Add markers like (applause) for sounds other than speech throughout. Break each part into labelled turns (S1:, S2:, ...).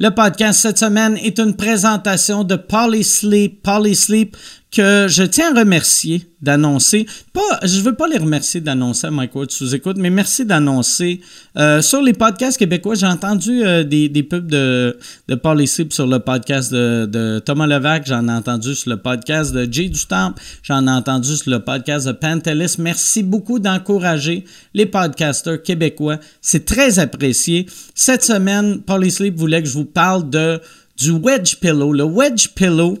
S1: Le podcast cette semaine est une présentation de Polysleep. Polysleep que je tiens à remercier d'annoncer. Pas, je veux pas les remercier d'annoncer à Mike Ward sous écoute, mais merci d'annoncer. Euh, sur les podcasts québécois, j'ai entendu euh, des, des, pubs de, de Polysleep sur le podcast de, de Thomas Levac, j'en ai entendu sur le podcast de Jay Dutemps, j'en ai entendu sur le podcast de Pantelis. Merci beaucoup d'encourager les podcasters québécois. C'est très apprécié. Cette semaine, Polysleep voulait que je vous parle de du wedge pillow. Le wedge pillow,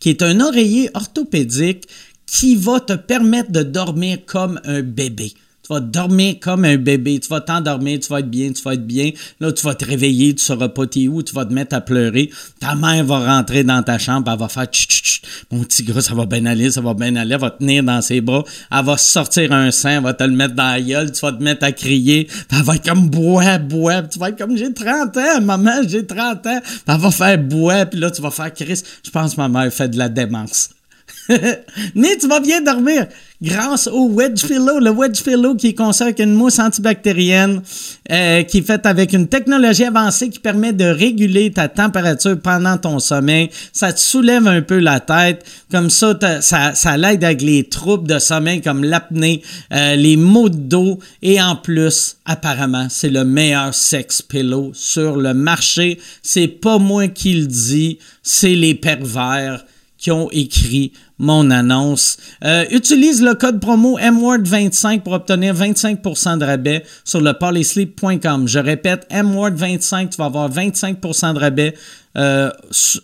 S1: qui est un oreiller orthopédique qui va te permettre de dormir comme un bébé. Tu vas dormir comme un bébé, tu vas t'endormir, tu vas être bien, tu vas être bien. Là, tu vas te réveiller, tu ne sauras pas t'es où, tu vas te mettre à pleurer. Ta mère va rentrer dans ta chambre, elle va faire tch, tch, tch. Mon petit gars, ça va bien aller, ça va bien aller. Elle va te tenir dans ses bras, elle va sortir un sein, elle va te le mettre dans la gueule, tu vas te mettre à crier. Elle va être comme bois, bois. Tu vas être comme j'ai 30 ans, maman, j'ai 30 ans. Hein? Elle va faire bois, puis là, tu vas faire Chris. Je pense que ma mère fait de la démence. (laughs) Mais tu vas bien dormir grâce au Wedge Pillow. Le Wedge Pillow qui est conçu avec une mousse antibactérienne euh, qui est faite avec une technologie avancée qui permet de réguler ta température pendant ton sommeil. Ça te soulève un peu la tête. Comme ça, ça, ça l'aide avec les troubles de sommeil comme l'apnée, euh, les maux de dos. Et en plus, apparemment, c'est le meilleur sex pillow sur le marché. C'est pas moi qui le dis, c'est les pervers qui ont écrit mon annonce. Euh, utilise le code promo MWORD25 pour obtenir 25% de rabais sur le polysleep.com. Je répète, MWORD25, tu vas avoir 25% de rabais euh,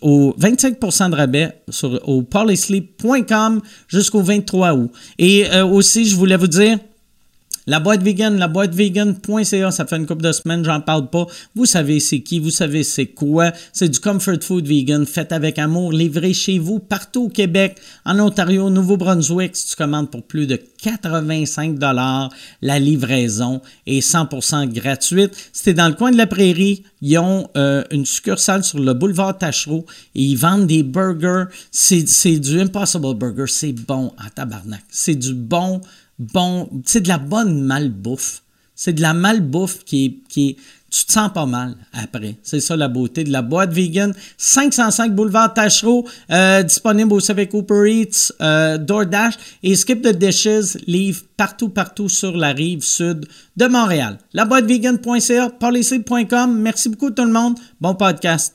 S1: au 25% de rabais sur, au polysleep.com jusqu'au 23 août. Et euh, aussi, je voulais vous dire, la boîte vegan, la boîte vegan.ca, ça fait une couple de semaines, j'en parle pas. Vous savez c'est qui, vous savez c'est quoi. C'est du comfort food vegan, fait avec amour, livré chez vous, partout au Québec, en Ontario, au Nouveau-Brunswick, si tu commandes pour plus de 85 dollars, la livraison est 100% gratuite. Si t'es dans le coin de la prairie, ils ont euh, une succursale sur le boulevard Tachereau et ils vendent des burgers. C'est du Impossible Burger, c'est bon en tabarnak. C'est du bon bon, c'est de la bonne malbouffe. C'est de la malbouffe qui est, qui est, tu te sens pas mal après. C'est ça la beauté de la boîte vegan. 505 boulevard Tachereau, euh, disponible aussi avec Uber Eats, euh, DoorDash et Skip the Dishes, livre partout, partout sur la rive sud de Montréal. La boîte vegan.ca, parlez-y.com. Merci beaucoup tout le monde. Bon podcast.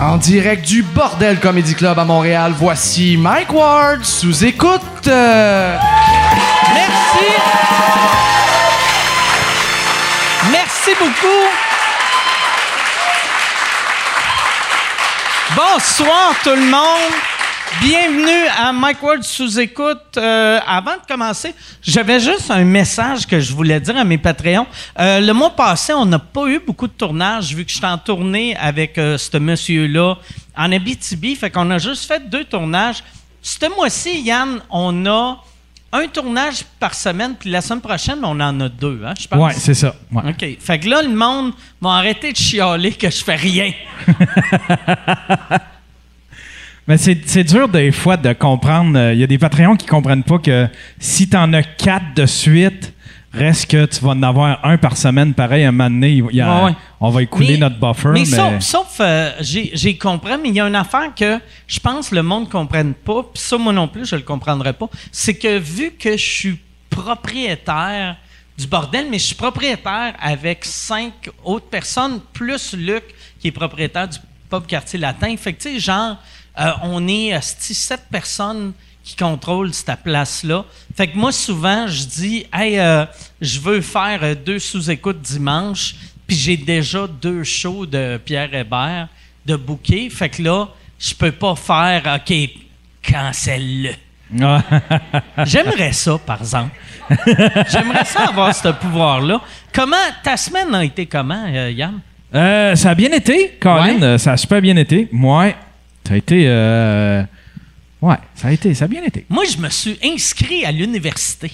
S2: En direct du Bordel Comedy Club à Montréal, voici Mike Ward sous écoute. Euh...
S1: Merci. Merci beaucoup. Bonsoir tout le monde. Bienvenue à Mike Ward sous écoute. Euh, avant de commencer, j'avais juste un message que je voulais dire à mes Patreons. Euh, le mois passé, on n'a pas eu beaucoup de tournages vu que je suis en tournée avec euh, ce monsieur-là en Abitibi. Fait qu'on a juste fait deux tournages. Ce mois-ci, Yann, on a un tournage par semaine, puis la semaine prochaine, on en a deux, hein, je pense.
S2: Ouais, c'est ça. Ouais.
S1: OK. Fait que là, le monde va arrêter de chialer que je fais rien.
S3: Mais c'est dur des fois de comprendre. Il euh, y a des Patreons qui comprennent pas que si t'en as quatre de suite, reste que tu vas en avoir un par semaine. Pareil, un moment donné, il y a, ouais, ouais. on va écouler
S1: mais,
S3: notre buffer.
S1: Mais, mais... sauf, sauf euh, j'ai compris, mais il y a une affaire que je pense le monde ne comprenne pas, puis ça, moi non plus, je le comprendrais pas. C'est que vu que je suis propriétaire du bordel, mais je suis propriétaire avec cinq autres personnes, plus Luc, qui est propriétaire du pub quartier latin. Fait que, tu sais, genre... Euh, on est euh, sept personnes qui contrôlent cette place-là. Fait que moi, souvent, je dis, hey, euh, je veux faire euh, deux sous-écoutes dimanche, puis j'ai déjà deux shows de Pierre Hébert de bouquet. Fait que là, je peux pas faire, OK, cancelle-le.
S3: Ah. (laughs)
S1: J'aimerais ça, par exemple. (laughs) J'aimerais ça avoir ce pouvoir-là. Comment, ta semaine a été comment, euh, Yann?
S3: Euh, ça a bien été, Colin. Ouais. Ça a super bien été. Moi, ça a été. Euh... Ouais, ça a été. Ça a bien été.
S1: Moi, je me suis inscrit à l'université.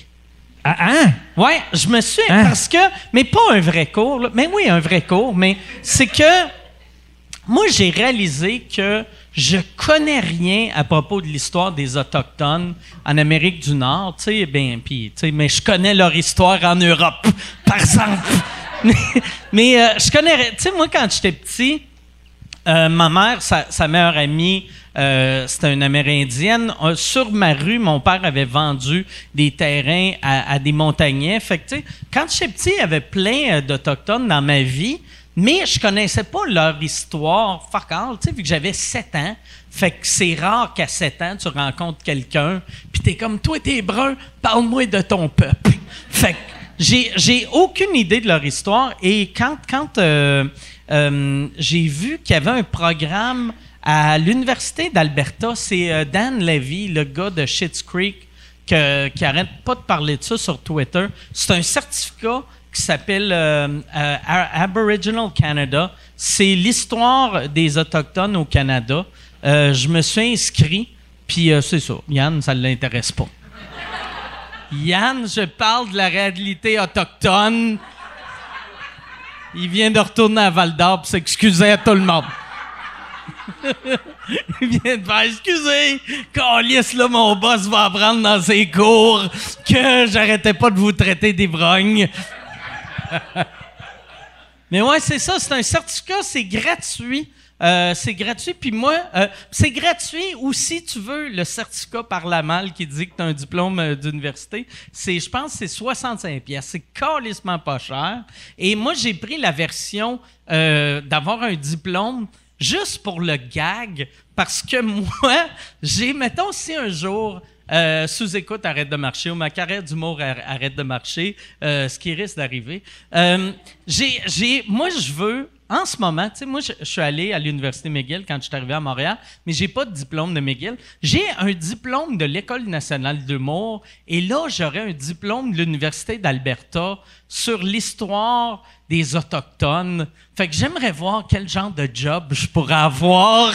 S3: Ah, hein?
S1: Ouais, je me suis. Hein? Parce que. Mais pas un vrai cours, là. Mais oui, un vrai cours, mais c'est que. Moi, j'ai réalisé que
S4: je connais rien à propos de l'histoire des Autochtones en Amérique du Nord, tu sais, ben, puis, tu sais, mais je connais leur histoire en Europe, par exemple. (laughs) mais, mais euh, je connais, tu sais, moi, quand j'étais petit, euh, ma mère, sa, sa meilleure amie, euh, c'était une Amérindienne. Euh, sur ma rue, mon père avait vendu des terrains à, à des montagnais. Fait que, tu sais, quand j'étais petit, il y avait plein euh, d'Autochtones dans ma vie, mais je connaissais pas leur histoire, fuck all, tu sais, vu que j'avais 7 ans. Fait que c'est rare qu'à 7 ans, tu rencontres quelqu'un, puis t'es comme, toi, t'es brun, parle-moi de ton peuple. Fait que j'ai, j'ai aucune idée de leur histoire. Et quand, quand euh, euh, j'ai vu qu'il y avait un programme à l'Université d'Alberta, c'est euh, Dan Levy, le gars de Schitt's Creek, que- qui arrête pas de parler de ça sur Twitter. C'est un certificat qui s'appelle euh, euh, Ar- Aboriginal Canada. C'est l'histoire des Autochtones au Canada. Euh, je me suis inscrit, puis euh, c'est ça. Yann, ça ne l'intéresse pas. Yann, je parle de la réalité autochtone. Il vient de retourner à Val d'Or pour s'excuser à tout le monde. (laughs) Il vient de faire excusez, Calice, là, mon boss va apprendre dans ses cours que j'arrêtais pas de vous traiter d'ivrognes. Mais ouais, c'est ça, c'est un certificat, c'est gratuit. Euh, c'est gratuit, puis moi, euh, c'est gratuit ou si tu veux le certificat par la malle qui dit que tu as un diplôme euh, d'université, c'est, je pense, que c'est 65 pièces. C'est calissement pas cher. Et moi, j'ai pris la version euh, d'avoir un diplôme juste pour le gag, parce que moi, (laughs) j'ai, mettons, si un jour, euh, sous-écoute arrête de marcher ou ma carrière d'humour ar- arrête de marcher, euh, ce qui risque d'arriver. Euh, j'ai, j'ai, moi, je veux, en ce moment, tu sais, moi, je, je suis allé à l'Université McGill quand je suis arrivé à Montréal, mais j'ai pas de diplôme de McGill. J'ai un diplôme de l'École nationale d'humour et là, j'aurais un diplôme de l'Université d'Alberta sur l'histoire des Autochtones. Fait que j'aimerais voir quel genre de job je pourrais avoir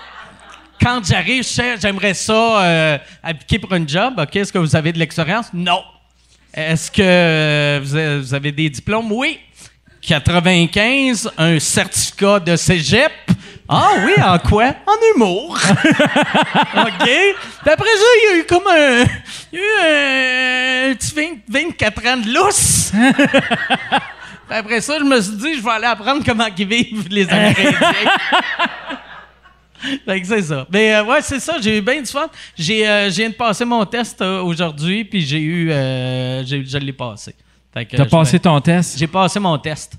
S4: (laughs) quand j'arrive, je sais, j'aimerais ça euh, appliquer pour un job. OK, est-ce que vous avez de l'expérience? Non. Est-ce que euh, vous avez- vous avez des diplômes? Oui. 95, un certificat de cégep. Ah oui, en quoi? En humour. OK. Puis après ça, il y a eu comme un. Il y a eu un petit 20 24 ans de
S3: (laughs)
S4: lousse. Puis après ça, je me suis dit, je vais aller apprendre comment ils vivent les
S3: (laughs)
S4: Amérindiens. Fait que c'est ça. Mais euh, ouais, c'est ça, j'ai eu bien du fun. J'ai, euh, je viens de passer mon test euh, aujourd'hui, puis j'ai eu. euh, j'ai- je l'ai passé. Fait que,
S3: T'as
S4: Euh, je
S3: passé
S4: vais-
S3: ton test?
S4: J'ai passé mon test.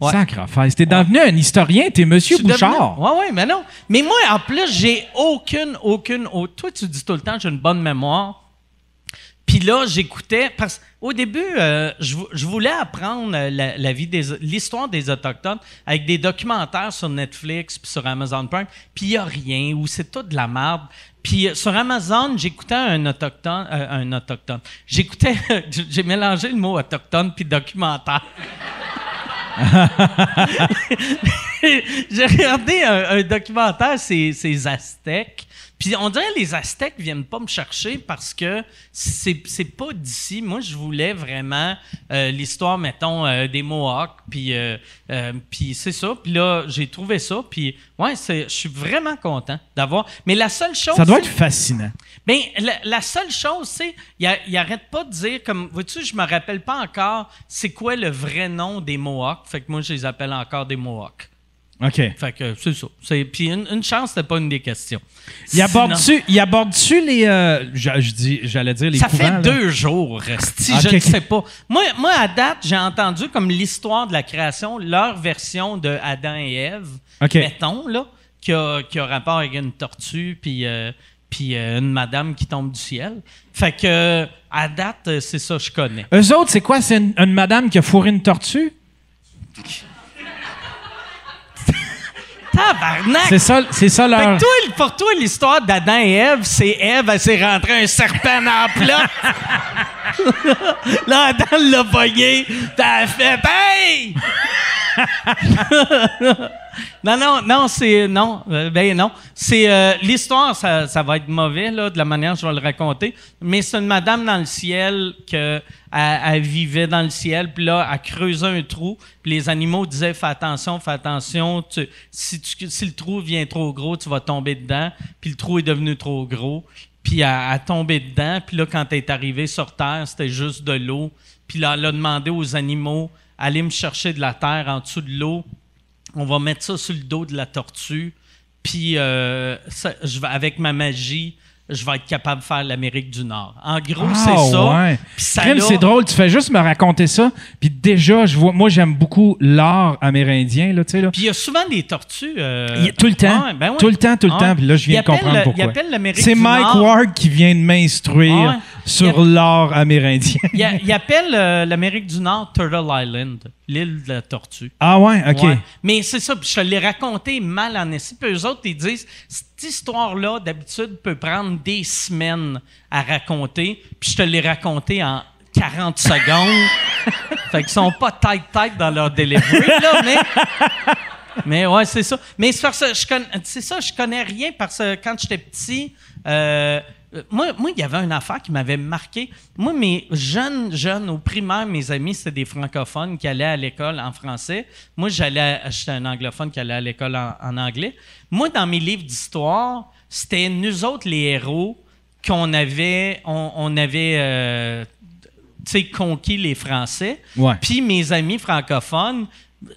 S4: Ouais.
S3: Sacreface. T'es devenu un historien, t'es Monsieur
S4: Tu devenais-
S3: Bouchard.
S4: Ouais, ouais, mais non. Mais moi, en plus, j'ai aucune, aucune, au- Toi, tu dis tout le temps, j'ai une bonne mémoire. Puis là, j'écoutais. Parce au début, euh, je, vou- je voulais apprendre euh, la, la vie des, l'histoire des autochtones avec des documentaires sur Netflix puis sur Amazon Prime. Puis il y a rien ou c'est tout de la merde. Puis euh, sur Amazon, j'écoutais un autochtone, euh, un autochtone. J'écoutais, (laughs) j'ai mélangé le mot autochtone puis documentaire. (laughs) J'ai regardé un, un documentaire, ces, ces Aztèques. Puis on dirait que les Aztèques viennent pas me chercher parce que c'est c'est pas d'ici. Moi, je voulais vraiment euh, l'histoire, mettons, euh, des Mohawks. Puis euh, euh, puis c'est ça. Puis là, j'ai trouvé ça. Puis ouais, c'est- je suis vraiment content d'avoir. Mais la seule chose.
S3: Ça doit
S4: c'est-
S3: être fascinant.
S4: ben, la, la seule chose, c'est, il a- il arrête pas de dire, comme, vois-tu, je me rappelle pas encore, c'est quoi le vrai nom des Mohawks. Fait que moi, je les appelle encore des Mohawks.
S3: OK.
S4: Fait que c'est ça. C'est, puis une, une chance, c'était pas une des questions.
S3: Il
S4: Sinon-
S3: aborde-tu il aborde-tu les. euh, je, je dis, j'allais dire les
S4: Ça
S3: courants.
S4: fait
S3: là. Ah,
S4: deux jours, si
S3: Ok,
S4: je ne
S3: ok.
S4: sais pas. Moi, moi, à date, j'ai entendu comme l'histoire de la création, leur version de Adam et Ève,
S3: Ok.
S4: mettons, là, qui a, qui a rapport avec une tortue, puis, euh, puis euh, une madame qui tombe du ciel. Fait que, euh, à date, euh, c'est ça que je connais.
S3: Eux autres, c'est quoi? C'est une, une madame qui a fourré une tortue?
S4: Tabarnak!
S3: C'est ça, c'est ça
S4: Fait
S3: leur.
S4: que toi, pour toi, l'histoire d'Adam et Ève, c'est Ève, elle s'est rentrée un serpent en plat. (laughs) là, Adam l'a pogné, t'as fait « Hey! » Non, non, non, c'est. Non, euh, ben non. C'est. euh, L'histoire, ça, ça va être mauvais, là, de la manière que je vais le raconter. Mais c'est une madame dans le ciel que. Elle, elle vivait dans le ciel, puis là, elle creusait un trou, puis les animaux disaient Fais attention, fais attention, tu- si, tu- si le trou vient trop gros, tu vas tomber dedans, puis le trou est devenu trop gros, puis elle, elle tombait dedans, puis là, quand elle est arrivée sur Terre, c'était juste de l'eau, puis là, elle a demandé aux animaux Allez me chercher de la terre en dessous de l'eau, on va mettre ça sur le dos de la tortue, puis euh, ça- je vais- avec ma magie, je vais être capable de faire l'Amérique du Nord. En gros, c'est ça.
S3: Ah, ouais.
S4: Puis ça
S3: Crime,
S4: l'a-
S3: c'est drôle, tu fais juste me raconter ça, puis déjà, je vois, moi, j'aime beaucoup l'art amérindien, là, tu sais, là.
S4: Puis il y a souvent des tortues. euh,
S3: Il y a- tout le temps,
S4: ouais, ben ouais.
S3: tout le temps, tout le
S4: Ouais.
S3: temps, puis là, je
S4: Il
S3: viens de
S4: appelle
S3: comprendre
S4: le-
S3: pourquoi.
S4: Il appelle l'Amérique
S3: C'est
S4: du
S3: Mike
S4: Nord. Ah,
S3: Ward qui vient de m'instruire
S4: Ouais.
S3: sur l'art amérindien.
S4: Il, a- il appelle euh, l'Amérique du Nord Turtle Island, l'île de la tortue.
S3: (laughs) Ah ouais, OK.
S4: Ouais. Mais c'est ça, puis je te l'ai raconté mal en essai. Puis eux autres, ils disent cette histoire-là, d'habitude, peut prendre des semaines à raconter. Puis je te l'ai raconté en 40 secondes. fait qu'ils sont pas tête-tête dans leur delivery, là, mais. Mais ouais, c'est ça. Mais c'est parce que je connais, c'est ça, je connais rien parce que quand j'étais petit, euh, euh, moi, moi, il y avait une affaire qui m'avait marqué. Moi, mes jeunes, jeunes, au primaire, mes amis, c'était des francophones qui allaient à l'école en français. Moi, j'allais, à- j'étais un anglophone qui allait à l'école en, en anglais. Moi, dans mes livres d'histoire, c'était nous autres les héros qu'on avait, on, on avait, euh, tu sais, conquis les Français.
S3: Ouais.
S4: Puis mes amis francophones,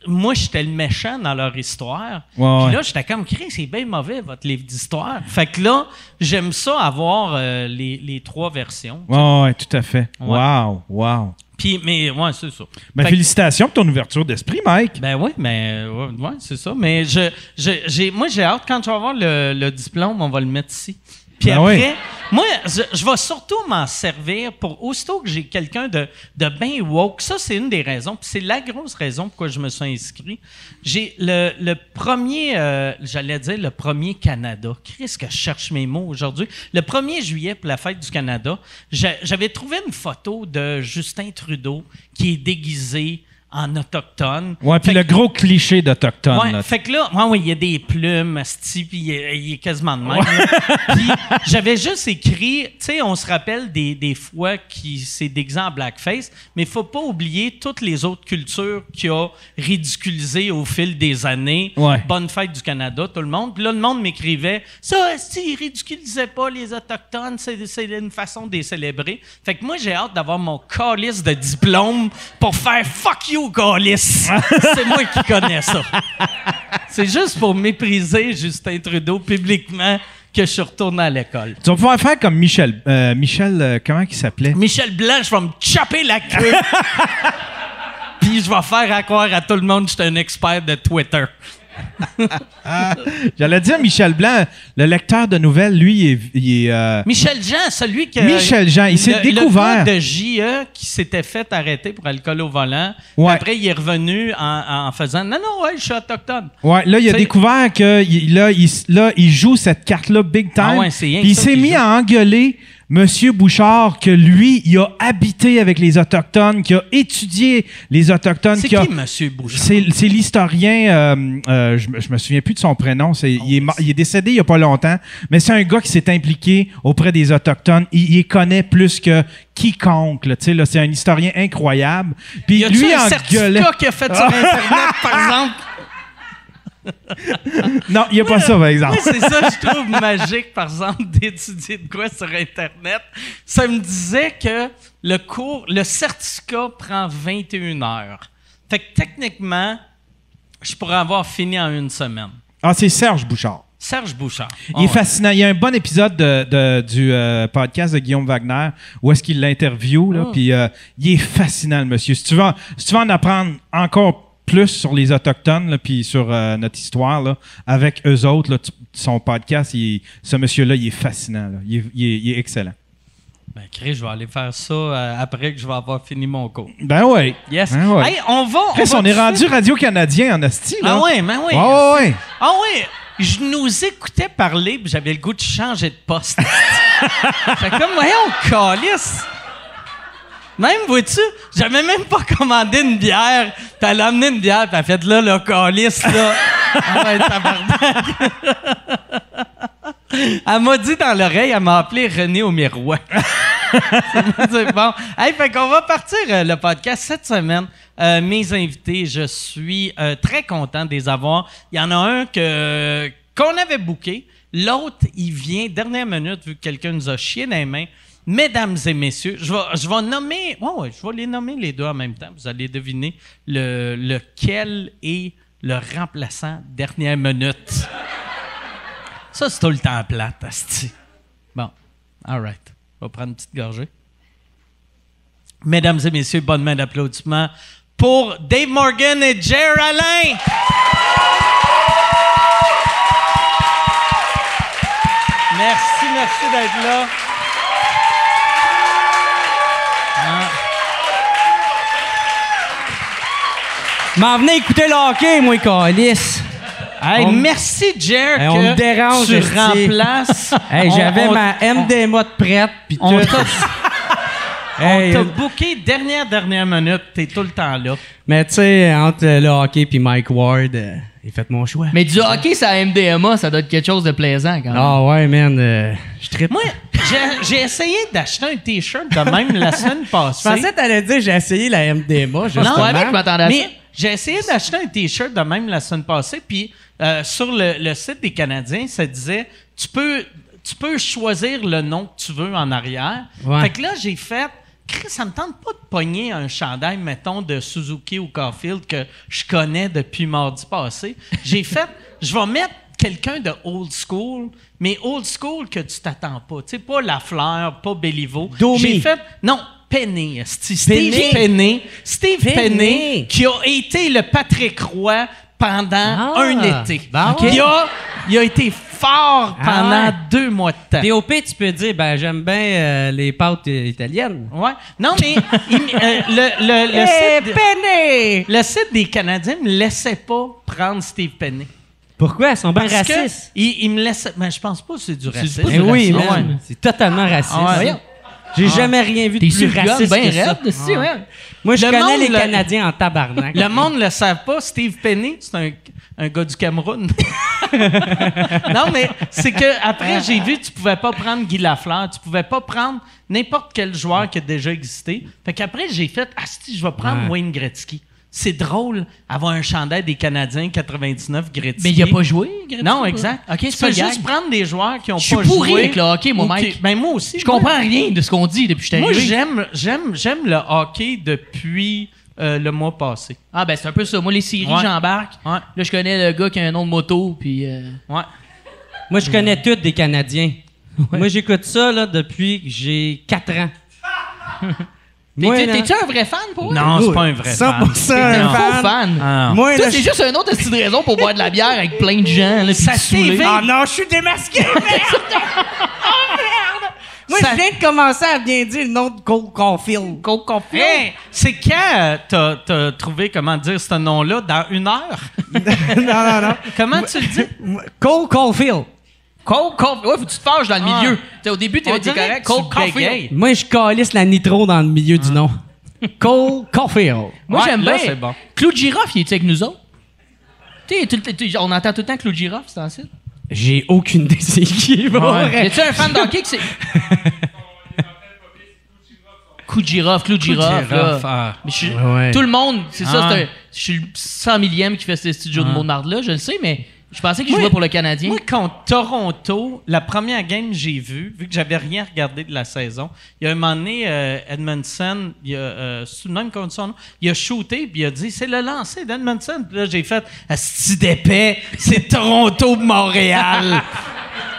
S4: moi, j'étais le méchant dans leur histoire.
S3: Ouais, ouais.
S4: Puis là, j'étais comme, Chris, c'est bien mauvais, votre livre d'histoire. Fait que là, j'aime ça avoir euh, les, les trois versions.
S3: Ouais, ouais, tout à fait.
S4: Ouais.
S3: Wow, wow.
S4: Puis, mais, ouais, c'est ça.
S3: Ben,
S4: Fait que-
S3: félicitations pour ton ouverture d'esprit, Mike.
S4: ben oui, mais ouais, ouais, c'est ça. Mais je, je- j'ai, moi, j'ai hâte, quand tu vas avoir le, le diplôme, on va le mettre ici. Puis
S3: Ben
S4: après,
S3: oui.
S4: moi, je, je vais surtout m'en servir pour, aussitôt que j'ai quelqu'un de, de bien woke, ça, c'est une des raisons, puis c'est la grosse raison pourquoi je me suis inscrit. J'ai le, le premier, euh, j'allais dire le premier Canada. Chris, que je cherche mes mots aujourd'hui. Le 1er juillet, pour la fête du Canada, j'a- j'avais trouvé une photo de Justin Trudeau qui est déguisé en autochtone.
S3: Ouais, puis
S4: Fait
S3: le gros cliché d'Autochtone.
S4: Ouais,
S3: là.
S4: fait que là, ouais, ouais, il y a des plumes, asti, puis il est- il est quasiment de même. là. Puis j'avais juste écrit, tu sais, on se rappelle des, des fois qui s'est déguisé en blackface, mais faut pas oublier toutes les autres cultures qui a ridiculisé au fil des années.
S3: Ouais.
S4: Bonne fête du Canada, tout le monde. Puis là, le monde m'écrivait, ça, asti, ils ridiculisaient pas les autochtones, c'est c'est une façon de les célébrer. Fait que moi, j'ai hâte d'avoir mon calice de diplôme pour faire fuck you, calice. c'est moi qui connais ça. C'est juste pour mépriser Justin Trudeau publiquement que je suis retourné à l'école.
S3: Tu vas pouvoir faire comme Michel. euh, Michel, euh, comment il s'appelait?
S4: Michel Blanc, je vais me chopper la queue. Puis je vais faire à croire à tout le monde que je suis un expert de Twitter.
S3: J'allais dire Michel Blanc, le lecteur de nouvelles, lui, il est. il est, euh,
S4: Michel Jean, celui que.
S3: Michel Jean, il s'est
S4: le- le
S3: découvert.
S4: gars de JE qui s'était fait arrêter pour alcool au volant. Puis
S3: Ouais.
S4: Après, il est revenu en, en faisant Non, non, ouais, je suis autochtone.
S3: Ouais, là, il a
S4: C'est-
S3: découvert que il- là, il, s- là, il joue cette carte-là big time.
S4: Ah ouais, c'est rien que
S3: Puis il
S4: ça
S3: s'est
S4: qu'il
S3: mis
S4: joue.
S3: à engueuler Monsieur Bouchard que lui, il a habité avec les Autochtones, qui a étudié les Autochtones.
S4: C'est
S3: qui a-
S4: qui, Monsieur Bouchard?
S3: C'est c'est l'historien, euh, euh, je, me- je me souviens plus de son prénom, c'est- il, est, mar- il est décédé il y a pas longtemps, mais c'est un gars qui s'est impliqué auprès des Autochtones. Il, il connaît plus que quiconque. là, tu sais, là, C'est un historien incroyable. Puis
S4: Y a-tu
S3: lui
S4: un
S3: engueulait.
S4: certificat qu'il a fait sur Internet, par
S3: (laughs)
S4: exemple?
S3: Non, il n'y a pas ça, par exemple.
S4: Moi, c'est ça que je trouve magique, par exemple, d'étudier de quoi sur Internet. Ça me disait que le cours, le certificat prend 21 heures. Fait que techniquement, je pourrais avoir fini en une semaine.
S3: Ah, c'est Serge Bouchard.
S4: Serge Bouchard. Ah
S3: Il est
S4: facile.
S3: fascinant. Il y a un bon épisode de- de- du euh, podcast de Guillaume Wagner où est-ce qu'il l'interview. là,
S4: Ah.
S3: Puis euh, il est fascinant, le monsieur. Si tu, veux en, si tu veux en apprendre encore plus sur les Autochtones, là, puis sur euh, notre histoire, là, avec eux autres, là, tu- son podcast, il- ce monsieur-là, il est fascinant. là. Il, est, il est- il est excellent.
S4: Ben, Chris, je vais aller faire ça euh, après que je vais avoir fini mon cours.
S3: Ben oui.
S4: Yes.
S3: Ben ouais.
S4: Hey, on va.
S3: Chris,
S4: va
S3: on,
S4: tout
S3: est
S4: de
S3: rendu
S4: suite-
S3: Radio-Canadien en Asti. là.
S4: Ah ouais, ben oui.
S3: Ouais, ouais, ouais.
S4: Ah oui, je nous écoutais parler, puis j'avais le goût de changer de poste.
S3: (laughs)
S4: Fait comme, voyons, calice. Même, vois-tu, j'avais même pas commandé une bière. Puis elle a amené une bière, puis elle a fait, là, le calice, là, Ah ouais, tabarnak. (laughs) elle m'a dit dans l'oreille, elle m'a appelé René au miroir. (laughs) C'est bon. Hey, fait qu'on va partir euh, le podcast cette semaine. Euh, mes invités, je suis euh, très content de les avoir. Il y en a un que qu'on avait booké. L'autre, il vient dernière minute vu que quelqu'un nous a chié dans les mains. Mesdames et messieurs, je vais, je vais nommer. ouais, ouais, je vais les nommer les deux en même temps. Vous allez deviner le, lequel est le remplaçant dernière minute. Ça, c'est tout le temps plate, asti. Bon, all right. On va prendre une petite gorgée. Mesdames et messieurs, bonne main d'applaudissements pour Dave Morgan et Jer Alain. Merci, merci d'être là. Hein?
S5: M'en venez écouter le hockey, moi, Calis.
S4: Hey,
S5: On-
S4: merci, Jer,
S5: Hey,
S4: que
S5: on me dérange,
S4: tu (laughs)
S5: esti.
S4: remplaces.
S5: Hey,
S4: On-
S5: j'avais
S4: on-
S5: ma MDMA de prête, puis tout.
S4: On, on
S5: (laughs)
S4: t'a
S5: Hey,
S4: t'a booké dernière, dernière minute. T'es tout le temps là.
S5: mais tu sais, entre le hockey puis Mike Ward, euh, j'ai fait mon choix.
S6: Mais du hockey, ça à MDMA, ça doit être quelque chose de plaisant quand même.
S5: Ah ouais, man, euh, je trippe.
S4: Moi, j'ai- j'ai essayé d'acheter un T-shirt de même la (laughs) semaine
S5: je pensais
S4: passée.
S5: que t'allais dire j'ai essayé la MDMA, justement.
S6: non, ouais, mais je m'attendais à ça.
S4: Mais j'ai essayé d'acheter un T-shirt de même la semaine passée, puis euh, sur le, le site des Canadiens, ça disait tu peux, tu peux choisir le nom que tu veux en arrière.
S5: Ouais.
S4: Fait que là, j'ai fait. Chris, ça me tente pas de pogner un chandail, mettons, de Suzuki ou Caulfield que je connais depuis mardi passé. J'ai fait, je vais mettre quelqu'un de old school, mais old school que tu t'attends pas. Tu sais, pas Lafleur, pas Béliveau.
S5: Domi.
S4: J'ai fait, non, Penny. esti.
S5: Penny.
S4: Steve Penny. Steve
S5: Penny.
S4: Penny, qui a été le Patrick Roy pendant
S5: Ah.
S4: un été.
S5: Bon.
S4: Il, a, il a été fort
S5: Ah
S4: pendant
S5: ouais.
S4: deux mois de temps.
S5: DOP, tu peux dire, ben, j'aime bien euh, les pâtes euh, italiennes.
S4: Ouais. Non, mais il- euh, le, le- le
S5: Eh,
S4: site,
S5: peiné!
S4: le site des Canadiens me laissait pas prendre Steve Penny.
S5: Pourquoi? Elles sont bien
S4: Parce que
S5: racistes.
S4: il, il me laissait. Mais je pense pas que c'est du racisme.
S5: Ben oui,
S4: Ah ouais.
S5: man. C'est totalement raciste.
S4: Ah ouais.
S5: Voyons. J'ai jamais rien vu de
S6: T'es
S5: plus
S6: sur le gun,
S5: raciste
S6: ben
S5: que ça. Ah.
S6: raide, si, ouais.
S5: Moi, je
S4: Le
S5: connais
S4: monde,
S5: les
S4: le-
S5: Canadiens en tabarnak.
S4: Le monde ne le savent pas. Steve Penny, c'est un, un gars du Cameroun. (laughs) non, mais c'est que après j'ai vu, tu pouvais pas prendre Guy Lafleur, tu pouvais pas prendre n'importe quel joueur qui a déjà existé. Fait qu'après j'ai fait, asti, je vais prendre Wayne Gretzky. C'est drôle avoir un chandail des Canadiens 99 Gretzky.
S6: Mais il a pas joué, Gretzky,
S4: Non,
S6: ou-
S4: exact.
S6: Ok,
S4: tu
S6: c'est pas
S4: peux
S6: le
S4: juste
S6: gag.
S4: prendre des joueurs qui ont
S6: Je suis
S4: pas joué.
S6: pourri avec le hockey, moi,
S4: ou qui-
S6: Mike.
S4: Ben, moi aussi.
S6: Je
S4: moi.
S6: comprends rien de ce qu'on dit depuis que je suis
S4: Moi,
S6: arrivé.
S4: j'aime, j'aime, j'aime le hockey depuis euh, le mois passé.
S6: Ah, ben c'est un peu ça. Moi, les séries,
S4: Ouais.
S6: j'embarque.
S4: Ouais.
S6: Là, je connais le gars qui a un nom de moto, puis. euh,
S4: Ouais.
S5: Moi, je connais tous des Canadiens. Moi, j'écoute ça là, depuis que j'ai 4 ans. Moi,
S6: T'es-
S5: là-
S6: T'es-tu un vrai fan pour eux?
S4: Non, c'est pas un vrai fan.
S2: 100%
S6: T'es un
S2: un
S6: faux
S2: fan.
S6: fan.
S4: Ah,
S2: Moi,
S6: Ça,
S2: là,
S6: c'est
S2: je-
S6: juste une autre petite raison pour boire de la bière avec plein de gens. Là,
S4: Ça
S6: puis se saouler.
S4: s'évite.
S5: Ah non, je suis démasqué, merde! Oh, merde! Moi,
S4: Ça-
S5: je viens de commencer à bien dire le nom de Cole Caulfield. Cole Caulfield?
S4: Hey, c'est quand euh, t'as, t'as trouvé comment dire ce nom-là dans une (laughs) heure?
S5: non, non, non.
S4: Comment tu le dis?
S5: Moi, Cole Caulfield.
S6: Cold coffee. Ouais, faut que tu te fâches dans le
S4: Ah.
S6: milieu. T'sais, au début,
S4: On
S6: t'avais dit
S4: dirait
S6: correct.
S4: que tu
S6: Cold coffee.
S4: bégayes.
S5: Moi, je calisse la nitro dans le milieu du nom. Cole Caulfield.
S6: Moi,
S4: Ouais,
S6: j'aime
S4: là,
S6: bien.
S4: c'est bon.
S6: Claude Giroff, il est avec nous autres? T'sais, tout le- t'sais, on entend tout le temps Claude Giroff, c'est ainsi.
S5: J'ai aucune idée c'est qui. pour vrai.
S6: Y a-tu un fan d'hockey qui c'est. Claude Giroff, Claude Giroff.
S4: Giroff,
S6: là.
S4: ah.
S6: Mais je suis-
S5: Ouais.
S6: Tout le monde, c'est ça,
S4: Ah.
S6: c'est un- je suis le 100 millième qui fait ce studio de Montmartre-là, je le sais, mais je pensais que je jouais pour le Canadien.
S4: Moi, contre Toronto, la première game que j'ai vue, vu que j'avais rien regardé de la saison, il y a un moment donné, euh, Edmondson, il a, euh, sous le même contre son nom, il a shooté, puis il a dit, c'est le lancer d'Edmondson. Puis là, j'ai fait, Asti d'épais, c'est Toronto de (laughs) Montréal.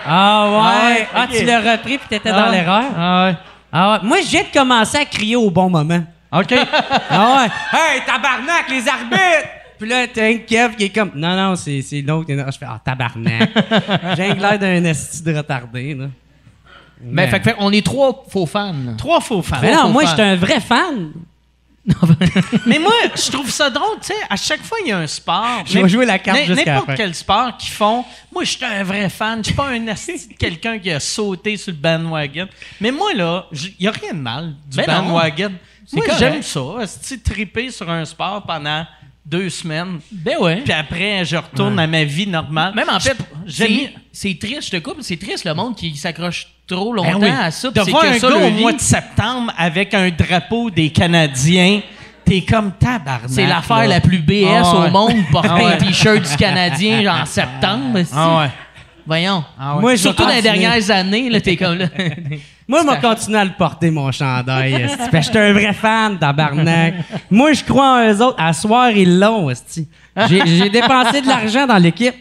S5: Ah ouais.
S4: Ouais,
S5: Ah,
S4: ok.
S5: tu l'as repris puis t'étais
S4: Ah.
S5: dans l'erreur.
S4: Ah ouais.
S5: Ah ouais. Moi, j'ai de commencer à crier au bon moment.
S4: OK. (laughs)
S5: Ah ouais. (laughs) Hey, tabarnak, les arbitres! Puis là, t'as un Kev qui est comme. Non, non, c'est c'est l'autre. qui est là. Je fais, ah, (laughs) tabarnak. j'ai un l'air d'un esti de retardé, là.
S6: Mais Ben, fait, que- fait, on est trois faux fans. là.
S4: Trois faux fans.
S5: Mais
S6: Trois
S5: non,
S6: faux
S5: moi,
S6: fans.
S5: j'étais un vrai fan.
S4: Mais moi, je trouve ça drôle, tu sais, à chaque fois, il y a un sport.
S5: Je vais
S4: n'im-
S5: jouer la carte
S4: n'im-
S5: jusqu'à la fin.
S4: N'importe quel sport qu'ils font. Moi, je suis un vrai fan. Je suis pas un asti
S5: (laughs)
S4: de quelqu'un qui a sauté sur le bandwagon. Mais moi, là, il y a rien de mal du
S6: Ben non.
S4: bandwagon. Moi,
S6: correct.
S4: j'aime ça. asti, triper sur un sport pendant deux semaines.
S6: Ben ouais.
S4: Puis après, je retourne à ma vie normale.
S6: Même en fait,
S4: Je-
S6: c'est
S4: j'ai mis-
S6: c'est triste, je te coupe, c'est triste le monde qui s'accroche trop
S4: Ben
S6: longtemps
S4: oui.
S6: à ça. puis
S4: De
S6: c'est
S4: voir
S6: que
S4: un
S6: ça,
S4: gars
S6: leur
S4: au
S6: vie.
S4: mois de septembre avec un drapeau des Canadiens, t'es comme tabarnak.
S6: C'est l'affaire
S4: là.
S6: la plus BS
S4: Ah ouais.
S6: au monde, porter
S4: Ah ouais.
S6: un t-shirt du Canadien genre, en septembre. esti.
S4: Ah ouais.
S6: Voyons.
S4: Ah ouais.
S5: Moi, je
S6: Surtout
S5: vais
S6: dans les
S5: continuer.
S6: dernières années, là, t'es comme là. (laughs)
S5: Moi, je vais continuer à le porter, mon chandail. esti, parce que Je suis un vrai fan, (laughs) tabarnak. Moi, je crois en eux autres. À soir, ils l'ont, esti. J'ai j'ai dépensé de l'argent dans l'équipe.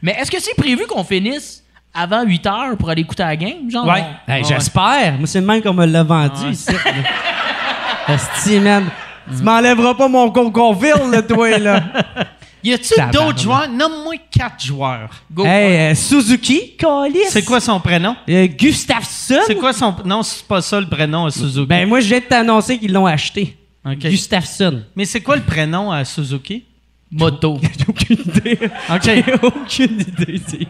S6: Mais est-ce que c'est prévu qu'on finisse avant 8 heures pour aller écouter la game? Genre,
S5: Ouais.
S6: on-
S5: Hey, J'espère. Moi, c'est le même qu'on me l'a vendu ici. (laughs) Esti, man.
S4: Mm.
S5: Tu m'enlèveras pas mon concourville, là,
S4: (laughs)
S5: toi, là.
S4: Y a-tu
S5: Tabarnak.
S4: d'autres joueurs? Nomme-moi quatre joueurs.
S6: Go.
S5: hey, euh, Suzuki, Calis.
S4: C'est quoi son prénom?
S5: Euh, Gustafsson.
S4: C'est quoi son. Non, c'est pas ça le prénom à Suzuki.
S5: Ben, moi, je viens de t'annoncer qu'ils l'ont acheté.
S4: Ok.
S5: Gustafsson. (laughs)
S4: Mais c'est quoi le prénom à Suzuki?
S6: Moto.
S5: J'ai aucune idée.
S4: OK.
S5: J'ai aucune idée. c'est-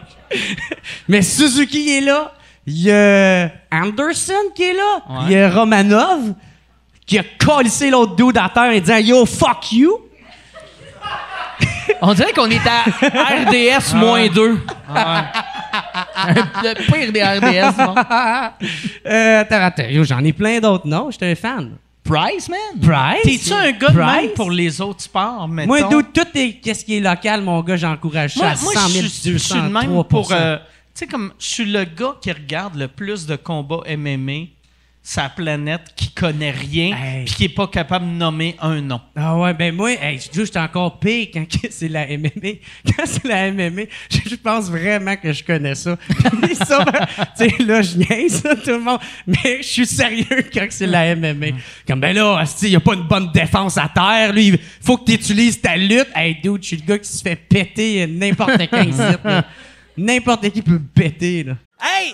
S5: Mais Suzuki est là. Il y a Anderson qui est là.
S4: Ouais.
S5: Il y a Romanov qui a collissé l'autre dude à terre et disant Yo, fuck you.
S6: On dirait qu'on est à RDS moins
S4: Ah.
S6: 2. le pire des RDS, bon.
S5: (laughs) Euh, t'as raté. Yo, J'en ai plein d'autres noms. J'étais un fan.
S6: Price, man?
S5: Price.
S4: T'es-tu un gars de
S5: Price?
S4: même pour les autres sports, mettons?
S5: Moi, dude, tout est, qu'est-ce qui est local, mon gars, j'encourage ça
S4: Moi,
S5: à
S4: moi,
S5: 100 000,
S4: je suis- je suis le
S5: 200,
S4: même pour.
S5: 3%.
S4: euh, tu sais, comme je suis le gars qui regarde le plus de combats MMA sa planète, qui connaît rien,
S5: Hey.
S4: puis qui est pas capable de nommer un nom.
S5: Ah ouais, ben moi, hey, je je suis encore pire quand que c'est la MMA. (laughs) Quand c'est la MMA, je, je pense vraiment que je connais ça. (laughs) Puis ça, ben, tu sais, là, je niaise, là, tout le monde. Mais je suis sérieux quand que c'est la MMA. Comme, ben là, il n'y a pas une bonne défense à terre. Lui, il faut que tu utilises ta lutte. Hey, dude, je suis le gars qui se fait péter euh, n'importe
S6: (laughs)
S5: quand ici. là. N'importe qui peut me péter, là.
S4: Hey,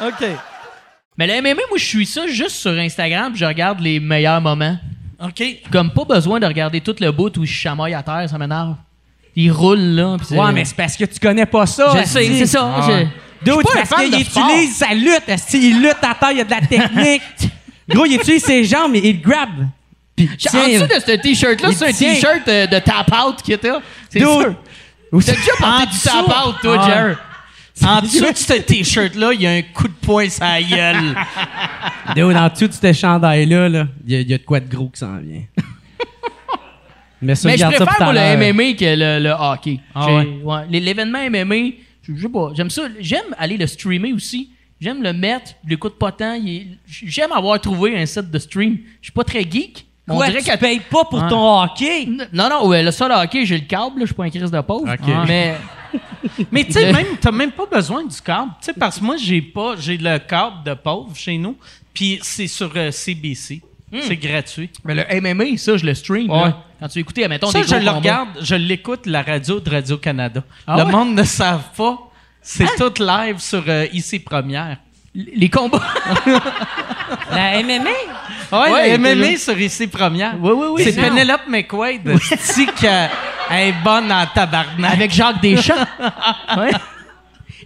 S4: (laughs) OK.
S6: Mais le MMA, moi, je suis ça juste sur Instagram, puis je regarde les meilleurs moments.
S4: OK.
S6: Comme pas besoin de regarder tout le bout où je chamaille à terre, ça m'énerve. Il roule, là. puis c'est-
S5: Ouais, mais c'est parce que tu connais pas ça.
S6: Je
S5: esti.
S6: sais, c'est ça.
S5: Ah
S6: je-
S5: ouais.
S6: je suis
S5: Dude,
S6: pas un
S5: parce
S6: fan
S5: qu'il
S6: de sport.
S5: utilise sa lutte. esti. Il lutte à terre, il y a de la
S6: (laughs)
S5: technique. Gros, il utilise ses jambes, mais il grab. Puis
S6: Je-
S5: tiens,
S6: En dessous de ce t-shirt-là,
S5: Il
S6: c'est un
S5: tient.
S6: t-shirt euh, de tap-out qui était là. C'est
S5: dude.
S6: sûr.
S5: Ou
S6: T'as déjà porté du
S4: dessous.
S6: tap-out, toi,
S4: Ah.
S6: Jer.
S4: En dessous de ce t-shirt-là, il y a un coup de poing sur la gueule.
S5: Dude, en dessous de ce chandail-là, là, il y, a- il y a de quoi de gros qui s'en
S6: (laughs)
S5: vient. mais ça,
S6: Mais je
S5: garde ça
S6: préfère
S5: pour
S6: pour
S5: tout à
S6: le
S5: l'heure.
S6: MMA que le, le hockey.
S5: Ah
S6: J'ai-
S5: ouais.
S6: ouais, les- L'événement MMA, je je sais pas. J'aime ça. J'aime aller le streamer aussi. J'aime le mettre, je l'écoute pas tant. il est- J'aime avoir trouvé un set de stream. Je suis pas très geek. mais
S5: Quoi,
S6: on dirait
S5: tu
S6: que...
S5: payes pas pour ton hockey?
S6: Non, non, ouais, le sol hockey, j'ai le câble, là, je suis pas un crise de pauvre. Ah. Mais
S4: Mais tu sais,
S6: Le-
S4: même, t'as même pas besoin du câble. Tu sais, parce que moi, j'ai pas, j'ai le câble de pauvre chez nous. Puis c'est sur euh, CBC. C'est gratuit.
S6: Hmm. Mais le MMA, ça, je le stream.
S4: Ouais.
S6: là. Quand tu écoutais, mettons,
S4: Ça,
S6: des
S4: je
S6: gros
S4: le
S6: combats.
S4: regarde, je l'écoute, la radio de Radio-Canada.
S6: Ah
S4: le
S6: ouais? Hein?
S4: monde ne savent pas. C'est tout live sur euh, IC Première.
S6: L- Les combats.
S5: La MMA?
S4: Ouais,
S6: Ah Ouais,
S4: le
S6: t'es
S4: MMA
S6: là.
S4: sur IC Première.
S6: Oui, oui, oui.
S4: C'est
S6: Non.
S4: Penelope McQuaid. Si qu'elle est bonne en tabarnak.
S6: Avec Jacques Deschamps.
S4: (laughs)
S6: Ouais.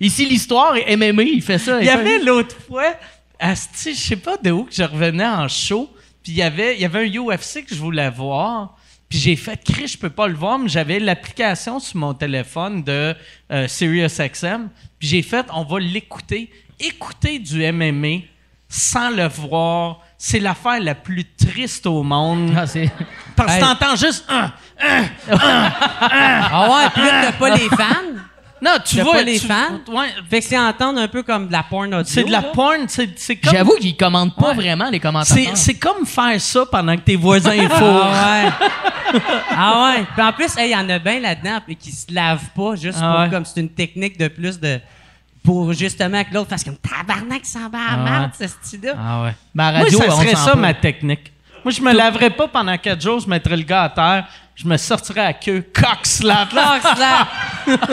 S6: Ici, l'histoire et MMA, il fait ça.
S4: Il y avait l'autre fois, asti, je sais pas de où que je revenais en show, puis il y avait, il y avait un UFC que je voulais voir, puis j'ai fait cri, je peux pas le voir, mais j'avais l'application sur mon téléphone de euh, SiriusXM, puis j'ai fait, on va l'écouter, écouter du MMA sans le voir, c'est l'affaire la plus triste au monde.
S6: Ah, c'est-
S4: Parce que
S5: Hey.
S4: t'entends juste un.
S5: Ah ouais, puis là, t'as pas les fans?
S4: Non, tu
S5: T'as
S4: vois
S5: pas les
S4: tu-
S5: fans?
S4: ouais,
S5: Fait que c'est entendre un peu comme de la porn audio.
S4: c'est de la
S5: là.
S4: porn, c'est c'est comme
S6: J'avoue qu'ils commandent pas vraiment les commentaires.
S4: c'est c'est comme faire ça pendant que tes voisins font.
S5: Ah ouais. ah ouais. Puis en plus, hey, il y en a bien là-dedans puis qui se lavent pas juste
S4: Ah
S5: pour
S4: ouais.
S5: comme c'est une technique de plus de pour justement que l'autre fasse comme tabarnak ça va à merde ce style-là.
S4: Ah ouais.
S6: Ma radio,
S4: Moi, ça
S6: on
S4: serait
S6: s'en
S4: ça
S6: peut.
S4: ma technique. Moi, je me laverais pas pendant quatre jours, je mettrais le gars à terre, je me sortirais à queue, cock slap.
S5: Clac, slap.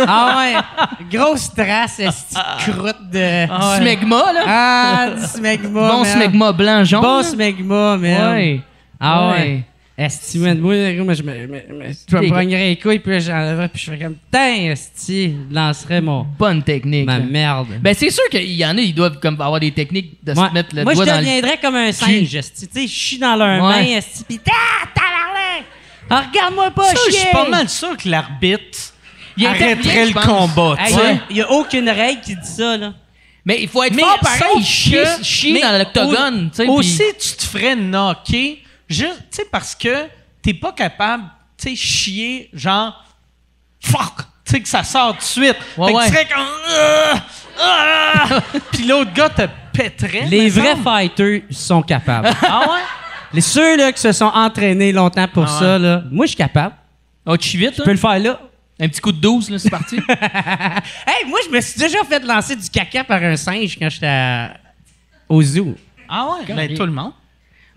S5: Ah ouais. Grosse trace, esti de croûte de.
S6: Du smegma, là.
S5: Ah, du smegma.
S6: Ah bon
S5: man.
S6: smegma blanc-jaune.
S5: Bon
S6: là.
S5: smegma, man.
S6: Ouais.
S5: Ah ouais.
S6: Ouais.
S5: Esti, man. Moi, moi, je me, je me, je me- je me
S6: T'es-
S5: pognerais les couilles, puis là, j'enlèverais, puis je ferais comme. Putain, Esti, je lancerais mon.
S6: Bonne technique.
S5: Ma
S6: là.
S5: merde.
S6: Ben, c'est sûr qu'il y en a, ils doivent comme avoir des techniques de
S5: Ouais.
S6: se mettre le
S5: Moi, je
S6: doigt dans le...
S5: deviendrais comme un singe, esti. Tu sais, je suis dans leur
S6: Ouais.
S5: main, esti, pis t'as, tabarnak! Ah, regarde-moi pas,
S4: Ça, je
S5: chier!
S4: suis pas mal sûr que l'arbitre
S6: Il intervient,
S4: arrêterait
S6: je
S4: le
S6: pense.
S4: combat. tu
S5: Hey,
S4: sais.
S5: Il y a aucune règle qui dit ça, là.
S6: Mais il faut être
S4: Mais
S6: fort pareil.
S4: sauf
S6: Il chie,
S4: que-
S6: chie
S4: mais
S6: dans l'octogone.
S4: au-
S6: tu sais, puis-
S4: Aussi, tu te ferais knocker, juste, tu sais, parce que t'es pas capable, tu sais, chier, genre, fuck, tu sais, que ça sort tout de suite. fait
S6: Ouais,
S4: que
S6: ouais.
S4: tu serais comme, Ah! Ah! puis l'autre gars te pèterait.
S5: Les
S4: me
S5: vrais
S4: semble.
S5: fighters sont (laughs) capables.
S4: Ah ouais?
S5: Les ceux là, qui se sont entraînés longtemps pour
S4: Ah
S5: ça, là, moi, je suis capable.
S6: Oh, tu chies vite,
S5: Je
S6: hein?
S5: peux le faire là.
S6: Un petit coup de 12, là,
S4: (laughs)
S6: c'est parti.
S5: (laughs) Hey, moi, je me suis déjà fait lancer du caca par un singe quand j'étais à- au zoo.
S4: Ah ouais? Ben, tout le monde.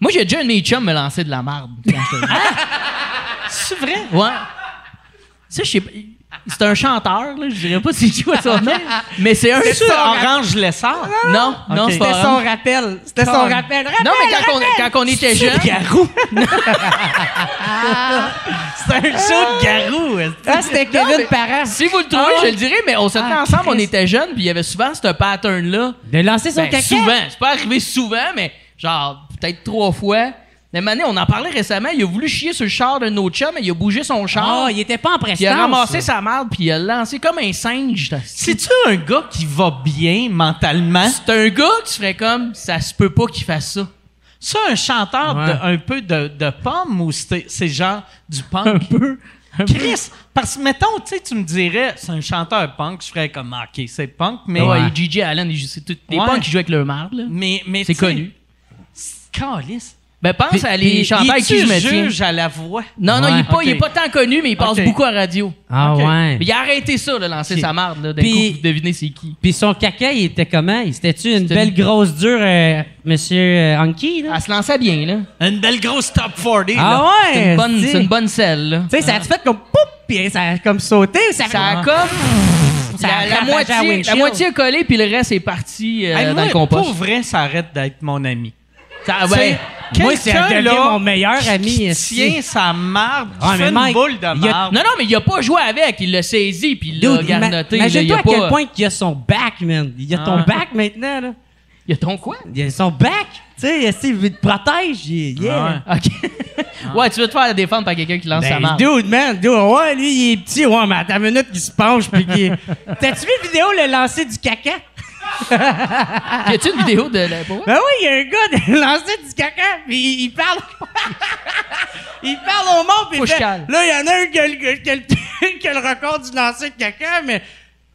S6: Moi, j'ai déjà un de mes chums me lancer de la marde. quand j'étais-
S5: Ah!
S6: (laughs)
S4: C'est vrai?
S6: ouais. Ça, je sais pas. C'est un chanteur, là. Je dirais pas si tu vois son nom. Mais c'est un.
S4: C'est
S6: sûr.
S4: ça, Orange Lessard?
S6: Non, non, c'est
S5: Ah! C'était
S6: pas
S5: son
S6: Orange.
S5: rappel. C'était son
S6: Tom.
S5: rappel.
S6: Non, mais quand on, quand on était jeune. (laughs)
S4: C'est un show de garou. est-ce que-
S5: Ah, c'était Kevin Parent.
S6: Si vous le trouvez, je le dirais, mais on se tenait
S5: Ah,
S6: ensemble, on
S5: Christ.
S6: était jeunes, puis il y avait souvent ce pattern-là.
S5: De lancer son
S6: Ben,
S5: caca.
S6: souvent. C'est pas arrivé souvent, mais genre, peut-être trois fois. Mais Mané, on en parlait récemment, il a voulu chier sur le char d'un autre chum, mais il a bougé son char.
S5: Ah, il était pas en prestance.
S6: Puis il a ramassé sa marde, puis il a lancé comme un singe.
S4: C'est-tu un gars qui va bien mentalement?
S6: C'est un gars qui se ferait comme, ça se peut pas qu'il fasse ça.
S4: Ça, un chanteur
S5: Ouais.
S4: de, un peu de, de pomme ou c'était- c'est genre du punk? Un peu. Chris, parce que mettons, tu sais, tu me dirais, c'est un chanteur punk, je ferais comme, ah, ok, c'est punk, mais.
S6: Mais Ben ouais,
S5: Ouais.
S6: et Gigi Allen, il- c'est tout- les
S4: Ouais.
S6: punks qui jouent avec leur marde, là.
S4: mais, mais
S6: C'est
S4: tu sais,
S6: connu.
S4: Calisse.
S6: Ben, pense à
S4: Puis,
S6: les chanteurs avec
S4: es-tu
S6: qui je me tiens.
S4: juge à la voix.
S6: Non, non, il est,
S5: Ouais.
S6: pas, il est
S4: Ok.
S6: pas tant connu, mais il passe
S4: Ok.
S6: beaucoup à radio.
S5: Ah
S4: Ok.
S5: ouais.
S6: Mais il a arrêté ça, de lancer
S5: Ok.
S6: sa marde, là. D'un
S5: Puis-
S6: coup, vous devinez c'est qui.
S5: Puis son caca, il était comment? Il- C'était-tu une
S6: C'était
S5: belle
S6: une- Ah,
S5: grosse dure, euh, monsieur euh, Anki, là?
S6: Elle se lançait bien, là.
S4: Une belle grosse top 40. là.
S5: Ah ouais!
S6: C'est une bonne,
S5: esti.
S6: c'est une bonne selle, là.
S5: Tu sais, ça a fait comme poup, puis ça a comme sauté, ou ça,
S6: Ça a
S5: fait-
S6: comme.
S5: Ça a
S6: la, la
S5: ravagé un
S6: moitié,
S5: windshield.
S6: la moitié a collé, puis le reste est parti euh,
S4: Hey,
S6: dans
S4: moi,
S6: le compost.
S4: Pour vrai, ça arrête d'être mon ami.
S6: Ça-
S4: Tu sais,
S6: ouais.
S5: Moi,
S4: quelqu'un,
S5: c'est devenu
S4: là,
S5: mon meilleur
S4: qui
S5: ami.
S4: Tient sa marde,
S5: Ah,
S4: qui
S5: mais
S4: fait une
S5: Mike,
S4: boule de
S5: il y a-
S4: marde.
S6: Non, non, mais il a pas joué avec. Il l'a saisi, puis il l'a garnoté. là, il
S5: Imagine-toi
S6: a
S5: à
S6: pas-
S5: quel point qu'il y a son back, man. Il y a ton
S6: Ah.
S5: back maintenant, là.
S6: Il a ton quoi?
S5: Il y a son back. Tu sais, esti, il te protège. il- Yeah.
S6: (laughs) OK. ouais, tu veux te faire défendre par quelqu'un qui lance
S5: Ben,
S6: sa marde.
S5: dude, man, dude, ouais, lui, il est petit, ouais, mais à ta minute, il se penche, puis
S6: (laughs)
S5: qu'il... T'as-tu vu la vidéo, le lancer du caca?
S6: Y a-tu une vidéo de la pour vrai?
S5: Ben oui, il y a un gars de (laughs) lancer du caca, puis il, il parle. (laughs) il parle au monde, puis il
S6: Faut que
S5: fait,
S6: je cale.
S5: Là, il y en a un qui a, le- qui a le- (laughs) qui a le record du lancer de caca, mais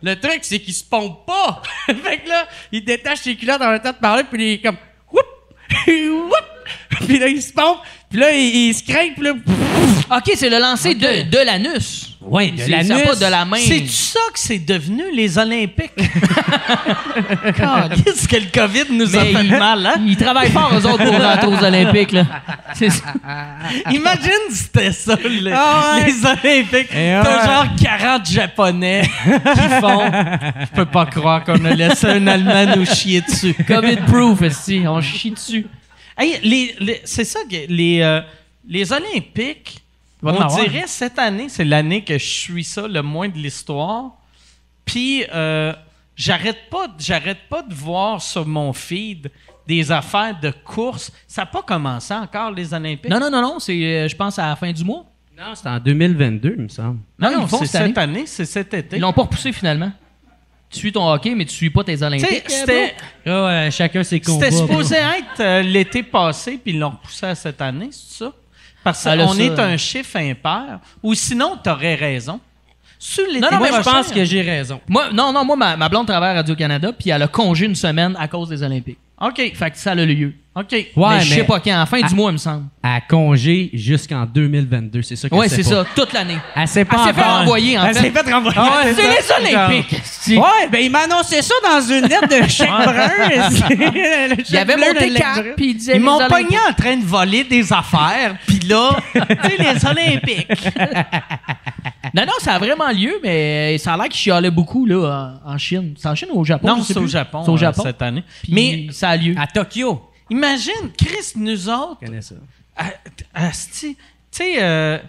S5: le truc, c'est qu'il se pompe pas. (laughs) fait que là, il détache ses culottes en même temps de parler, puis il est comme. Whoop! (laughs) Whoop! Puis là, il se pompe, puis là, il, il se craint, puis là. (laughs)
S6: OK, c'est le lancer de, de l'anus.
S5: Ouais,
S6: C'est- ça pas de la main.
S4: C'est-tu
S6: (laughs)
S4: ça que c'est devenu les Olympiques? (laughs) Qu'est-ce que le COVID nous a
S6: Mais
S4: fait
S6: il-
S4: mal, hein?
S6: Ils travaillent fort, eux autres, pour rentrer aux Olympiques, là. C'est ça.
S4: (laughs) Imagine si c'était ça, le-
S5: Ah ouais.
S4: les Olympiques.
S5: Eh
S4: T'as
S5: ouais.
S4: genre 40 Japonais
S6: (laughs)
S4: qui font... Je peux pas croire qu'on a laissé un Allemand nous chier dessus.
S6: COVID-proof, aussi. On chie dessus.
S4: Hey, les- les- c'est ça, que les, euh, les Olympiques,
S6: va en
S4: on
S6: avoir.
S4: dirait cette année, c'est l'année que je suis ça le moins de l'histoire. Puis, euh, j'arrête pas, de- j'arrête pas de voir sur mon feed des affaires de course. Ça n'a pas commencé encore, les Olympiques?
S6: Non, non, non, non. C'est, euh, je pense, à la fin du mois.
S5: Non, c'était en 2022, il me semble.
S6: Non,
S4: Non,
S6: ils le font
S4: c'est
S6: cette année.
S4: cette année, c'est cet été.
S6: Ils l'ont pas repoussé, finalement. Tu suis ton hockey, mais tu suis pas tes
S4: Tu sais,
S6: Olympiques.
S4: C'était
S5: Là, chacun ses combats.
S4: c'était supposé être euh, l'été passé, puis ils l'ont repoussé à cette année, c'est ça? Parce
S6: Ah, là,
S4: qu'on
S6: ça,
S4: est
S6: euh.
S4: un chiffre impair. Ou sinon, t'aurais raison. Sur l'été
S6: Non, non, mais
S4: prochain,
S5: je pense que j'ai raison.
S6: Moi, non, non, moi, ma, ma blonde travaille à Radio-Canada, puis elle a congé une semaine à cause des Olympiques.
S4: OK.
S6: Fait que ça a lieu. OK.
S5: mais-
S6: mais je sais pas quand, à la fin du mois, il me semble.
S5: À congé jusqu'en 2022, c'est ça qu'elle
S6: Ouais,
S5: sait
S6: c'est
S5: pas.
S6: ça, toute l'année.
S5: Elle s'est
S6: Elle
S5: pas
S6: s'est fait
S5: encore-
S6: renvoyer, en
S5: Elle s'est
S6: fait.
S5: fait renvoyer.
S6: (laughs) Ah ouais,
S5: ça,
S6: c'est les
S5: genre.
S6: Olympiques. si.
S5: Ouais, ben il m'a annoncé ça dans une lettre de chèque
S6: (laughs)
S5: brun.
S6: Il avait monté cap, puis il disait
S4: Ils
S6: les
S4: m'ont
S6: Olympiques.
S4: pogné en train de voler des affaires, puis
S6: (laughs)
S4: là, tu sais, les Olympiques.
S6: Non, non, ça a vraiment lieu, mais ça a l'air qu'il chialait beaucoup là, en en Chine. C'est en Chine ou au Japon?
S4: Non,
S6: je sais
S4: c'est au
S6: plus.
S4: Japon,
S6: C'est au
S4: euh,
S6: Japon.
S4: cette année.
S6: Mais ça a lieu.
S5: À Tokyo.
S4: Imagine, Chris, nous autres,
S5: Je connais ça.
S4: Ah, t- asti, Tu sais, euh, tu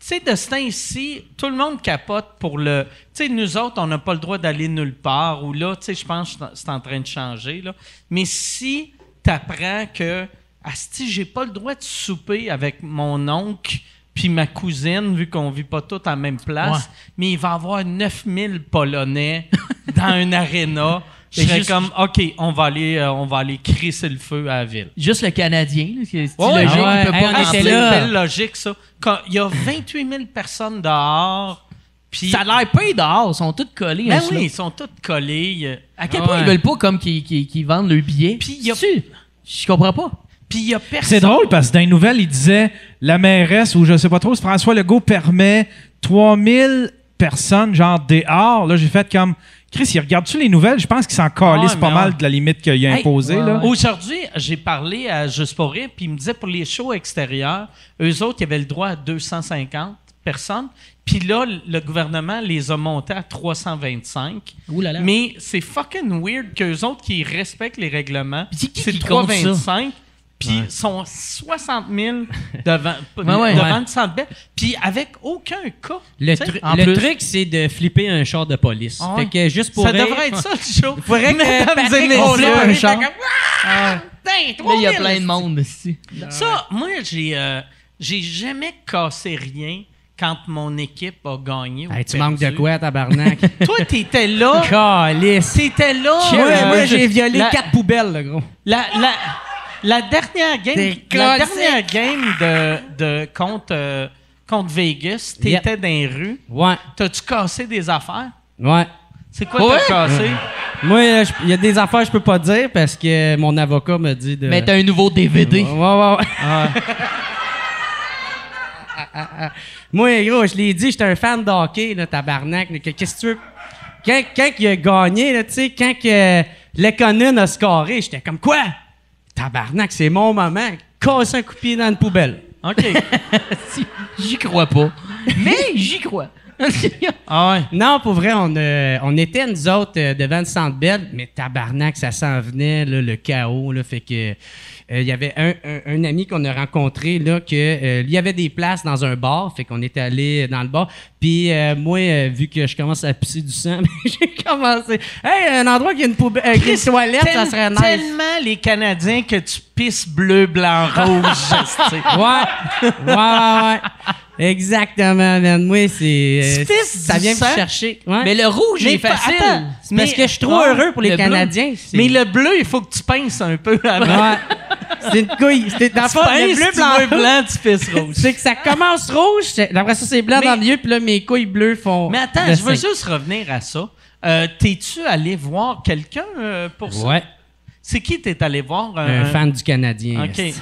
S4: sais, de ce temps-ci, tout le monde capote pour le. Tu sais, nous autres, on n'a pas le droit d'aller nulle part. Ou là, tu sais, je pense que c'est en train de changer. Là. Mais si tu apprends que, Asti, j'ai pas le droit de souper avec mon oncle puis ma cousine, vu qu'on vit pas tous à la même place, mais il va y avoir 9000 Polonais dans une aréna. Je
S6: Mais
S4: serais
S6: juste-
S4: comme, OK, on va aller, euh, on va aller crisser le feu à la ville.
S6: Juste le Canadien, là, c'est c'est
S4: Ouais, ouais,
S6: logique,
S5: ouais.
S6: il peut
S5: Hey,
S6: pas
S5: on était
S4: C'est
S6: rentrer.
S5: là.
S4: belle logique, ça. Quand il y a 28 000 personnes dehors, puis...
S6: Ça a l'air pas dehors, ils sont tous collés.
S4: Ben
S6: hein,
S4: oui,
S6: ceux-là.
S4: ils sont tous collés. euh,
S6: À quel point
S5: Ouais.
S6: ils veulent pas comme qu'ils qu'ils- qu'ils vendent le billet?
S4: Puis il y a-
S6: C'est-tu? Je comprends pas.
S4: Puis il y a personne...
S3: C'est drôle parce que dans les nouvelles, il disait la mairesse ou je sais pas trop, si François Legault permet 3000 personnes, genre dehors. Là, j'ai fait comme Chris, il regarde-tu les nouvelles? Je pense qu'il s'en calisse
S4: mais
S3: pas mal
S4: ouais.
S3: de la limite qu'il a
S4: Hey,
S3: imposée. là.
S4: Aujourd'hui, j'ai parlé à Juste pour rire, puis il me disait pour les shows extérieurs, eux autres, ils avaient le droit à 250 personnes. Puis là, le gouvernement les a montés à 325.
S6: Ouh là là.
S4: Mais c'est fucking weird qu'eux autres qui respectent les règlements,
S6: Puis c'est qui
S4: c'est
S6: qui compte ça?
S4: 325, puis sont 60 000 devant,
S6: ouais.
S4: devant
S6: Ouais.
S4: le centre Bell, puis avec aucun cas.
S5: Le,
S4: tu sais.
S5: tru-
S6: en
S5: le
S6: plus.
S5: truc, c'est de flipper un char de police.
S4: Ah
S5: Fait
S4: ouais.
S5: que juste pour
S4: ça
S5: rire-
S4: devrait être ça, le show.
S5: faudrait que
S4: Mesdames
S5: Patrick
S4: et messieurs,
S5: gonfle un
S4: il fait
S5: char.
S4: comme, Ah! Putain,
S6: Là, il y a
S4: 3000,
S6: plein de monde ici.
S4: Ça, moi, j'ai euh, j'ai jamais cassé rien quand mon équipe a gagné. ou
S5: Hey, tu
S4: perdu.
S5: manques de quoi,
S6: (laughs)
S5: tabarnak?
S4: Toi, t'étais
S5: (laughs)
S4: là.
S5: Calice.
S4: T'étais là.
S6: Ah
S5: Moi,
S4: euh,
S5: moi, j'ai violé
S4: la-
S5: quatre poubelles, le gros.
S4: La, la, la dernière game,
S5: Des
S4: la
S5: cons,
S4: dernière game de, de contre, euh, contre Vegas, t'étais dans les rues.
S5: Ouais,
S4: T'as-tu cassé des affaires?
S5: ouais.
S4: C'est quoi t'as
S6: Ouais.
S4: cassé?
S5: Moi, euh, je- il y a des affaires que je peux pas dire parce que mon avocat me dit de.
S6: Mais t'as un nouveau DVD.
S5: Ouais, ouais, ouais. Ah. Moi, gros, je l'ai dit, j'étais un fan de hockey, là, tabarnak. là, que- Qu'est-ce que tu veux? Quand, quand il a gagné, là, tu sais, quand que Lekonen a scoré, j'étais comme quoi? Tabarnak, c'est mon moment. Casse un coup de pied dans une poubelle.
S4: OK.
S6: Si, J'y crois pas. (laughs) Mais j'y crois. (laughs)
S4: ah ouais.
S5: Non, pour vrai, on, euh, on était, nous autres, euh, devant le centre belle, mais tabarnak, ça s'en venait, là, le chaos. Là, fait que euh, il y avait un, un- un ami qu'on a rencontré, là, que euh, il y avait des places dans un bar, fait qu'on était allé dans le bar. Puis euh, moi, euh, vu que je commence à pisser du sang, (laughs) j'ai commencé. Hey, un endroit qui a une poubelle, euh, qui a une toilette, ça
S4: Tel-
S5: serait nice.
S4: Tellement les Canadiens que tu pisses bleu, blanc,
S5: Ah,
S4: rouge. esti.
S5: Ouais, ouais, ouais, ouais. Exactement, man. Moi, c'est. euh,
S4: Tu pisses
S5: ça
S4: du
S5: vient me
S4: sang?
S5: chercher. Ouais.
S6: Mais le rouge
S4: Mais
S6: est
S4: pas-
S6: facile.
S4: attends,
S5: C'est parce
S4: mais-
S5: que je suis trop
S4: Ah,
S5: heureux pour les
S6: le bleu.
S5: Canadiens. c'est-
S4: Mais le bleu, il faut que tu pinces un peu avant.
S5: Ouais. C'est une couille. C'est dans le
S4: Tu
S5: fond, le
S4: pinces,
S5: bleu,
S4: tu
S5: blanc,
S4: veux blanc, tu pisses rouge.
S5: C'est que ça commence rouge, c'est- après ça c'est blanc
S4: Mais-
S5: dans le milieu, puis là mes couilles bleues font.
S4: Mais attends,
S5: le
S4: je veux
S5: cinq.
S4: juste revenir à ça. Euh, T'es-tu allé voir quelqu'un euh, pour ça?
S5: Ouais,
S4: C'est qui t'es allé voir?
S5: un fan du Canadien.
S4: OK.
S5: est-ce.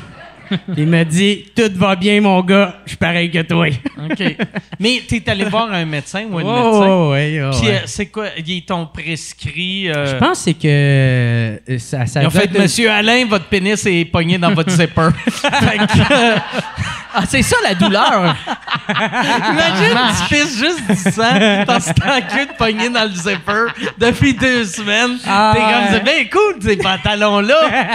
S5: Il m'a dit tout va bien mon gars, je suis pareil que toi.
S4: OK. Mais t'es allé voir un médecin ou une médecin?
S5: Oh, ouais, oh,
S4: Puis
S5: ouais.
S4: euh, c'est quoi? Ils t'ont prescrit. euh,
S5: Je pense que c'est que euh, ça, ça
S4: Ils ont
S5: doit
S4: fait,
S5: être-
S4: Monsieur Alain, votre pénis est pogné dans votre
S5: (laughs)
S4: zipper. fait que, euh,
S6: Ah, c'est ça la (laughs) douleur.
S5: Ah.
S4: imagine, tu pisses juste du sang parce que t'as la queue de pogné dans le zipper depuis deux semaines.
S5: Ah,
S4: T'es comme,
S5: ouais.
S4: c'est bien cool, ces pantalons-là.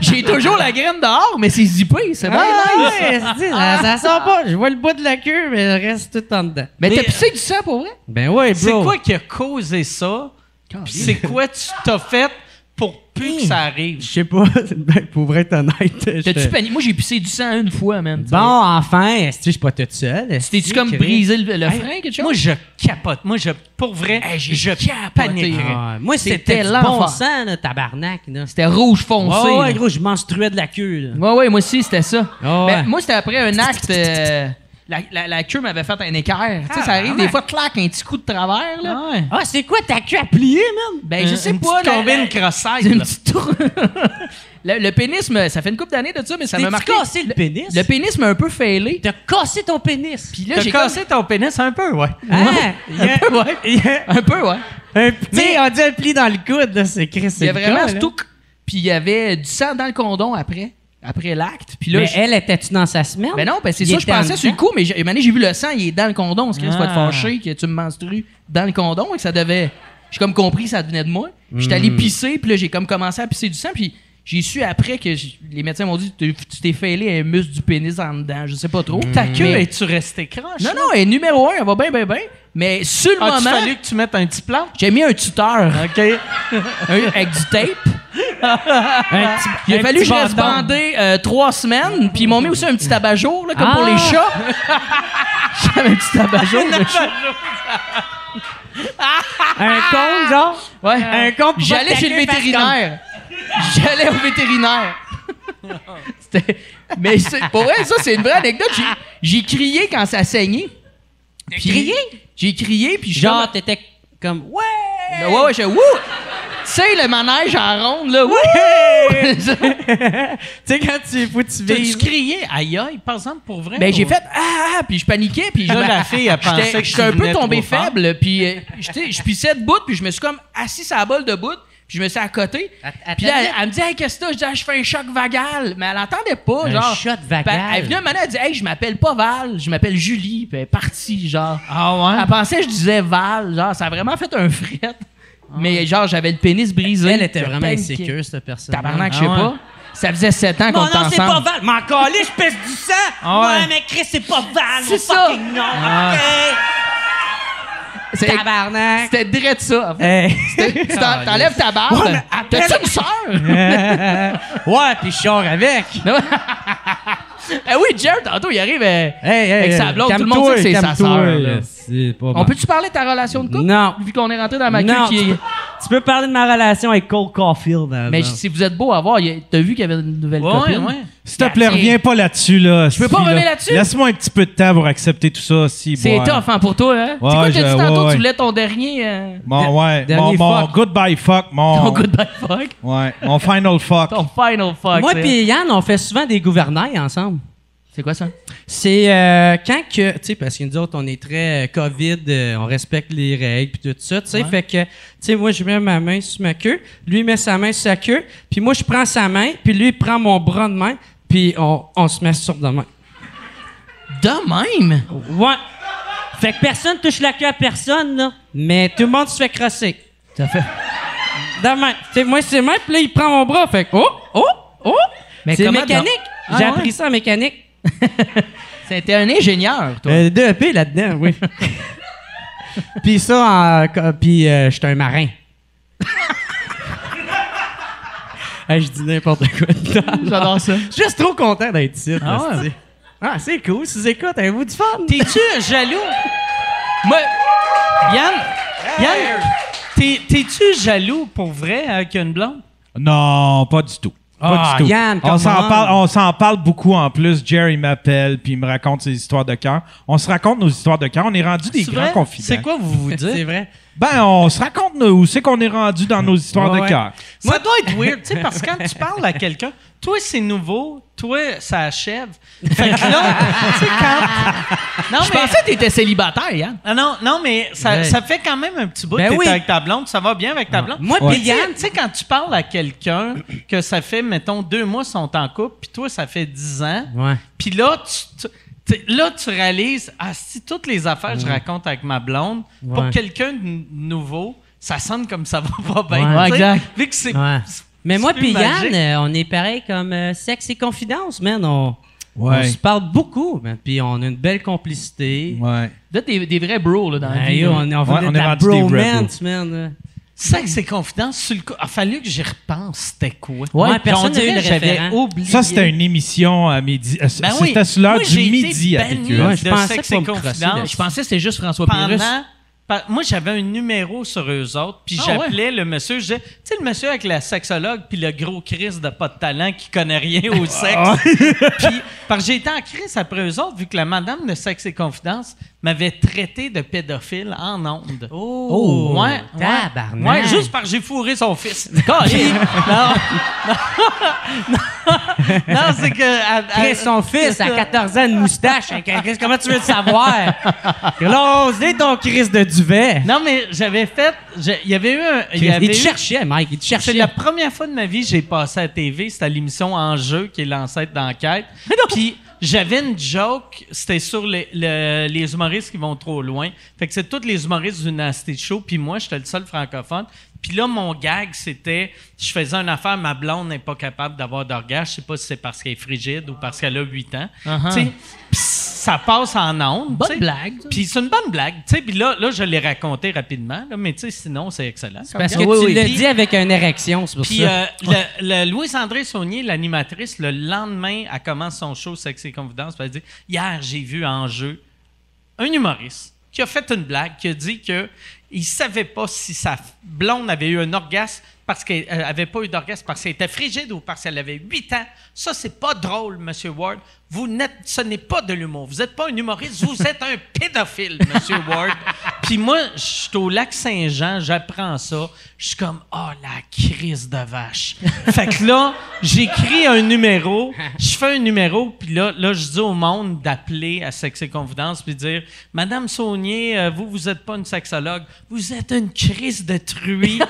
S6: J'ai toujours la graine dehors, mais c'est zippé, c'est bien
S5: Ah,
S6: nice.
S5: ouais, c'est- ça, ça sent pas. Je vois le bout de la queue, mais elle reste tout en dedans.
S6: Mais,
S4: Mais-
S6: t'as pissé du sang pour vrai?
S5: Ben ouais, bro.
S4: C'est quoi qui a causé ça? Puis c'est quoi tu t'as fait pour plus que ça arrive?
S5: Je sais pas. (laughs) Ben, pour vrai être honnête.
S6: T'as-tu
S5: j'étais-
S6: paniqué? Moi, j'ai pissé du sang une fois, man.
S5: Bon, enfin, est-ce que je suis pas toute seule? est-ce
S6: T'es-tu
S5: que-
S6: comme brisé le, le
S5: Hey,
S6: frein, quelque chose?
S4: Moi, je capote. Moi, je, pour vrai,
S6: Hey, j'ai
S4: je
S6: capoté.
S4: paniquerais.
S5: Ah, moi,
S6: C'était
S5: c'était du bon
S6: l'enfer.
S5: sang, là, tabarnak. Là.
S6: C'était rouge foncé.
S5: Ouais, ouais,
S6: là.
S5: gros, je menstruais de la queue. là.
S6: Ouais, ouais, moi aussi, c'était ça.
S5: Ah ouais.
S6: Ben, moi, c'était après un acte. euh, la, la, la queue m'avait fait un équerre. Tu sais, ça arrive des fois, clac, un petit coup de travers, là.
S4: Ouais.
S6: Ah, c'est quoi ta queue à plier, man? Ben, je
S4: Une-
S6: sais
S4: une
S6: pas.
S4: petite
S6: la-
S4: combine
S6: la-
S4: cross-side,
S6: Une
S4: là.
S6: petite tour- (laughs) le, le pénis, me- ça fait une couple d'années de ça, mais ça m'a
S5: T'as-tu
S6: marqué.
S5: cassé le pénis?
S6: Le pénis m'a un peu failé.
S5: T'as cassé ton pénis.
S6: Puis là,
S4: T'as
S6: j'ai comme-
S4: cassé ton pénis un peu, (laughs) ouais.
S5: Ah, il y a-
S6: Un peu, ouais.
S5: il y a-
S6: (laughs) Un peu, ouais.
S5: un petit- Tu sais, on dit un pli dans le coude, là, c'est Chris.
S6: Il y a vraiment
S5: tout.
S6: tout. Puis il y avait du sang dans le condom après, après l'acte. Puis là,
S5: Mais
S6: je-
S5: elle, était-tu dans sa
S4: Ah.
S5: semaine?
S6: Ben non, ben c'est
S5: Il
S6: ça, je
S5: était en
S6: pensais sur le
S5: dedans?
S6: coup, mais j'ai une année, j'ai vu le sang, il est dans le condom. Ce qui risque de
S4: Ah.
S6: être fâché que tu me menstrues dans le condom et que ça devait. J'ai comme compris, ça venait de moi. J'étais
S4: Hmm.
S6: allé pisser, puis là, j'ai comme commencé à pisser du sang, puis j'ai su après que j- les médecins m'ont dit tu tu t'es fêlé un muscle du pénis en dedans, je sais pas trop.
S4: Hmm. Ta queue,
S6: Mais-
S4: es-tu restée croche?
S6: Non, non, elle est numéro un, elle va bien, bien, bien. Mais sur le
S4: Ah, tu
S6: moment,
S4: fallu que tu mettes un petit plan?
S6: j'ai mis un tuteur
S4: OK.
S6: un- Ah avec du tape.
S5: Un petit-
S6: Il a
S5: un
S6: fallu que
S5: petit
S6: je reste
S5: bâton.
S6: bandé euh, trois semaines, puis ils m'ont mis aussi un petit tabac-jour, là, comme pour
S5: Ah!
S6: les chats.
S5: (laughs)
S6: J'avais un petit tabac-jour. de chat.
S5: Un con, genre?
S6: Ouais.
S5: Un con pour
S6: J'allais
S5: pas que
S6: chez
S5: ta
S6: le
S5: queue fasse
S6: vétérinaire. J'allais au vétérinaire. C'était- Mais c'est- pour vrai, ça, c'est une vraie anecdote. J'ai- J'ai crié quand ça saignait. Puis-
S5: crié?
S6: J'ai crié, puis je
S5: Genre, t'étais comme, ouais!
S6: Ouais, ouais, j'ai wouh! Tu sais, le manège en ronde, là, wouh!
S4: (laughs)
S5: tu sais, quand tu es fou, tu
S4: T'as-tu
S5: vives.
S4: crié? Aïe, aïe, par exemple, pour vrai?
S6: Ben, j'ai
S4: ou-
S6: fait ah, ah, puis je paniquais, puis
S4: Là, la fille, elle pensait
S6: j'étais-
S4: que
S6: j'étais
S4: tu
S6: un peu
S4: venais
S6: tombé
S4: trop fort.
S6: faible, puis euh, j'étais- je pissais de bout, puis je me suis comme assis à la bolle de bout, puis je me suis à côté.
S5: Att-
S6: Puis là, elle,
S5: attends,
S6: elle me dit, hey, qu'est-ce que t'as? Je dis, Ah, je fais un choc vagal. Mais elle entendait pas,
S5: Un
S6: genre.
S5: choc
S6: Fait-
S5: vagal.
S6: Elle est venue un moment, elle dit, hey, je m'appelle pas Val, je m'appelle Julie, puis elle est partie, genre.
S4: Ah ouais?
S6: Elle pensait que je disais Val, genre, ça a vraiment fait un fret.
S4: Ah,
S6: Mais genre, j'avais le pénis brisé.
S5: elle était
S6: Je
S5: vraiment
S6: paniquais.
S5: insécure, cette personne.
S6: Tabarnak, je sais
S4: Ah ouais.
S6: pas. Ça faisait sept ans qu'on
S5: Mon
S6: était
S5: nom, c'est pas
S6: ensemble.
S5: Val. M'en calais, je pèse du sang.
S4: Ah ouais.
S5: Ouais, mais Chris, c'est pas Val.
S6: C'est
S5: mon
S6: ça.
S5: fucking nom.
S4: Ah.
S5: Ok.
S6: C'est-
S5: Tabarnak.
S6: C'était direct ça. en fait.
S5: Hey.
S6: Tu
S7: Ah,
S6: t'en- t'enlèves ta barbe.
S5: Ouais, mais appelle-
S6: T'as-tu une sœur?
S5: ouais, puis je sors avec.
S6: (laughs) ah oui, Jared, tantôt, il arrive. euh,
S5: Hey, hey,
S6: Avec sa
S5: hey,
S6: blonde, tout le monde
S5: calme-toi,
S6: sait que c'est sa
S5: calme-toi,
S6: sœur,
S5: là.
S6: là.
S3: C'est pas
S6: On peut-tu parler de ta relation de couple?
S5: Non.
S6: Vu qu'on est rentré dans ma queue
S5: Non,
S6: qui
S5: tu,
S6: est.
S5: peux, tu peux parler de ma relation avec Cole Caulfield. hein,
S6: Mais
S5: genre.
S6: si vous êtes beau à voir, il y a- t'as vu qu'il y avait une nouvelle
S4: Ouais,
S6: copine?
S4: ouais.
S3: S'il te plaît, reviens pas là-dessus, là. Je
S6: peux pas revenir là-dessus?
S3: Laisse-moi un petit peu de temps pour accepter tout ça, si.
S6: C'est
S3: ouais.
S6: tough, hein, pour toi, hein?
S3: Ouais,
S6: c'est quoi,
S3: je-
S6: t'as dit tantôt,
S3: ouais, ouais.
S6: tu voulais ton dernier. euh,
S3: Mon, ouais, mon,
S5: Dernier
S3: mon
S5: fuck.
S3: goodbye fuck, mon.
S6: Ton goodbye fuck.
S3: Ouais, mon final fuck.
S6: Ton final fuck.
S5: Moi
S6: là.
S5: et Yann, on fait souvent des gouvernails ensemble.
S6: C'est quoi ça?
S5: C'est euh, quand que, tu sais, parce que nous autres, on est très euh, COVID, euh, on respecte les règles, puis tout ça, tu sais, fait que, tu sais, moi, je mets ma main sur ma queue, lui met sa main sur sa queue, puis moi, je prends sa main, puis lui, il prend mon bras de main, puis on, on se masturbe de main.
S6: De même!
S5: Ouais. Fait que personne touche la queue à personne, là. Mais tout le monde se fait crosser.
S6: Ça fait.
S5: Demain. C'est moi, c'est moi, puis là, il prend mon bras. Fait que, oh, oh, oh.
S6: Mais
S5: c'est
S6: comment
S5: mécanique.
S6: dans- Ah,
S5: J'ai
S6: ouais.
S5: appris ça en mécanique.
S6: C'était un ingénieur, toi.
S5: Euh, deux EP là-dedans, oui. (laughs) puis ça, en- co- puis euh, j'étais un marin. (laughs) Hey, je dis n'importe quoi.
S6: J'adore ça.
S5: Je suis juste trop content d'être ici.
S4: Ah ouais.
S5: hostie. Ah, c'est cool. Si vous écoutez, avez-vous du fun?
S4: T'es-tu jaloux?
S6: Moi,
S4: Yann, Yann, t'es- t'es-tu jaloux pour vrai euh, avec une blonde?
S3: Non, pas du tout. Pas
S5: Ah,
S3: du tout.
S5: Yann,
S3: on
S5: come
S3: s'en
S5: on.
S3: parle, on s'en parle beaucoup en plus. Jerry m'appelle puis il me raconte ses histoires de cœur. On se raconte nos histoires de cœur. On est rendu des
S4: C'est
S3: grands
S4: vrai?
S3: confidents.
S4: C'est quoi vous vous dites?
S5: C'est vrai.
S3: Ben, on se raconte nous, où c'est qu'on est rendu dans nos histoires
S5: Ouais,
S3: de
S5: ouais.
S3: cœur.
S4: Ça doit être weird, tu sais, parce que quand tu parles à quelqu'un, toi, c'est nouveau, toi, ça achève. Fait que là, tu sais, quand... Non,
S6: je
S4: mais...
S6: pensais que t'étais célibataire, Yann.
S4: Ah non, non, mais ça,
S5: Ouais.
S4: ça fait quand même un petit bout.
S5: Ben
S4: T'es
S5: oui.
S4: avec ta blonde, ça va bien avec ta blonde.
S5: Moi
S4: Puis
S5: pis
S4: tu sais-
S5: Yann,
S4: tu sais, quand tu parles à quelqu'un que ça fait, mettons, deux mois qu'ils sont en couple, puis toi, ça fait dix ans,
S5: Ouais.
S4: puis là, tu, tu- tu- là, tu réalises, ah, si toutes les affaires que je raconte avec ma blonde,
S5: Ouais.
S4: pour quelqu'un de n- nouveau, ça sonne comme ça va pas bien.
S6: Ouais,
S4: tu sais.
S6: exact.
S4: Vu que c'est.
S5: Ouais.
S4: c'est-
S5: Mais
S4: c'est
S5: moi
S4: plus
S5: puis Yann,
S4: magique.
S5: euh, on est pareil comme euh, sexe et confidence, man. On, on
S3: Ouais.
S5: se parle beaucoup, man. Puis on a une belle complicité.
S3: Ouais.
S6: Là, t'es des vrais bros, là, dans la
S5: Ben,
S6: vie.
S5: yo,
S6: là.
S5: on, est- on,
S3: Ouais,
S5: fait
S3: on
S5: de
S3: est
S5: la
S3: rendu des
S5: bromance, man.
S4: Ça, que c'est confidence, sur le coup, il a fallu que j'y repense, c'était quoi?
S5: Ouais,
S4: Puis on
S5: personne n'a eu
S4: dirait
S5: le
S4: que j'avais
S5: référent.
S4: oublié.
S3: Ça, c'était une émission à midi. euh, c-
S4: Ben oui.
S3: C'était sur l'heure
S4: Moi, j'ai
S3: du
S4: été
S3: midi à
S4: banni
S3: TQS.
S5: Ouais,
S4: de
S5: je pensais
S4: sexe
S5: pas
S4: et
S5: me crosser, là.
S4: confidence.
S6: Je pensais que c'était juste François Pérus.
S4: pendant Pa- Moi, j'avais un numéro sur eux autres, puis
S6: Ah,
S4: j'appelais le monsieur. Je disais, tu sais, le monsieur avec la sexologue, puis le gros Chris de pas de talent qui connaît rien au
S3: Ah,
S4: sexe. (laughs) puis, parce que j'ai été en crise après eux autres, vu que la madame de Sexe et Confidence m'avait traité de pédophile en ondes.
S5: Oh!
S4: ouais, ouais.
S5: Tabarnak!
S4: Ouais, juste parce que j'ai fourré son
S3: (laughs)
S4: fils. Calé. non, (laughs) non, non, c'est que. à- à-
S5: Chris, son fils, à 14 ans, une moustache. hein, Chris, comment tu veux le (laughs) savoir? Close, dis ton Chris de duvet.
S4: Non, mais j'avais fait. j'ai- Il y avait eu un. il y
S5: Chris,
S4: avait
S5: il te
S4: eu-
S5: cherchait, Mike, il te
S4: C'est
S5: cherchait.
S4: la première fois de ma vie que j'ai passé à la TV. C'était à l'émission Enjeu, qui est l'ancêtre d'Enquête. Puis j'avais une joke, c'était sur les, le- les humoristes qui vont trop loin. Fait que c'est tous les humoristes du Nasty Show, puis moi, j'étais le seul francophone. Puis là, mon gag, c'était, je faisais une affaire, ma blonde n'est pas capable d'avoir d'orgasme. Je sais pas si c'est parce qu'elle est frigide ou parce qu'elle a 8 ans.
S6: Uh-huh.
S4: Tu sais, Puis ça passe en ondes.
S6: Bonne
S4: tu sais.
S6: blague, ça.
S4: Puis c'est une bonne blague. tu sais. Puis là, là, je l'ai raconté rapidement, là, mais tu sais, sinon, c'est excellent.
S5: Parce que
S6: Oui,
S5: tu
S6: oui.
S5: le
S4: Puis-
S5: dis avec une érection, c'est pour
S4: Puis
S5: ça.
S4: euh, le- le Louise-André Saunier, l'animatrice, le lendemain, elle commence son show Sexe et Confidence. puis Elle dit Hier, j'ai vu en jeu un humoriste qui a fait une blague, qui a dit que il savait pas si sa blonde avait eu un orgasme parce qu'elle euh, avait pas eu d'orgasme parce qu'elle était frigide ou parce qu'elle avait 8 ans. Ça, c'est pas drôle, Monsieur Ward. Vous n'êtes, ce n'est pas de l'humour. Vous n'êtes pas un humoriste, vous êtes un (laughs) pédophile, Monsieur Ward. Puis moi, je suis au lac Saint-Jean, j'apprends ça. Je suis comme, oh, la crise de vache. fait que là, j'écris un numéro, je fais un numéro, puis là, là je dis au monde d'appeler à Sexe et Confidence, puis dire Madame Saunier, euh, vous, vous êtes pas une sexologue, vous êtes une crise de truie.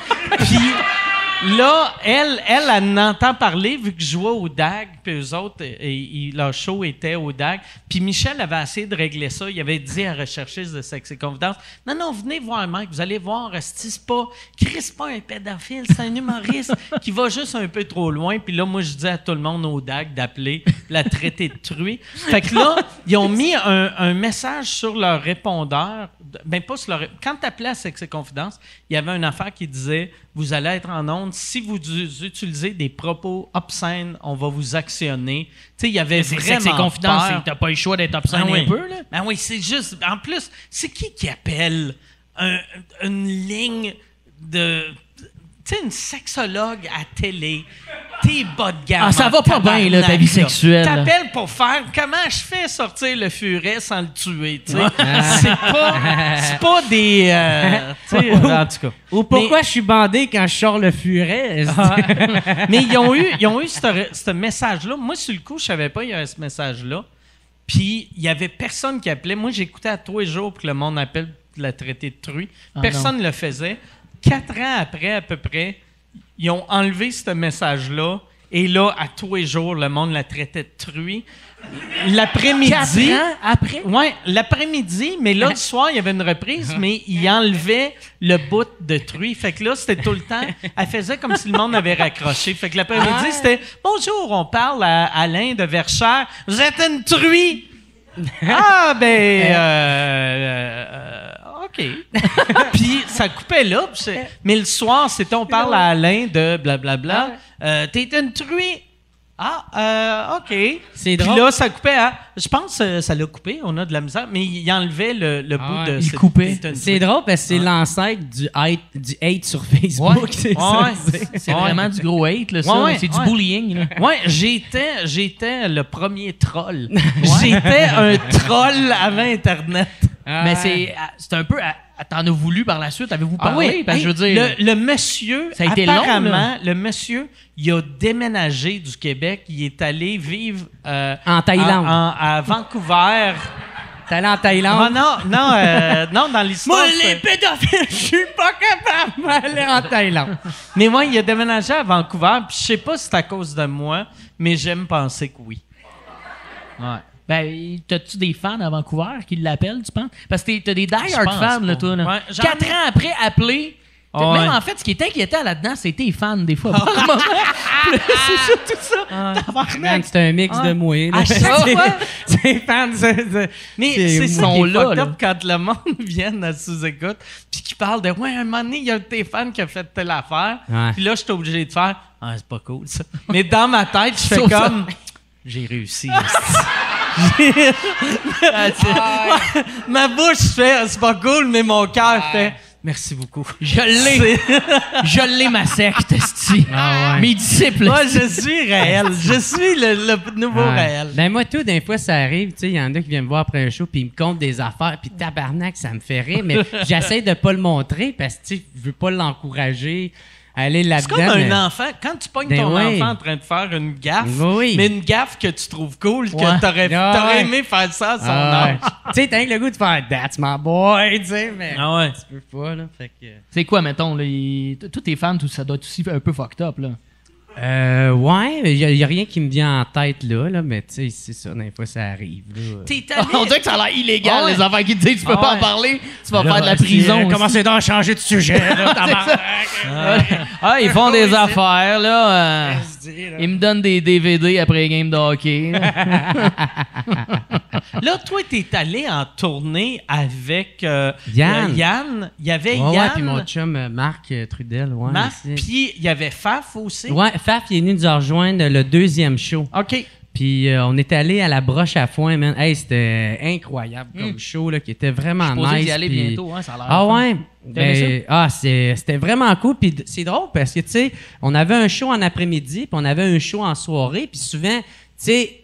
S4: puis là, elle, elle, elle, n'entend parler, vu que je jouais au DAG, puis eux autres, et, et- leur show était au DAG. Puis Michel avait essayé de régler ça. Il avait dit à recherchiste de Sexe et Confidence Non, non, venez voir Mike, vous allez voir, euh, c'est c'est pas, Chris, c'est pas un pédophile, c'est un humoriste qui va juste un peu trop loin. Puis là, moi, je dis à tout le monde au DAG d'appeler la traité de truie. Fait que là, ils ont mis un, un message sur leur répondeur. Ben, pas sur leur. Quand t'appelais à Sexe et Confidence, il y avait une affaire qui disait Vous allez être en onde. Si vous du- utilisez des propos obscènes, on va vous actionner. Tu sais, il y avait
S6: C'est
S4: vraiment.
S6: que c'est confidence,
S4: peur.
S6: c'est que t'as pas le choix d'être obscène
S4: Ah oui.
S6: un peu, là.
S4: Ben oui, c'est juste. En plus, c'est qui qui appelle un- une ligne de. Tu sais, une sexologue à télé. T'es bas de gamme.
S6: Ah, ça
S4: en
S6: va pas bien, là, ta
S4: tabarnak, là.
S6: vie sexuelle.
S4: T'appelles pour faire comment je fais sortir le furet sans le tuer, tu sais. c'est pas, c'est pas des. euh, tu sais, en tout cas.
S5: Ou pourquoi je suis bandé quand je sors le furet?
S4: (laughs) Mais ils ont eu, ils ont eu ce, ce message-là. Moi, sur le coup, je savais pas qu'il y avait ce message-là. Puis, il y avait personne qui appelait. Moi, j'écoutais à tous les jours pour que le monde appelle pour la traité de truie. Personne ne le faisait. Quatre ans après, à peu près, ils ont enlevé ce message-là. Et là, à tous les jours, le monde la traitait de truie. L'après-midi.
S5: euh, après?
S4: Ouais, l'après-midi, mais là, le soir, il y avait une reprise, mais il enlevait le bout de truie. Fait que là, c'était tout le temps. Elle faisait comme si le monde avait raccroché. Fait que l'après-midi, c'était Bonjour, on parle à Alain de Verchères. Vous êtes une truie! Ah,
S6: (laughs)
S4: ben. euh, euh, euh, OK. (laughs) puis ça coupait là. puis c'est- mais le soir, c'était on parle à Alain de blablabla.
S6: Ah
S4: Euh, T'es une truie! Ah, euh, OK. Puis
S5: C'est drôle.
S4: là, ça coupait. hein? Je pense que ça l'a coupé. On a de la misère. Mais il enlevait le,
S6: Ah
S4: le
S3: Ah,
S4: bout
S5: ouais,
S4: de.
S5: il
S4: cette-
S5: coupait.
S4: cette-
S5: C'est Ah. drôle parce que c'est l'ancêtre du hate, du hate sur Facebook.
S6: Ouais.
S5: (laughs) c'est ça.
S4: Ouais,
S6: (laughs) C'est vraiment du gros hate, là, ça.
S4: Ouais, ouais,
S6: c'est
S4: ouais.
S6: du bullying, là.
S4: Ouais, j'étais, j'étais le premier
S6: (laughs)
S4: troll. J'étais un troll avant Internet.
S6: Mais c'est ah, c'est un peu. ah, ah, T'en as voulu par la suite,
S5: Ah
S6: avez-vous parlé? Ah parce
S4: Hey,
S6: que je veux dire.
S4: Le, le monsieur,
S6: Ça a été long,
S4: apparemment, le monsieur, il a déménagé du Québec. Il est allé vivre euh,
S5: En Thaïlande.
S4: en- à Vancouver.
S5: T'es allé en
S4: Ah
S5: Thaïlande.
S4: non, non,
S6: (laughs)
S4: euh, non, dans l'histoire.
S5: Moi,
S4: c'est-
S5: les pédophiles, je suis pas capable d'aller en Thaïlande.
S4: Mais moi, il a déménagé à Vancouver, puis je sais pas si c'est à cause de moi, mais j'aime penser que oui. Ouais.
S6: Ben, t'as-tu des fans à Vancouver qui l'appellent, tu penses? Parce que t'es- t'as des
S4: Je pense
S6: die-hard fans, là,
S4: pas.
S6: toi. Là.
S4: Ouais, j'en
S6: Quatre
S4: ai-
S6: ans après, appelé.
S4: Ah ouais.
S6: même en fait, ce qui était inquiétant là-dedans, c'était les fans, des fois. par moment.
S5: Ah.
S6: c'est ça, tout ça.
S5: Man, c'est un mix de mouillés.
S4: À chaque (laughs) fois.
S5: C'est fans.
S4: Mais
S5: C'est
S4: c'est ça qui
S6: mou.
S4: est
S6: Ils sont
S4: fucked
S6: là,
S4: up quand le monde (laughs) vient à sous-écoute puis qui parle de « Ouais, un moment donné, il y a un de tes fans qui a fait telle affaire.
S5: Ouais.
S4: Puis là, je suis obligé de faire « Ah, c'est pas cool, ça. » Mais dans ma tête, je fais
S6: Sauf ça. (laughs)
S4: comme « J'ai réussi. » J'ai- Ma bouche fait, c'est pas cool, mais mon cœur fait, merci beaucoup. (laughs)
S6: Je l'ai. je l'ai, ma secte, esti.
S5: Ah,
S6: Mes disciples.
S4: Moi,
S6: esti.
S4: je suis réel. Je suis le, le nouveau
S5: Ouais.
S4: réel.
S5: Ben moi, tout, d'un fois, ça arrive. Tu sais, il y en a qui viennent me voir après un show, puis ils me comptent des affaires, puis tabarnak, ça me fait
S6: (laughs)
S5: rire, mais j'essaie de pas le montrer parce que, tu sais, je veux pas l'encourager à aller
S4: C'est
S5: là-dedans.
S4: comme un
S5: mais-
S4: enfant. Quand tu pognes
S5: Ben
S4: ton
S5: oui. Ben
S4: enfant en train de faire une gaffe,
S5: Oui.
S4: mais une gaffe que tu trouves cool,
S5: Ouais.
S4: que t'aurais,
S5: Ah
S4: t'aurais
S5: ouais.
S4: aimé faire ça à son
S5: Ah ouais.
S4: âge.
S5: tu sais, t'as le goût de faire That's my boy, tu sais, mais
S4: Ah ouais.
S5: tu peux pas, là. Fait que.
S6: (laughs) C'est quoi, mettons, là, il- t- tous tes fans, tout ça doit être aussi un peu fucked up, là.
S5: Euh, ouais, mais y, a rien qui me vient en tête, là, là mais tu sais, c'est ça, des fois, ça arrive, là.
S4: T'es
S5: (laughs)
S4: allé-
S6: On dirait que ça a l'air illégal,
S4: Ah ouais.
S6: les affaires qui te disent tu peux
S4: Ah
S6: pas en
S4: ouais.
S6: parler, tu vas faire de la prison. esti.
S5: donc à changer de sujet,
S6: (laughs)
S5: là,
S6: Ah, ils font des affaires, là. euh, ils me donnent des DVD après les games de hockey. là.
S4: Là, toi, t'es allé en tournée avec euh,
S5: Yann.
S4: euh, Yann. Il y avait
S5: Ouais, ouais,
S4: Yann,
S5: puis mon chum euh, Marc euh, Trudel, ouais.
S4: Marc,
S5: aussi.
S4: puis il y avait Faf aussi.
S5: Ouais, Faf, il est venu nous rejoindre le deuxième show.
S4: OK.
S5: Puis euh, on est allé à la broche à foin, man. Hey, c'était incroyable comme show, là, qui était vraiment
S6: Hum. Supposé
S5: nice.
S6: d'y aller
S5: puis-
S6: bientôt, hein, ça a l'air.
S5: Ah
S6: fun.
S5: ouais?
S6: T'as aimé
S5: Ben, ah, c'est- c'était vraiment cool. Puis d- c'est drôle parce que, tu sais, on avait un show en après-midi, puis on avait un show en soirée. Puis souvent, tu sais,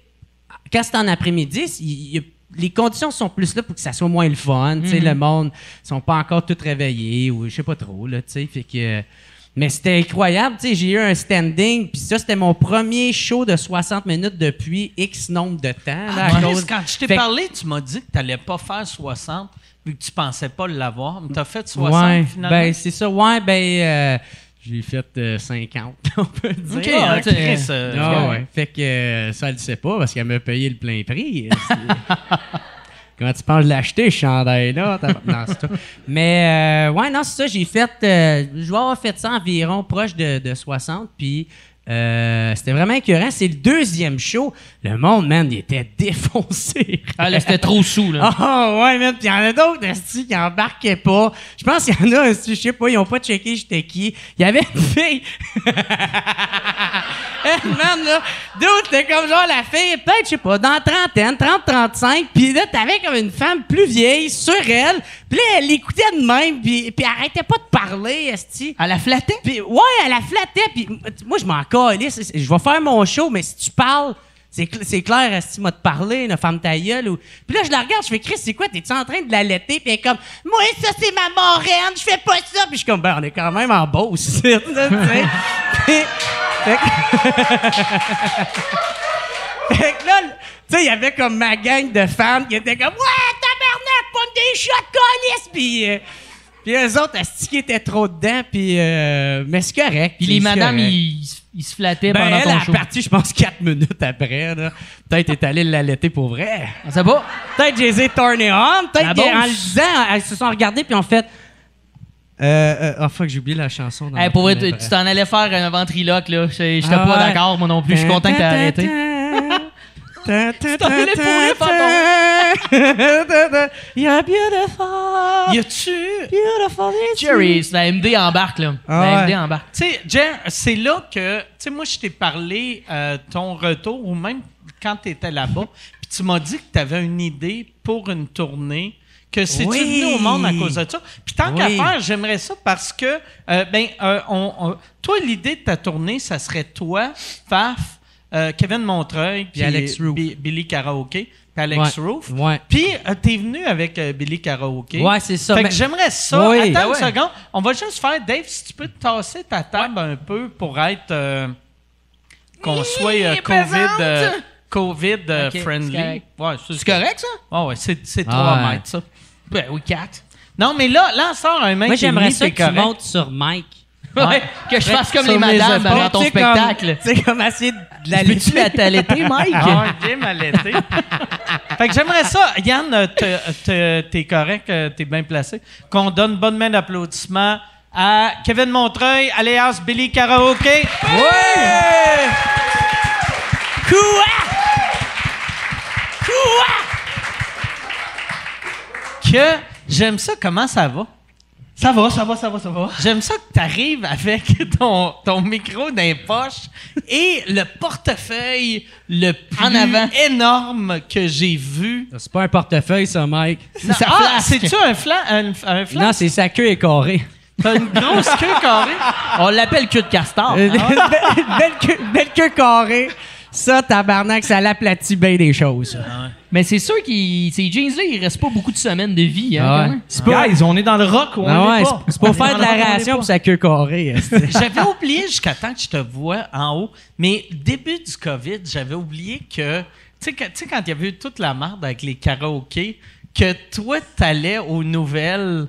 S5: quand c'est en après-midi, il- il y a- les conditions sont plus là pour que ça soit moins le fun. Tu sais,
S4: Mhm.
S5: le monde sont pas encore tout réveillés ou je sais pas trop, là, tu sais. Fait que... Mais c'était incroyable, tu sais, j'ai eu un standing, puis ça, c'était mon premier show de 60 minutes depuis X nombre de temps. là, à
S4: Ah, Chris,
S5: cause-
S4: quand je t'ai
S5: Fait que-
S4: parlé, tu m'as dit que t'allais pas faire 60 vu que tu pensais pas l'avoir. Mais t'as fait 60
S5: ouais,
S4: finalement.
S5: Ben, c'est ça. Ouais, ben, euh, j'ai fait euh, 50, (laughs) on peut dire.
S6: Ok,
S4: Ah,
S6: hein, t'sais.
S4: Chris, euh,
S5: Ah,
S4: ouais.
S5: ouais. Fait que euh, ça, elle le sait pas parce qu'elle m'a payé le plein
S4: (laughs)
S5: prix. Comment tu penses l'acheter, ce chandail-là? T'as pas- Non, c'est tout. Mais, euh, ouais, non, c'est ça. J'ai fait. euh, je vais avoir fait ça environ proche de, de 60. Puis. euh, c'était vraiment écœurant. C'est le deuxième show. Le monde, man, il était (laughs) défoncé.
S6: Ah, là, c'était trop sous, là.
S5: Ah ouais, man. Puis il y en a d'autres, esti, qui embarquaient pas. Je pense qu'il y en a, esti, je sais pas, ils ont pas checké j'étais qui. Il y avait une fille. (laughs) Eh, man, là, d'autres, c'était comme genre la fille, peut-être, je sais pas, dans la trentaine, 30, 35. Puis là, t'avais comme une femme plus vieille sur elle. Puis là, elle l'écoutait de même, puis, puis elle arrêtait pas de parler, esti.
S4: Ah,
S6: Elle la flattait?
S5: Puis, ouais, elle la flattait. Puis, m- moi, je m'en calisse. C'est- Je vais faire mon show, mais si tu parles, c'est cl- c'est clair, est-ce m'a te parler, une femme ta gueule, ou... Puis là, je la regarde, je fais, Chris, c'est quoi? T'es-tu en train de l'allaiter? Puis elle est comme, moi, ça, c'est ma moraine, je fais pas ça. Puis je suis comme, ben, on est quand même en Beauce, (laughs) ici, là, tu sais. Puis- fait que- fait que là, tu sais, il y avait comme ma gang de femmes qui étaient comme Ouais, tabarnak, pomme des shots, colis! Puis, euh, puis eux autres, asti, qui étaient trop dedans, puis. euh, mais c'est correct.
S6: Puis les
S5: c'est
S6: madames,
S5: correct.
S6: ils, ils se flattaient
S5: Ben,
S6: pendant
S5: elle
S6: ton
S5: elle
S6: show.
S5: est partie, je pense, quatre minutes après. là. Peut-être est allée l'allaiter pour vrai.
S6: On sait Ah, pas.
S5: Peut-être j'ai les tourné on.
S6: La
S5: Peut-être
S6: bosse.
S5: qu'en le disant, elles se sont regardées, puis en fait. Euh, euh, oh fuck, j'ai oublié la chanson. dans
S6: Hey,
S5: la
S6: pour vrai,
S5: première.
S6: tu tu t'en allais faire un ventriloque, là. J'étais j'étais
S5: Ah
S6: pas
S5: ouais.
S6: d'accord, moi non plus. Je suis content que t'aies arrêté.
S5: (laughs) Tu
S6: t'en allais pour rien
S5: (laughs) You're beautiful.
S4: Y a-tu.
S5: beautiful.
S6: Jerry, c'est la MD embarque, là.
S5: Ah
S6: la
S5: ouais.
S6: MD embarque.
S4: Tu sais, Jer, c'est là que, tu sais, moi, je t'ai parlé euh, ton retour ou même quand tu étais là-bas, (laughs) puis tu m'as dit que tu avais une idée pour une tournée, que c'est-tu
S5: Oui.
S4: venu au monde à cause de ça? Puis tant qu'à
S5: Oui.
S4: faire, j'aimerais ça parce que, euh, ben, euh, on, on- toi, l'idée de ta tournée, ça serait toi, Faf, euh, Kevin Montreuil, puis euh,
S5: Alex Roof.
S4: Bi- Billy Karaoke, puis Alex
S5: Ouais.
S4: Roof.
S5: Ouais.
S4: Puis, euh, t'es venu avec euh, Billy Karaoke.
S5: Ouais, c'est ça, Ben,
S4: Fait
S5: mais-
S4: que j'aimerais ça.
S5: Oui.
S4: Attends
S5: Ah
S4: une
S5: ouais.
S4: seconde. On va juste faire, Dave, si tu peux te tasser ta table un peu pour être. euh, qu'on soit euh, COVID. euh, COVID euh,
S6: Ok,
S4: friendly.
S6: c'est correct.
S4: Ouais,
S6: C'est correct, ça?
S4: Ah ouais, c'est, c'est
S5: Ah
S4: 3
S5: ouais.
S4: mètres, ça.
S6: Ben oui, 4.
S4: Non, mais là, là, on sort un mec.
S5: Moi,
S4: qui
S5: j'aimerais
S4: lit,
S5: ça
S4: c'est
S5: que tu
S4: correct.
S5: montes sur Mike.
S6: Ouais. Que je fasse comme
S5: Sur
S6: les
S5: mes
S6: madames
S5: épaules,
S6: pendant ton
S5: tu sais, comme-
S6: spectacle.
S5: Tu sais, comme essayer de la
S6: Peux-tu la t'allaiter, Mike?
S4: Ah, game allaité. (laughs) fait que j'aimerais ça. Yann, euh, te- te- t'es correct, euh, t'es bien placé. Qu'on donne une bonne main d'applaudissement à Kevin Montreuil, alias Billy Karaoke.
S5: Ouais! Quoi?
S4: Que j'aime ça, comment ça va? Ça va, ça va, ça va, ça va. J'aime ça que tu arrives avec (laughs) ton, ton micro dans les poches et le portefeuille le plus
S6: En avant.
S4: énorme que j'ai vu.
S3: C'est pas un portefeuille, ça, Mike.
S4: Non,
S6: sa
S4: ah,
S6: flasque.
S4: c'est-tu un flan? Un, un flan?
S3: Non, c'est sa queue écorée.
S4: T'as une grosse queue carrée.
S6: On l'appelle queue de castor.
S5: Euh.
S3: Une belle, queue, belle queue carrée. Ça, tabarnak, ça l'aplatit bien des choses.
S5: Ah
S6: Mais c'est sûr qu'il. Ces jeans-là, il reste pas beaucoup de semaines de vie. Hein,
S3: Ah ouais.
S6: quand même.
S3: C'est pas-
S5: Guys, on est dans le rock ou on
S3: Ah
S5: l'est
S3: ouais,
S5: pas?
S3: c'est- c'est pour faire de la réaction pour sa queue carrée. esti.
S4: J'avais oublié jusqu'à temps que je te vois en haut, mais début du COVID, j'avais oublié que, tu sais, que- tu sais, quand il y avait eu toute la merde avec les karaokés, que toi, t'allais aux nouvelles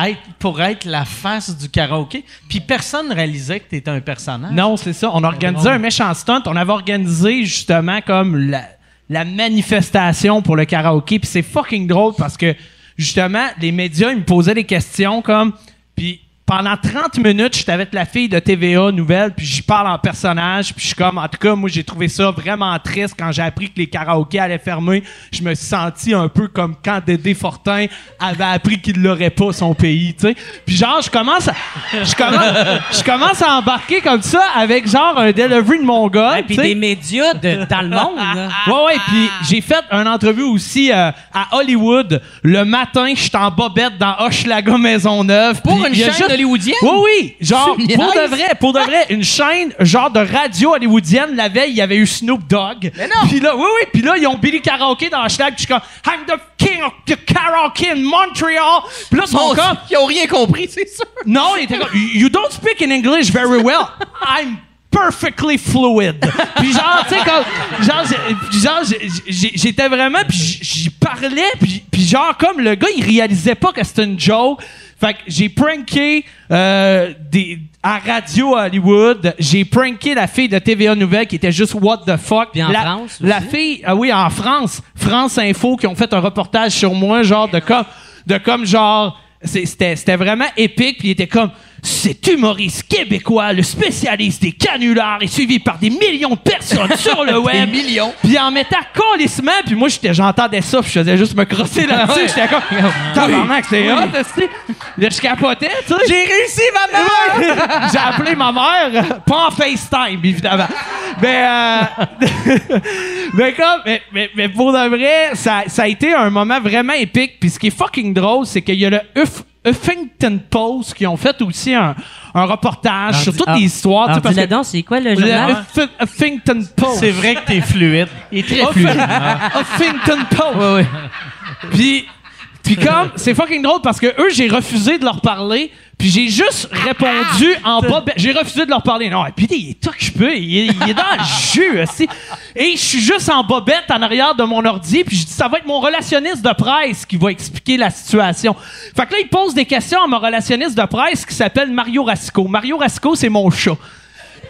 S4: être- pour être la face du karaoké, puis personne réalisait que t'étais un personnage.
S5: Non, c'est ça. On a organisé un méchant stunt. On avait organisé justement comme la, la manifestation pour le karaoké. Puis c'est fucking drôle parce que justement, les médias, ils me posaient des questions comme. Puis pendant 30 minutes, j'étais avec la fille de TVA Nouvelle. Puis j'y parle en personnage. Puis je suis comme, en tout cas, moi, j'ai trouvé ça vraiment triste quand j'ai appris que les karaokés allaient fermer. Je me suis senti un peu comme quand Dédé Fortin avait appris qu'il l'aurait pas son pays, tu sais. Puis genre, je commence, à- je commence, je commence à embarquer comme ça avec genre un delivery de mon gars,
S3: Et puis
S5: tu sais.
S3: des médias de- dans le monde. là.
S5: (laughs) Ouais, ouais, puis j'ai fait une entrevue aussi euh, à Hollywood le matin, je suis en bobette dans Hochelaga Maisonneuve.
S6: Pour
S5: puis
S6: une
S5: il y a
S6: chaîne hollywoodienne?
S5: Oui, oui, genre,
S6: Tu me
S5: pour de
S6: niaises?
S5: vrai, pour de vrai, une chaîne genre de radio hollywoodienne, la veille, il y avait eu Snoop Dogg.
S6: Mais non!
S5: Puis là, oui, oui, puis là, ils ont Billy Karaoke dans Hochelaga, puis je suis comme, I'm the king of the karaoke in Montreal. Puis là, ils sont
S6: Bon,
S5: comme,
S6: ils ont rien compris, c'est sûr.
S5: non, il était comme, You don't speak in English very well. I'm perfectly fluid. Puis genre, tu sais, comme, genre, j'ai- puis genre, j'ai- j'ai- j'étais vraiment, puis j- j'y parlais, puis, puis genre, comme le gars, il réalisait pas que c'était une joke. Fait que j'ai pranké euh, des, à radio à Hollywood, j'ai pranké la fille de TVA Nouvelle qui était juste what the fuck.
S3: Puis en
S5: la,
S3: France
S5: La
S3: aussi.
S5: fille, ah oui, en France, France Info, qui ont fait un reportage sur moi, genre de comme, de comme genre, c'est- c'était c'était vraiment épique, puis il était comme, cet humoriste québécois, le spécialiste des canulars, est suivi par des millions de personnes sur le web.
S6: millions.
S5: Puis en mettant colissement, puis moi, j'étais- j'entendais ça, puis je faisais juste me crosser là-dessus, j'étais comme, tabarnak, c'est hot, esti. Là, je capotais, tu sais. J'ai réussi, ma mère! J'ai appelé ma mère, euh, pas en FaceTime, évidemment. Mais, euh, (laughs) mais comme, mais, mais- mais pour de vrai, ça, ça a été un moment vraiment épique. Puis ce qui est fucking drôle, c'est qu'il y a le Huff- Huffington Post qui ont fait aussi un, un reportage sur toutes
S3: Ah,
S5: les histoires. tu sais,
S3: Alors,
S5: parce
S3: dis-le
S5: que-
S3: donc, c'est quoi le
S5: le
S3: journal?
S5: Huff- Huffington Post.
S4: C'est vrai que t'es fluide.
S6: Il est très
S5: Huff-
S6: fluide.
S5: (laughs) Huffington Post. Puis, puis comme, c'est fucking drôle parce que eux, j'ai refusé de leur parler. Puis j'ai juste répondu en bas. Ben, J'ai refusé de leur parler. Non, et puis il est occupé. Il est, il est dans le jus aussi. Et je suis juste en bobette en arrière de mon ordi. Puis je dis, ça va être mon relationniste de presse qui va expliquer la situation. Fait que là, il pose des questions à mon relationniste de presse qui s'appelle Mario Rasco. Mario Rasco, c'est mon chat.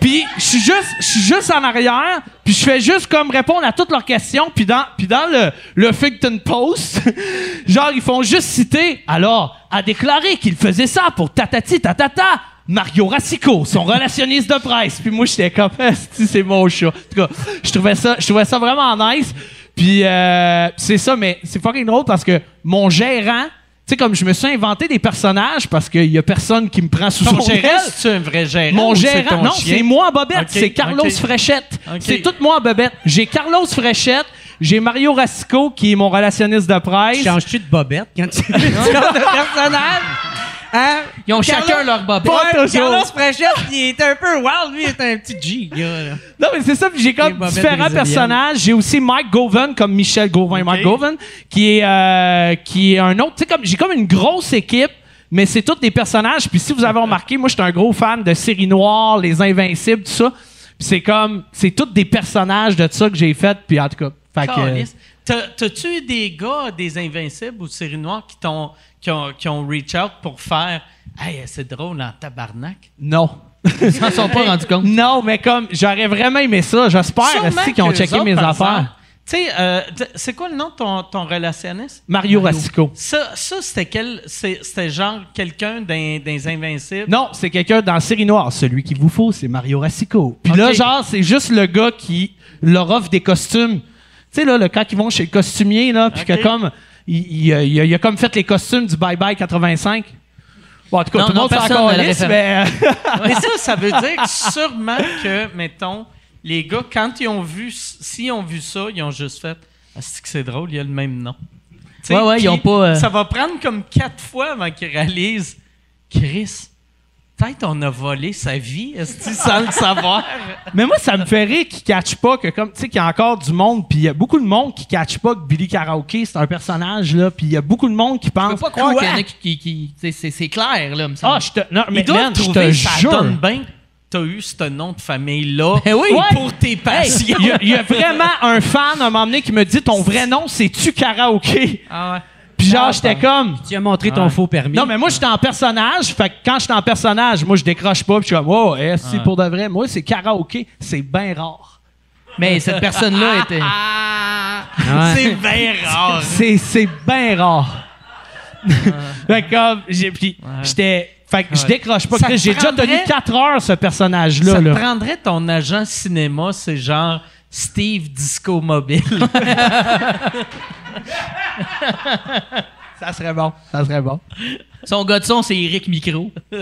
S5: Puis je suis juste, je suis juste en arrière, puis je fais juste comme répondre à toutes leurs questions, puis dans, puis dans le, le Huffington Post, (laughs) genre ils font juste citer. Alors, a déclaré qu'il faisait ça pour tatati tatata. Mario Rassico, son relationniste de presse. Puis moi, j'étais comme, (laughs) Esti, c'est mon chat. En tout cas, je trouvais ça, je trouvais ça vraiment nice. Puis euh, c'est ça, mais c'est fucking drôle parce que mon gérant, tu sais, comme je me suis inventé des personnages parce qu'il y a personne qui me prend sous
S4: Ton
S5: son
S4: gérant,
S5: aile.
S4: c'est un vrai gérant.
S5: Mon
S4: ou c'est
S5: gérant,
S4: ton
S5: non,
S4: chien?
S5: c'est moi en bobette,
S4: Ok,
S5: c'est Carlos
S4: ok.
S5: Fréchette.
S4: Ok.
S5: C'est tout moi en bobette. J'ai Carlos Fréchette, j'ai Mario Rassico qui est mon relationniste de presse.
S3: Changes-tu de bobette quand tu fais personnage? Hein?
S6: Ils ont chacun
S3: Carlos-
S6: leur bobette.
S3: Ouais,
S5: Pas toujours.
S3: Carlos Fréchette, il était un peu wild, lui, il était un petit G, gars, là.
S5: Non, mais c'est ça, puis j'ai
S3: Les
S5: comme
S3: bobettes
S5: différents
S3: brésiliennes.
S5: personnages. J'ai aussi Mike Govan comme Michel Govan, Mike Govan, qui est, euh, qui est un autre. Tu sais, comme, j'ai comme une grosse équipe. Mais c'est tous des personnages. Puis si vous avez remarqué, moi, je suis un gros fan de séries noires, Les Invincibles, tout ça. Puis c'est comme, c'est tous des personnages de ça que j'ai fait. Puis en tout cas, fait que-
S4: Caliste. T'as- T'as-tu eu des gars, des Invincibles ou de Série Noire qui, t'ont- qui, ont, qui ont reach out pour faire Hey, c'est drôle en tabarnak?
S5: non.
S6: Ils s'en sont pas rendus
S5: (laughs)
S6: compte.
S5: Non, mais comme j'aurais vraiment aimé ça, j'espère
S4: Sûrement
S5: aussi qu'ils ont
S4: qu'eux
S5: checké
S4: autres,
S5: mes
S4: par exemple,
S5: affaires.
S4: Tu sais, euh, t- c'est quoi le nom de ton, ton relationniste?
S5: Mario Rassico.
S4: Ça, ça c'était quel. c'est- C'était genre quelqu'un d'un- des Invincibles.
S5: Non, c'est quelqu'un dans Série Noire. Celui qu'il vous faut, c'est Mario Rassico. Puis là,
S4: Ok.
S5: genre, c'est juste le gars qui leur offre des costumes. Tu sais, là, le, quand ils vont chez le costumier, là, puis
S4: Ok.
S5: que comme, il, il a- il a- il a comme fait les costumes du Bye Bye 85.
S7: Bon, en tout cas,
S6: Non,
S7: tout le
S6: non,
S7: monde s'en
S6: personne ne l'aurait
S7: calisse,
S6: fait.
S7: mais... euh,
S4: Mais ça, ça veut dire que sûrement que, mettons, les gars, quand ils ont vu, s'ils ont vu ça, ils ont juste fait Ah, c'est que c'est drôle, il y a le même nom. Tu sais,
S6: Ouais, ouais, ils
S4: puis
S6: ont pas, euh,
S4: Ça va prendre comme quatre fois avant qu'ils réalisent Chris, peut-être on a volé sa vie, est-ce que sans le savoir?
S7: Mais moi, ça me fait rire qu'ils ne catchent pas que, comme, tu sais, qu'il y a encore du monde, puis il y a beaucoup de monde qui ne catch pas que Billy Karaoke, c'est un personnage, là, puis il y a beaucoup de monde qui pense.
S6: peux pas croire
S7: Quoi?
S6: qu'il y en a qui. qui- qui- tu sais, c'est- c'est clair, là, me semble.
S7: Ah, je te. Non, mais
S4: Ils doivent
S7: man, je te
S4: trouver ça
S7: jure.
S4: donne bien que t'as eu ce nom de famille-là
S6: Ben oui.
S4: pour tes passions.
S7: Il y, a, il y a vraiment un fan à un moment donné qui me dit ton vrai nom, c'est-tu karaoké?
S4: Ah ouais.
S7: Puis genre, j'étais comme.
S5: Tu as montré ton faux permis.
S7: Non, mais moi, j'étais en personnage. Fait que quand j'étais en personnage, moi, je décroche pas. Puis je suis comme, wow, eh, c'est pour de vrai. Moi, c'est karaoké. C'est bien rare. Ah.
S6: Mais
S7: (laughs)
S6: cette personne-là était.
S5: Ah
S4: C'est bien rare.
S7: C'est, c'est bien rare. fait que comme, j'ai. Puis j'étais. Fait que je décroche pas.
S4: Ça
S7: Chris, J'ai déjà tenu
S4: prendrait-
S7: 4 heures ce personnage-là.
S4: Ça te
S7: là.
S4: prendrait ton agent cinéma, c'est genre Steve Disco Mobile.
S7: Ça serait bon. Ça serait bon.
S6: Son gars de son, c'est Eric Micro.
S3: Tu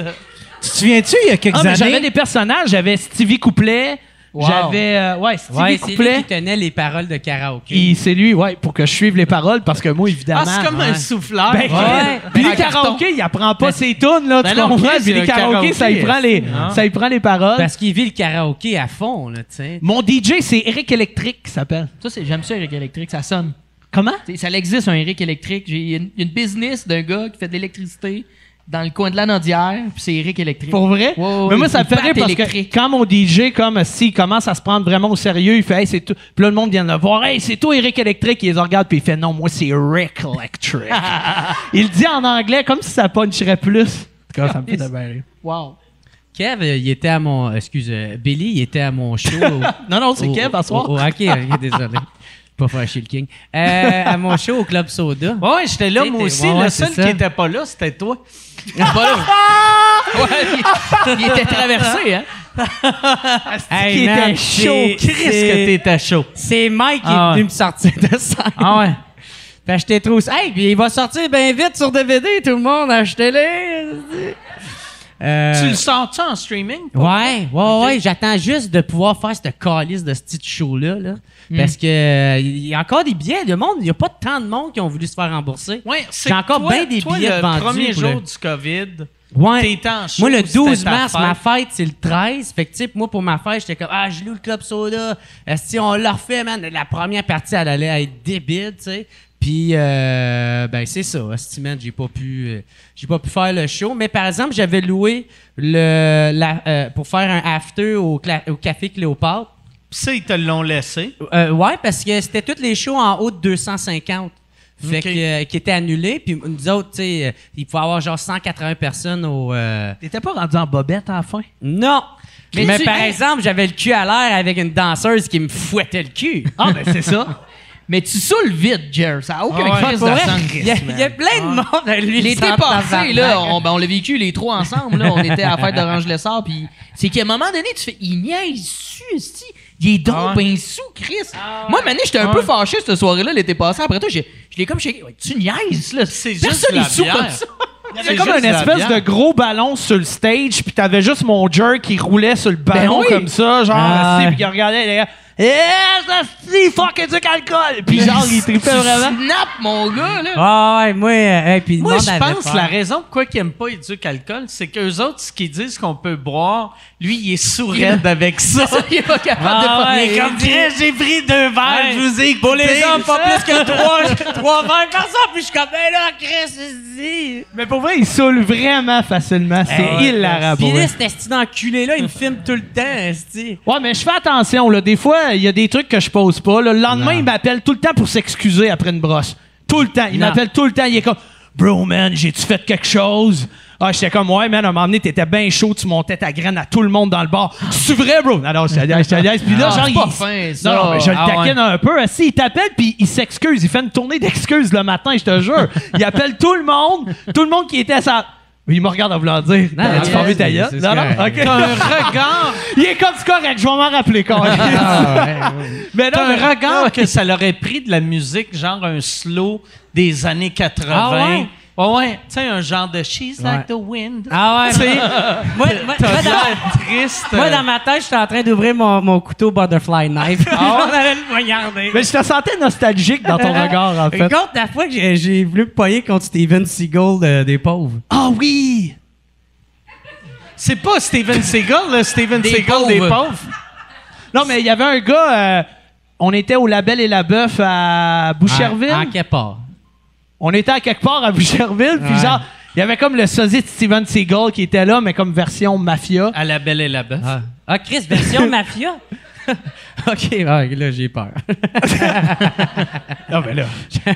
S3: te souviens-tu, il y a quelques
S7: Ah, mais j'avais
S3: années?
S7: des personnages. J'avais Stevie Couplet.
S5: Wow.
S7: J'avais. euh, ouais, Stevie
S5: Ouais, Ben, c'est
S7: Couplet.
S5: lui qui tenait les paroles de karaoké.
S7: Il- c'est lui, ouais, pour que je suive les paroles, parce que moi, évidemment.
S4: Ah, c'est comme un souffleur.
S7: Ben,
S6: Ouais.
S7: Billy
S6: Un carton.
S7: Karaoke, il apprend pas ses tunes, là.
S4: Ben
S7: tu
S4: non,
S7: comprends?
S4: Chris,
S7: Billy
S4: le
S7: Karaoke,
S4: karaoké, euh,
S7: ça y prend les, ça y prend les paroles.
S5: Parce qu'il vit le karaoké à fond, là, tu sais.
S7: Mon DJ, c'est Eric Electric, qui s'appelle.
S6: Ça, c'est- j'aime ça, Eric électrique, ça sonne.
S7: Comment?
S6: Tu sais, ça existe, un Eric électrique. J'ai il y a une, il y a une business d'un gars qui fait de l'électricité dans le coin de la Nodière, puis c'est Eric électrique.
S7: Pour vrai?
S6: Ouais, ouais,
S7: Mais moi,
S6: il-
S7: ça me
S6: il
S7: fait
S6: bat
S7: rire parce
S6: électrique.
S7: que quand mon DJ, comme, s'il commence à se prendre vraiment au sérieux, il fait, hey, c'est tout. Puis là, le monde vient de le voir, hey, c'est toi, Eric Electric. Il les regarde, puis il fait, non, moi, c'est Rick
S5: (laughs)
S7: Electric. il le dit en anglais, comme si ça puncherait plus. En tout cas, ça me fait de bien rire.
S6: Wow. (laughs)
S5: Kev, euh, il était à mon. euh, Excuse, euh, Billy, il était à mon show. au-
S7: Non, non, c'est
S5: au-
S7: Kev, à
S5: au-
S7: soir.
S4: (laughs)
S5: au- ok, ok, désolé. Pas fâché le king. Euh, à mon show au Club Soda.
S4: Ouais, ouais, j'étais là,
S5: T'sais,
S4: moi
S5: t'es-
S4: aussi.
S5: ouais,
S4: le
S5: ouais,
S4: seul
S5: c'est ça.
S4: qui était pas là, c'était toi.
S6: Voilà. Ouais, il, il était traversé, hein?
S5: Hey,
S7: qui
S5: man,
S7: était
S5: c'est-
S7: chaud.
S4: Chris, que
S5: c'est-
S4: t'étais chaud.
S5: C'est Mike qui
S4: Ah ouais.
S5: est venu me sortir de scène.
S4: Ah ouais.
S5: Fait que j'étais trop. Hey, puis il va sortir bien vite sur DVD, tout le monde, achetez-les. Euh,
S4: Tu le sors-tu en streaming?
S5: Ouais, ouais, ouais. J'attends juste de pouvoir faire cette calice de ce petit show-là. Là,
S4: Hmm.
S5: Parce que euh, il y a encore des billets de monde. Il n'y a pas tant de monde qui ont voulu se faire rembourser.
S4: Ouais, c'est
S5: J'ai
S4: que
S5: encore
S4: toi-
S5: bien des
S4: toi,
S5: billets
S4: le
S5: vendus
S4: premier
S5: pour
S4: jour
S5: le-
S4: du COVID,
S5: Ouais.
S4: t'étais en show.
S5: Moi, le
S4: c'était
S5: 12
S4: ta
S5: mars,
S4: fête.
S5: ma fête, c'est le 13. Fait que, tu sais, moi, pour ma fête, j'étais comme, ah, je loue le club soda. Si on l'a refait, man, la première partie, elle allait être débile, tu sais. Puis, euh, ben, c'est ça. Esti, man, j'ai pas pu, euh, j'ai pas pu faire le show. Mais par exemple, j'avais loué le, la, euh, pour faire un after au, cla- au café Cléopâtre.
S4: Pis ça, ils te l'ont laissé.
S5: Euh, ouais, parce que c'était tous les shows en haut de 250. Fait
S4: Ok.
S5: que, euh, qui étaient annulés. Puis nous autres, tu sais, euh, il faut avoir genre 180 personnes au. euh,
S7: T'étais pas rendu en bobette à la fin?
S5: non.
S6: Mais
S5: Mais,
S6: tu-
S5: par
S6: hey.
S5: exemple, j'avais le cul à l'air avec une danseuse qui me fouettait le cul.
S7: Ah, ben c'est ça.
S6: Mais tu saoules vite, Jer. Ça n'a aucun
S4: Ah ouais,
S6: crise
S5: Pour
S6: de
S5: vrai,
S6: sens.
S5: Ben, il, y a, il y a plein de
S4: Ah.
S5: monde à lui.
S6: L'été
S5: sans
S6: passé,
S5: tabarnak.
S6: là, on, ben, on l'a vécu les trois ensemble. Là, on était à la fête d'Orange Lessard. Puis c'est qu'à un moment donné, tu fais Il niaise-tu, esti? Il est donc ben sous, Chris. Moi, Mané, j'étais un peu fâché cette soirée-là, l'été passé. Après toi, j'ai- je l'ai comme checké. Ouais, tu niaises, là.
S4: C'est juste
S6: Personne
S4: la
S6: est sous
S4: bière.
S6: comme ça.
S7: C'est comme une espèce de gros ballon sur le stage, puis t'avais juste mon jerk qui roulait sur le ballon
S6: oui.
S7: comme ça, genre,
S5: Ah.
S7: assis, puis qui regardait derrière.
S4: Eh,
S7: Yes, asti, fucking du alcool! Puis genre, il trippait vraiment.
S6: Snap, mon gars, là.
S5: Ouais, ouais, moi, euh, hey, puis le
S4: Moi,
S5: monde
S4: je
S5: avait
S4: pense
S5: peur.
S4: la raison pourquoi ils n'aiment pas Éduc Alcool, c'est qu'eux autres, ce qu'ils disent qu'on peut boire, lui, il est (laughs) sourd avec ça.
S6: Il est pas capable
S5: Ah
S6: de
S5: ouais,
S4: Et
S5: il
S4: comme
S5: dit-
S4: Chris, j'ai pris deux verres,
S5: Ouais.
S4: je vous ai écouté.
S5: Pour les hommes, pas plus que trois, trois verres par ça. Puis je suis comme, ben là, Chris, je dis.
S7: Mais pour vrai, il saoule vraiment facilement. C'est
S5: Ah Ouais,
S7: hilarant
S5: Puis
S7: pour
S5: là,
S7: vrai.
S5: cet esti d'enculé-là, il me filme tout le temps, esti.
S7: Ouais, mais je fais attention, là. Des fois, il y a des trucs que je pose pas. là. Le lendemain, il m'appelle tout le temps pour s'excuser après une brosse. Tout le temps. Il
S5: Non.
S7: m'appelle tout le temps. Il est comme, Bro, Oh, man, j'ai-tu fait quelque chose? Ah, j'étais comme, ouais, man, à un moment donné, t'étais bien chaud, tu montais ta graine à tout le monde dans le bar. C'est vrai, bro? Non, non, je te laisse, je te laisse. Puis là,
S6: Ah,
S7: genre,
S6: c'est
S7: il.
S6: pas fin, ça.
S7: Non, non, mais je le
S6: Ah,
S7: taquine un peu. Ah, Si, il t'appelle, puis il s'excuse. Il fait une tournée d'excuses le matin, je te jure. il appelle tout le monde, tout le monde qui était à sa. Il me regarde en voulant dire. Non,
S5: non,
S7: tu
S5: c'est-
S7: fermé ta gueule?
S5: c'est- c'est
S7: Non, non,
S5: correct.
S7: ok. Il est comme c'est correct, je vais m'en rappeler quand (laughs) Mais non,
S4: T'as
S7: mais-
S4: un
S5: Ah
S4: regard que ça leur aurait pris de la musique, genre un slow des années 80.
S5: Ah ouais?
S4: Ouais, ouais, tu sais, un genre de She's like the wind.
S5: Ah ouais,
S4: Tu
S7: (laughs)
S4: sais,
S5: mais- moi, moi- moi,
S4: t'as
S5: dans,
S4: l'air triste.
S5: moi, dans ma tête, j'étais en train d'ouvrir mon, mon couteau Butterfly Knife. (laughs) On allait le poignarder.
S7: Mais je te sentais nostalgique
S4: (laughs)
S7: dans ton regard, en fait.
S5: Contre Euh, la fois que j'ai- j'ai voulu me pogner contre Steven Seagal euh, des pauvres.
S7: Ah oui!
S4: C'est pas Steven Seagal, là, Steven
S6: Des
S4: Seagal
S6: pauvres.
S4: des pauvres.
S7: Non, mais il y avait un gars, euh, on était au Label et la Bœuf à Boucherville.
S6: Ah,
S5: En, en quelque part.
S7: On était à quelque part à Boucherville, puis
S5: Ouais.
S7: genre, il y avait comme le sosie de Steven Seagal qui était là, mais comme version mafia.
S4: À la belle et la bœuf.
S5: Ah. ah, Chris, (laughs) version mafia. OK, ouais, là, j'ai (laughs) peur.
S7: Non,
S5: (laughs)
S7: mais là.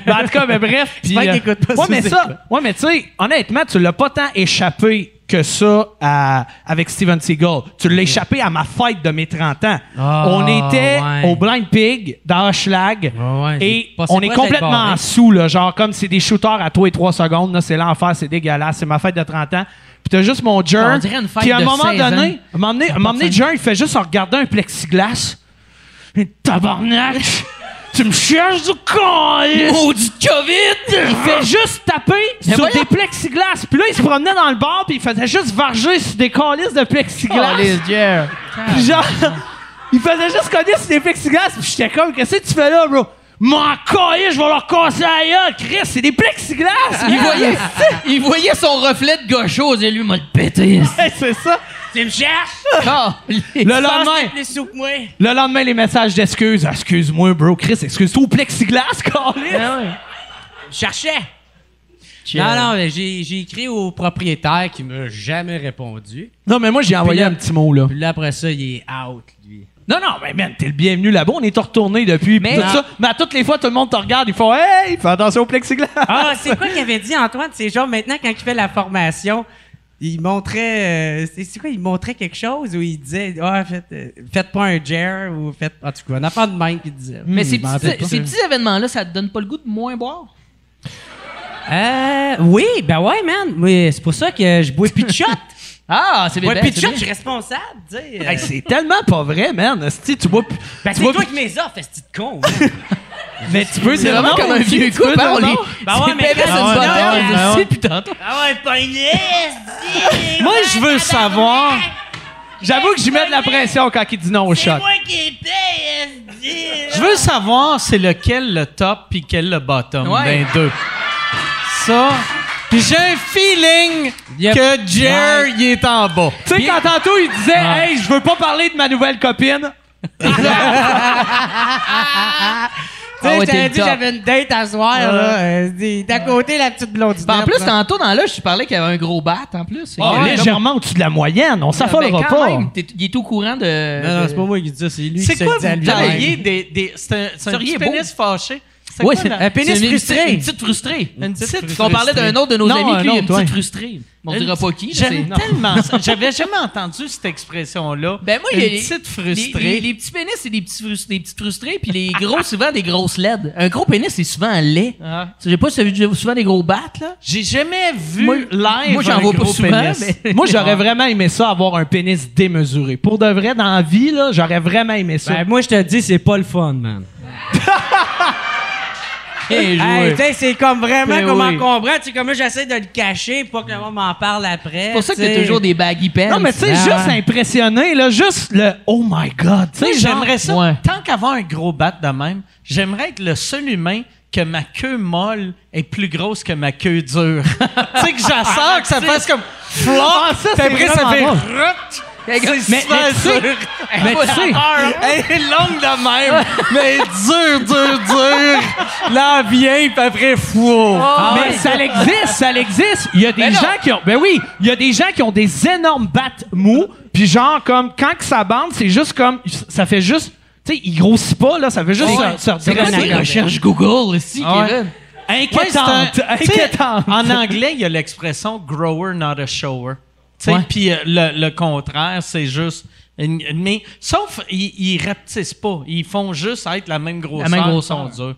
S7: Ben, en tout cas, mais bref. Puis, euh,
S5: J'espère qu'il écoute pas
S7: ouais,
S5: sous
S7: mais
S5: ses
S7: ça,
S5: doigts.
S7: ouais, mais tu sais, honnêtement, tu l'as pas tant échappé que ça à- avec Steven Seagal. Tu l'as échappé à ma fête de mes 30 ans.
S5: Ah,
S7: on était
S5: ouais.
S7: au Blind Pig, dans Schlag,
S5: Ah, ouais,
S7: et
S5: j'ai passé
S7: on est
S5: proche d'être
S7: complètement
S5: barré.
S7: sous, là, genre comme c'est des shooters à 3 et 3 secondes, là, c'est l'enfer, c'est dégueulasse, c'est ma fête de 30 ans. Puis t'as juste mon jerk.
S6: On dirait une fête
S7: Puis à un
S6: de
S7: moment
S6: 16 ans.
S7: donné, à un moment donné, à un moment donné, Jer, il fait juste en regardant un plexiglas. Tabarnak! tu me cherches du con!
S6: Maudit COVID!
S7: Il fait juste taper sur
S6: voyons.
S7: des plexiglas. Puis là, il se promenait dans le bar, puis il faisait juste varger sur des calices de plexiglas. Puis genre, il faisait juste cogner sur des plexiglas. Puis j'étais comme, qu'est-ce que tu fais là, bro? Mon calice, je vais leur casser la gueule. Chris, c'est des plexiglas!
S6: Il voyait, il voyait son reflet de gaucho et lui m'a le
S5: Hmm,
S6: pété.
S7: Ouais, (laughs) c'est ça.
S5: tu
S7: (laughs)
S5: me cherches?
S7: Le lendemain,
S5: Plus sous que moi.
S7: le lendemain, les messages d'excuses. Ah, Excuse-moi, bro. Chris, excuse-toi au plexiglas, (laughs) calice.
S5: Je cherchais. Non, non, mais j'ai j'ai écrit au propriétaire qui m'a jamais répondu.
S7: Non, mais moi, j'ai envoyé
S5: là-
S7: un petit mot, là.
S5: Puis là, après ça, il est out, lui.
S7: Non, non, mais man, t'es le bienvenu là-bas. On est retourné depuis. Mais, tout
S5: Non.
S7: ça. mais à toutes les fois, tout le monde te regarde. Ils font Hey, fais attention au plexiglas.
S5: Ah, (laughs) c'est quoi qu'il avait dit, Antoine? C'est genre, maintenant, quand il fait la formation, il montrait... euh, c'est c'est quoi? Il montrait quelque chose ou il disait, « Ah, faites, euh, faites pas un jer ou faites... » En tout cas, un affaire de même qu'il disait.
S6: Mais
S5: Hmm,
S6: ces
S5: je m'en rappelle
S6: petits,
S5: pas.
S6: ces petits événements-là, ça te donne pas le goût de moins boire?
S5: Euh, oui, ben ouais, man. Oui, c'est pour ça que je bois
S7: (laughs)
S5: plus de shot.
S6: Ah, c'est
S5: Je bois
S6: bien.
S5: plus de
S6: c'est
S5: shot,
S6: bien.
S5: je suis responsable, tu sais.
S7: ben, Hey, c'est tellement pas vrai, man. Esti, tu vois. plus-
S5: Ben,
S7: tu
S5: c'est
S7: vois
S5: toi
S7: plus-
S5: qui me les offres, ce petit con.
S7: Mais tu peux, Ben
S6: C'est vraiment comme un vieux couple. hein, on les-
S5: Bah ouais,
S6: c'est
S5: mais
S6: bébé,
S5: quand-
S6: c'est une
S5: Ah ouais,
S6: bordelle,
S3: ouais,
S6: je
S3: ouais,
S6: sais,
S3: ouais.
S6: puis tantôt.
S5: ah ouais, pas une yes,
S7: Moi, je veux savoir. J'avoue que j'y mets de la pression quand il dit non au choc.
S5: qui paye,
S4: Je veux savoir c'est lequel le top puis quel le bottom
S6: Ouais.
S4: d'un deux. Ça. Puis j'ai un feeling que Jer il est en bas.
S7: Tu sais, quand tantôt il disait Hey, je veux pas parler de ma nouvelle copine.
S5: Tu sais,
S6: Ah ouais,
S5: je t'avais
S6: t'es
S5: dit
S6: top.
S5: j'avais une date à
S4: Ah,
S5: soir, là. Euh, dis, D'à côté, la petite blondinette.
S6: Ben, en plus,
S5: là.
S6: tantôt dans l'âge, tu parlais qu'il y avait un gros bat en plus.
S7: Il est
S6: Il y a-
S7: légèrement au-dessus de la moyenne. On s'affolera
S6: Ben, quand
S7: pas.
S6: même, t'es- il est au courant de.
S5: Non, non, c'est
S6: de-
S5: pas moi qui dis ça, c'est lui qui
S4: C'est
S5: se
S4: quoi
S5: le dit à
S4: vous
S5: lui-même.
S4: taillez des, des c'est un, c'est un
S6: Seriez
S4: petit
S6: beau.
S4: pénis fâché. C'est
S6: Ouais,
S4: quoi
S6: c'est
S4: la-
S5: Un pénis
S6: c'est une-
S5: frustré.
S6: Une petite frustrée.
S4: Une petite frustrée.
S6: On parlait d'un autre de nos
S7: Non,
S6: amis
S7: un
S6: qui lui, est une
S7: autre,
S6: petite
S7: ouais.
S6: frustrée. On
S4: Une-
S6: dira pas qui. mais
S4: J'aime
S6: c'est-
S4: tellement (laughs) ça. J'avais jamais entendu cette expression-là.
S6: Ben moi,
S4: une
S6: il y a les-
S4: petite
S6: Les,
S4: frustrée.
S6: les- les petits pénis, c'est des petits frus- des petites frustrées, puis les gros, (laughs) souvent des grosses LED. Un gros pénis, c'est souvent un lait.
S4: Ah.
S6: Tu sais, J'ai pas vu souvent des gros battes, là.
S4: J'ai jamais vu
S6: Moi-
S4: live
S6: moi, j'en
S4: un
S6: vois pas
S4: gros
S6: souvent,
S4: pénis. (laughs)
S6: mais-
S7: Moi,
S4: Ah.
S7: j'aurais vraiment aimé ça, avoir un pénis démesuré. Pour de vrai, dans la vie, là, j'aurais vraiment aimé ça.
S5: Ben, moi, je te dis, c'est pas le fun, man.
S6: Hey,
S5: Hey, tu sais, c'est comme vraiment
S7: Ben
S6: Mais
S5: comme
S6: oui.
S5: encombrant. Tu sais, comme là, j'essaie de le cacher pour que le monde m'en parle après.
S6: c'est pour ça que
S5: tu
S6: t'as
S5: sais.
S6: toujours des baggy pants.
S7: Non, mais tu sais,
S5: Ah.
S7: juste impressionné, là, juste le Oh my God. Tu
S4: Tu
S7: sais,
S4: sais,
S7: genre-
S4: j'aimerais ça.
S6: ouais.
S4: Tant qu'avoir un gros bat de même, j'aimerais être le seul humain que ma queue molle est plus grosse que ma queue dure. (laughs) tu sais, que j'assure, que ça fasse comme flop,
S7: Ah, ça,
S4: puis
S7: c'est
S4: après, ça
S7: vraiment
S4: fait
S7: drôle.
S4: rut.
S6: Mais-
S4: C'est
S6: mais-
S4: super
S6: mais tu sais-
S4: dur.
S7: Mais tu sais,
S4: Elle est longue de même, mais elle est dure, dure, dure. Là, elle vient, puis après, fou.
S7: mais Ah, ça l'existe, ça l'existe. Il y a des gens qui ont, ben oui, il y a des gens qui ont des énormes battes mous, puis genre comme quand que ça bande, c'est juste comme ça fait juste, tu sais, il grossit pas là, ça fait juste
S6: Ouais.
S7: se- se
S6: C'est
S7: retirer
S6: quoi
S7: en
S6: tes
S7: arrière.
S6: recherches Google aussi,
S4: Ouais.
S6: Kevin?
S4: (laughs)
S7: Inquiétante,
S4: Ouais, c'est un-
S7: inquiétante.
S4: t'sais, En anglais, il y a l'expression grower, not a shower. T'sais,
S6: Ouais.
S4: Puis euh, le, le contraire, c'est juste. une- une- mais sauf, ils, ils rapetissent pas. Ils font juste être la même grosseur.
S6: même
S4: qu'ils
S6: grosseur.
S4: sont durs.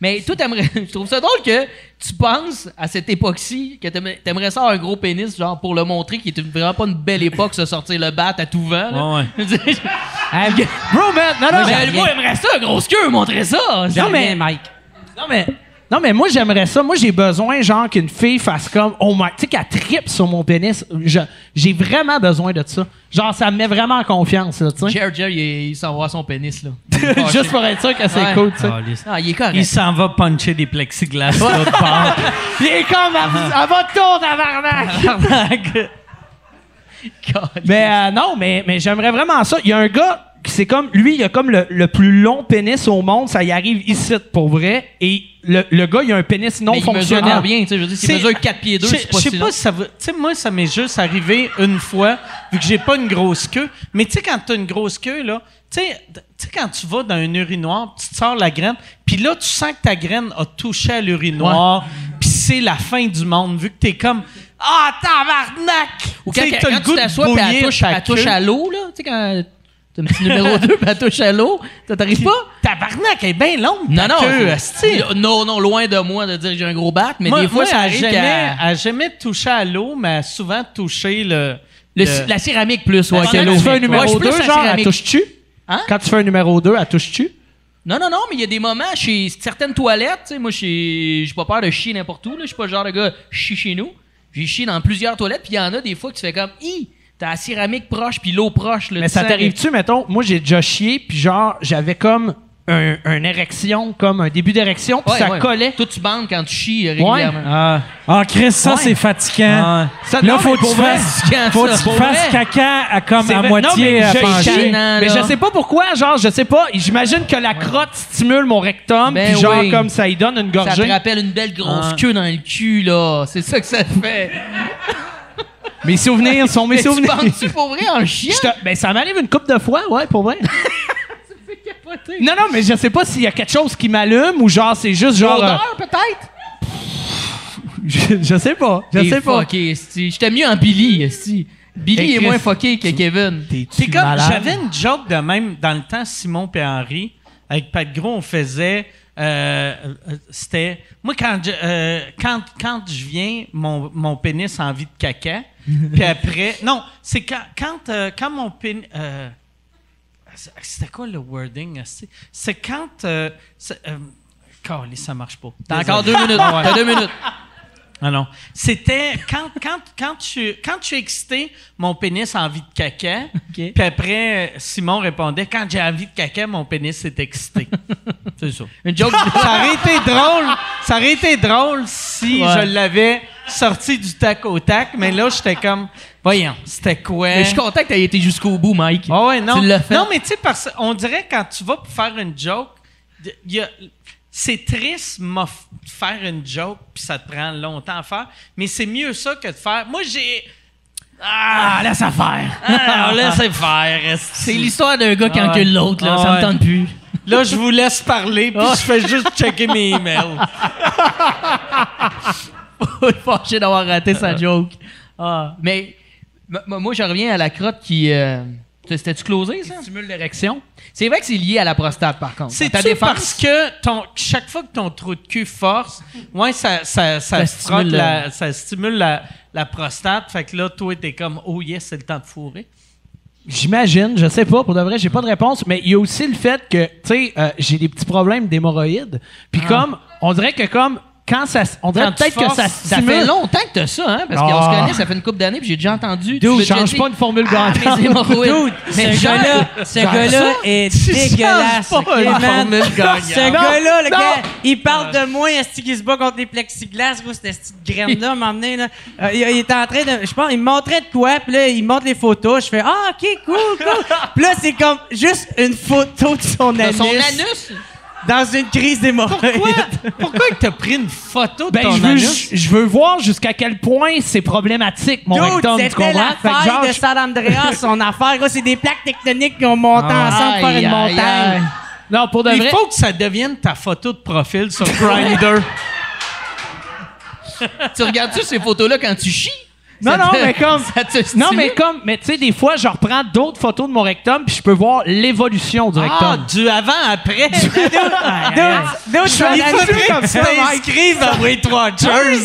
S6: Mais toi, t'aimerais. (laughs) Je trouve ça drôle que tu penses à cette époque-ci que t'aimerais t'aimerais ça avoir un gros pénis, genre pour le montrer qu'il était vraiment pas une belle époque, se sortir le bat à tout vent. là.
S4: Ouais,
S6: (laughs)
S7: Bro, man, non, non,
S6: mais moi, j'aimerais ça, grosse queue, montrer ça.
S5: Jamais, Mike.
S7: non, mais, non,
S5: Non, mais moi, j'aimerais ça. Moi, j'ai besoin, genre, qu'une fille fasse comme, oh my, tu sais, qu'elle tripe sur mon pénis. Je- J'ai vraiment besoin de ça. Genre, ça me met vraiment en confiance, là, tu sais.
S6: Jer, Jer, il, il s'en va à son pénis, (laughs) là.
S5: Juste pour être sûr que c'est
S6: Ouais.
S5: cool, tu sais.
S6: Ah, il est correct.
S4: Il s'en va puncher des plexiglas. l'autre bord.
S5: Il est comme, à, vous- à votre tour, tabarnak!
S6: (laughs)
S5: Mais euh, non, mais, mais j'aimerais vraiment ça. Il y a un gars qui c'est comme lui, il a comme le, le plus long pénis au monde, ça y arrive ici pour vrai. Et le, le gars, il a un pénis non
S6: Mais il mesure
S5: fonctionnel.
S6: bien, tu sais, je veux dire, s'il
S4: C'est-
S6: mesure 4 pieds 2,
S4: Je
S6: c'est pas
S4: je
S6: si
S4: sais
S6: long.
S4: pas si ça va. Tu sais, moi, ça m'est juste arrivé une fois, vu que j'ai pas une grosse queue. Mais tu sais, quand t'as une grosse queue, là, tu sais, tu sais, quand tu vas dans un urinoir, tu te sors la graine, puis là, tu sens que ta graine a touché à l'urinoir, puis c'est la fin du monde, vu que t'es comme. Ah, tabarnak!
S6: Ou quand,
S4: Tu sais,
S6: quand,
S4: t'as le
S6: tu
S4: goût de
S6: t'assois puis elle
S4: bouillir
S6: touche,
S4: ta
S6: elle touche
S4: queue.
S6: à l'eau, là, tu sais, quand t'as un petit numéro (laughs) 2 puis elle touche à l'eau, ça t'arrive pas?
S4: Tabarnak, elle est bien Eh ben, longue,
S6: Non,
S4: ta
S6: non.
S4: queue, E,
S6: c'est-
S4: asti.
S6: non, non, loin de moi de dire que j'ai un gros bac, mais
S4: moi,
S6: des fois,
S4: moi,
S6: ça
S4: elle
S6: arrive
S4: jamais,
S6: qu'à...
S4: elle jamais touché à l'eau, mais elle a souvent touché le...
S6: Le-
S4: le-
S6: La céramique plus, ouais,
S4: Pendant
S6: que
S4: que
S6: l'eau.
S4: tu fais un
S6: Ouais,
S4: numéro
S6: je suis plus
S5: 2,
S6: la
S5: genre, elle
S6: céramique.
S5: touche-tu?
S6: Hein?
S5: Quand tu fais un numéro 2, elle touche-tu?
S6: Non, non, non, mais il y a des moments chez certaines toilettes, tu sais, moi, j'ai j'ai pas peur de chier n'importe où, là. Je suis pas le genre de gars, je chie chez nous. J'ai chié dans plusieurs toilettes, puis il y en a des fois que tu fais comme, hi, t'as la céramique proche, puis l'eau proche, là.
S5: Mais
S6: tu
S5: ça
S6: sens
S5: t'arrive-tu, mettons, moi j'ai déjà chié, puis genre, j'avais comme un, une érection, comme un début d'érection,
S6: que-
S5: puis
S6: Ouais,
S5: ça
S6: ouais.
S5: collait.
S6: Toi, tu bandes quand tu chies
S4: (laughs)
S6: euh, régulièrement.
S3: Ah, Ah, Chris, ça,
S5: Ouais.
S3: c'est fatigant.
S5: Hein? Ça-
S3: là,
S5: non,
S3: faut
S5: mais
S3: que tu
S5: pour vrai,
S3: fasses,
S6: c'est fatigant,
S3: faut
S6: ça,
S3: que tu
S6: pour
S3: fasses
S6: vrai.
S3: caca à, comme
S5: C'est
S3: à
S5: vrai.
S3: moitié
S5: non, mais
S3: euh,
S5: je,
S3: penché.
S5: chie,
S6: Non,
S5: mais
S6: là.
S5: je sais pas pourquoi, genre, je sais pas, j'imagine que la crotte stimule mon rectum,
S6: Ben
S5: puis genre,
S6: oui.
S5: comme ça, il donne une
S6: Ça te
S5: gorgée.
S6: rappelle une belle grosse queue dans le cul, là. C'est ça que ça fait.
S5: Mes souvenirs sont mes
S6: Mais (laughs) tu
S5: souvenirs.
S6: bandes-tu pour vrai en chien?
S5: Je te- Ben, ça m'arrive une coupe de fois, ouais, pour
S6: (laughs)
S5: vrai. non, non, mais je sais pas s'il y a quelque chose qui m'allume ou genre, c'est juste genre.
S6: L'odeur, peut-être?
S5: euh, je, (laughs) je sais pas. Je
S6: T'es
S5: sais pas.
S6: fucké, esti. J'étais mieux en Billy, esti. Billy
S5: Hey,
S6: est
S5: Chris,
S6: moins fucké que Kevin.
S4: C'est comme, j'avais une joke de même dans le temps, Simon et Henri, avec Pat Gros, on faisait. euh, euh, C'était. Moi, quand je, euh, quand, quand je viens, mon, mon pénis a envie de caca. Puis après. Non, c'est quand, quand, euh, quand mon pénis. euh, C'était quoi le wording? esti? C'est quand. Euh, c'est, euh, calé, ça marche pas.
S6: T'as encore deux minutes. T'as deux minutes.
S4: Ah non. C'était quand, quand, quand, tu, quand je suis excité, mon pénis a envie de
S6: (laughs)
S4: caca. Puis après, Simon répondait Quand j'ai envie de caca, mon pénis est
S6: (laughs)
S4: excité. C'est ça.
S6: Une joke.
S4: (laughs) Ça aurait été drôle. Ça aurait été drôle si je l'avais sorti du tac au tac, mais là, j'étais comme Voyons, c'était quoi?
S6: Mais je suis content que t'aies été jusqu'au bout, Mike.
S4: Ah ouais, non.
S6: Tu l'as fait.
S4: Non, mais tu sais, parce qu'on dirait quand tu vas pour faire une joke, d- il y a- c'est triste m'a f- faire une joke, puis ça te prend longtemps à faire, mais c'est mieux ça que de faire. Moi, j'ai. Ah, laisse faire. Ah, laisse faire. esti.
S6: C'est l'histoire d'un gars qui encule l'autre, là.
S4: Ah
S6: ça me
S4: ouais.
S6: tente plus.
S4: Là, je vous laisse parler, puis
S6: Ah.
S4: je fais juste checker mes emails.
S6: Il est fâché d'avoir raté sa joke. Ah, Euh. mais m- m- moi, je reviens à la crotte qui. euh, C'était-tu closé, ça? Stimule l'érection. C'est vrai que c'est lié à la prostate, par contre.
S4: C'est
S6: ta
S4: parce
S6: défense.
S4: que ton, chaque fois que ton trou de cul force, ouais, ça, ça, ça,
S6: Ça
S4: frotte la- ça stimule,
S6: stimule
S4: la,
S6: le-
S4: la prostate. Fait que là, toi, t'es comme, oh yes, c'est le temps de fourrer.
S5: J'imagine, je sais pas, pour de vrai, j'ai pas de réponse, mais il y a aussi le fait que, tu sais, euh, j'ai des petits problèmes d'hémorroïdes. Puis comme, on dirait que comme, quand ça. s- On dirait
S4: Ah. Quand tu
S5: peut-être que
S4: forces,
S5: ça
S6: Ça
S5: stimule.
S6: fait longtemps que t'as ça, hein? Parce qu'on
S5: Ah.
S6: se connaît, ça fait une couple d'années, puis j'ai déjà
S5: Dude,
S6: entendu. tu m'as
S5: change
S6: déjà
S5: pas
S6: dit,
S5: une formule
S6: Ah,
S5: gagnante.
S6: mes hémorroïdes. Mais
S8: ce
S6: genre-
S8: gars-là, ce gars-là est dégueulasse.
S4: changes pas une
S8: Clément.
S4: formule gagnante.
S8: Ce gars-là, le gars, il parle de moi, est-ce qu'il se bat contre les plexiglas, gros, cette petite graine-là, à m'emmener, là. Euh, il, il était en train de, je pense, il me montrait de quoi, puis là, il me montre les photos, je fais, ah, ok, cool, cool.
S5: (laughs)
S8: puis là, c'est comme juste une photo de son
S6: Dans
S8: anus.
S6: son anus?
S8: Dans une crise d'hémorroïdes.
S5: (laughs)
S4: Pourquoi que t'as pris une photo de
S5: Ben,
S4: ton
S5: je veux,
S4: anus?
S5: je, je veux voir jusqu'à quel point c'est problématique, mon
S8: Dude,
S5: rectum, tu
S8: c'était
S5: comprends?
S8: la
S5: Fait que genre,
S8: faille de
S5: je-
S8: San
S5: (laughs)
S8: Andreas, son affaire. Gros, C'est des plaques tectoniques qui ont monté ensemble pour faire
S6: Aïe,
S8: une
S6: aïe,
S8: montagne.
S6: aïe.
S5: Non, pour de
S4: Il
S5: vrai.
S4: faut que ça devienne ta photo de profil sur Grindr.
S6: Tu regardes-tu ces photos-là quand tu chies?
S5: Non,
S6: Ça
S5: non,
S6: te-
S5: mais comme-
S8: (laughs)
S6: ça te
S5: Non,
S6: stimule?
S5: mais comme, mais tu sais, des fois, je reprends d'autres photos de mon rectum, puis je peux voir l'évolution du
S4: ah,
S5: rectum.
S4: du avant-après.
S8: ah. Dude, dude, son
S5: Il (laughs)
S8: anus-
S5: faudrait que tu
S4: T'inscrives à Weight Watchers.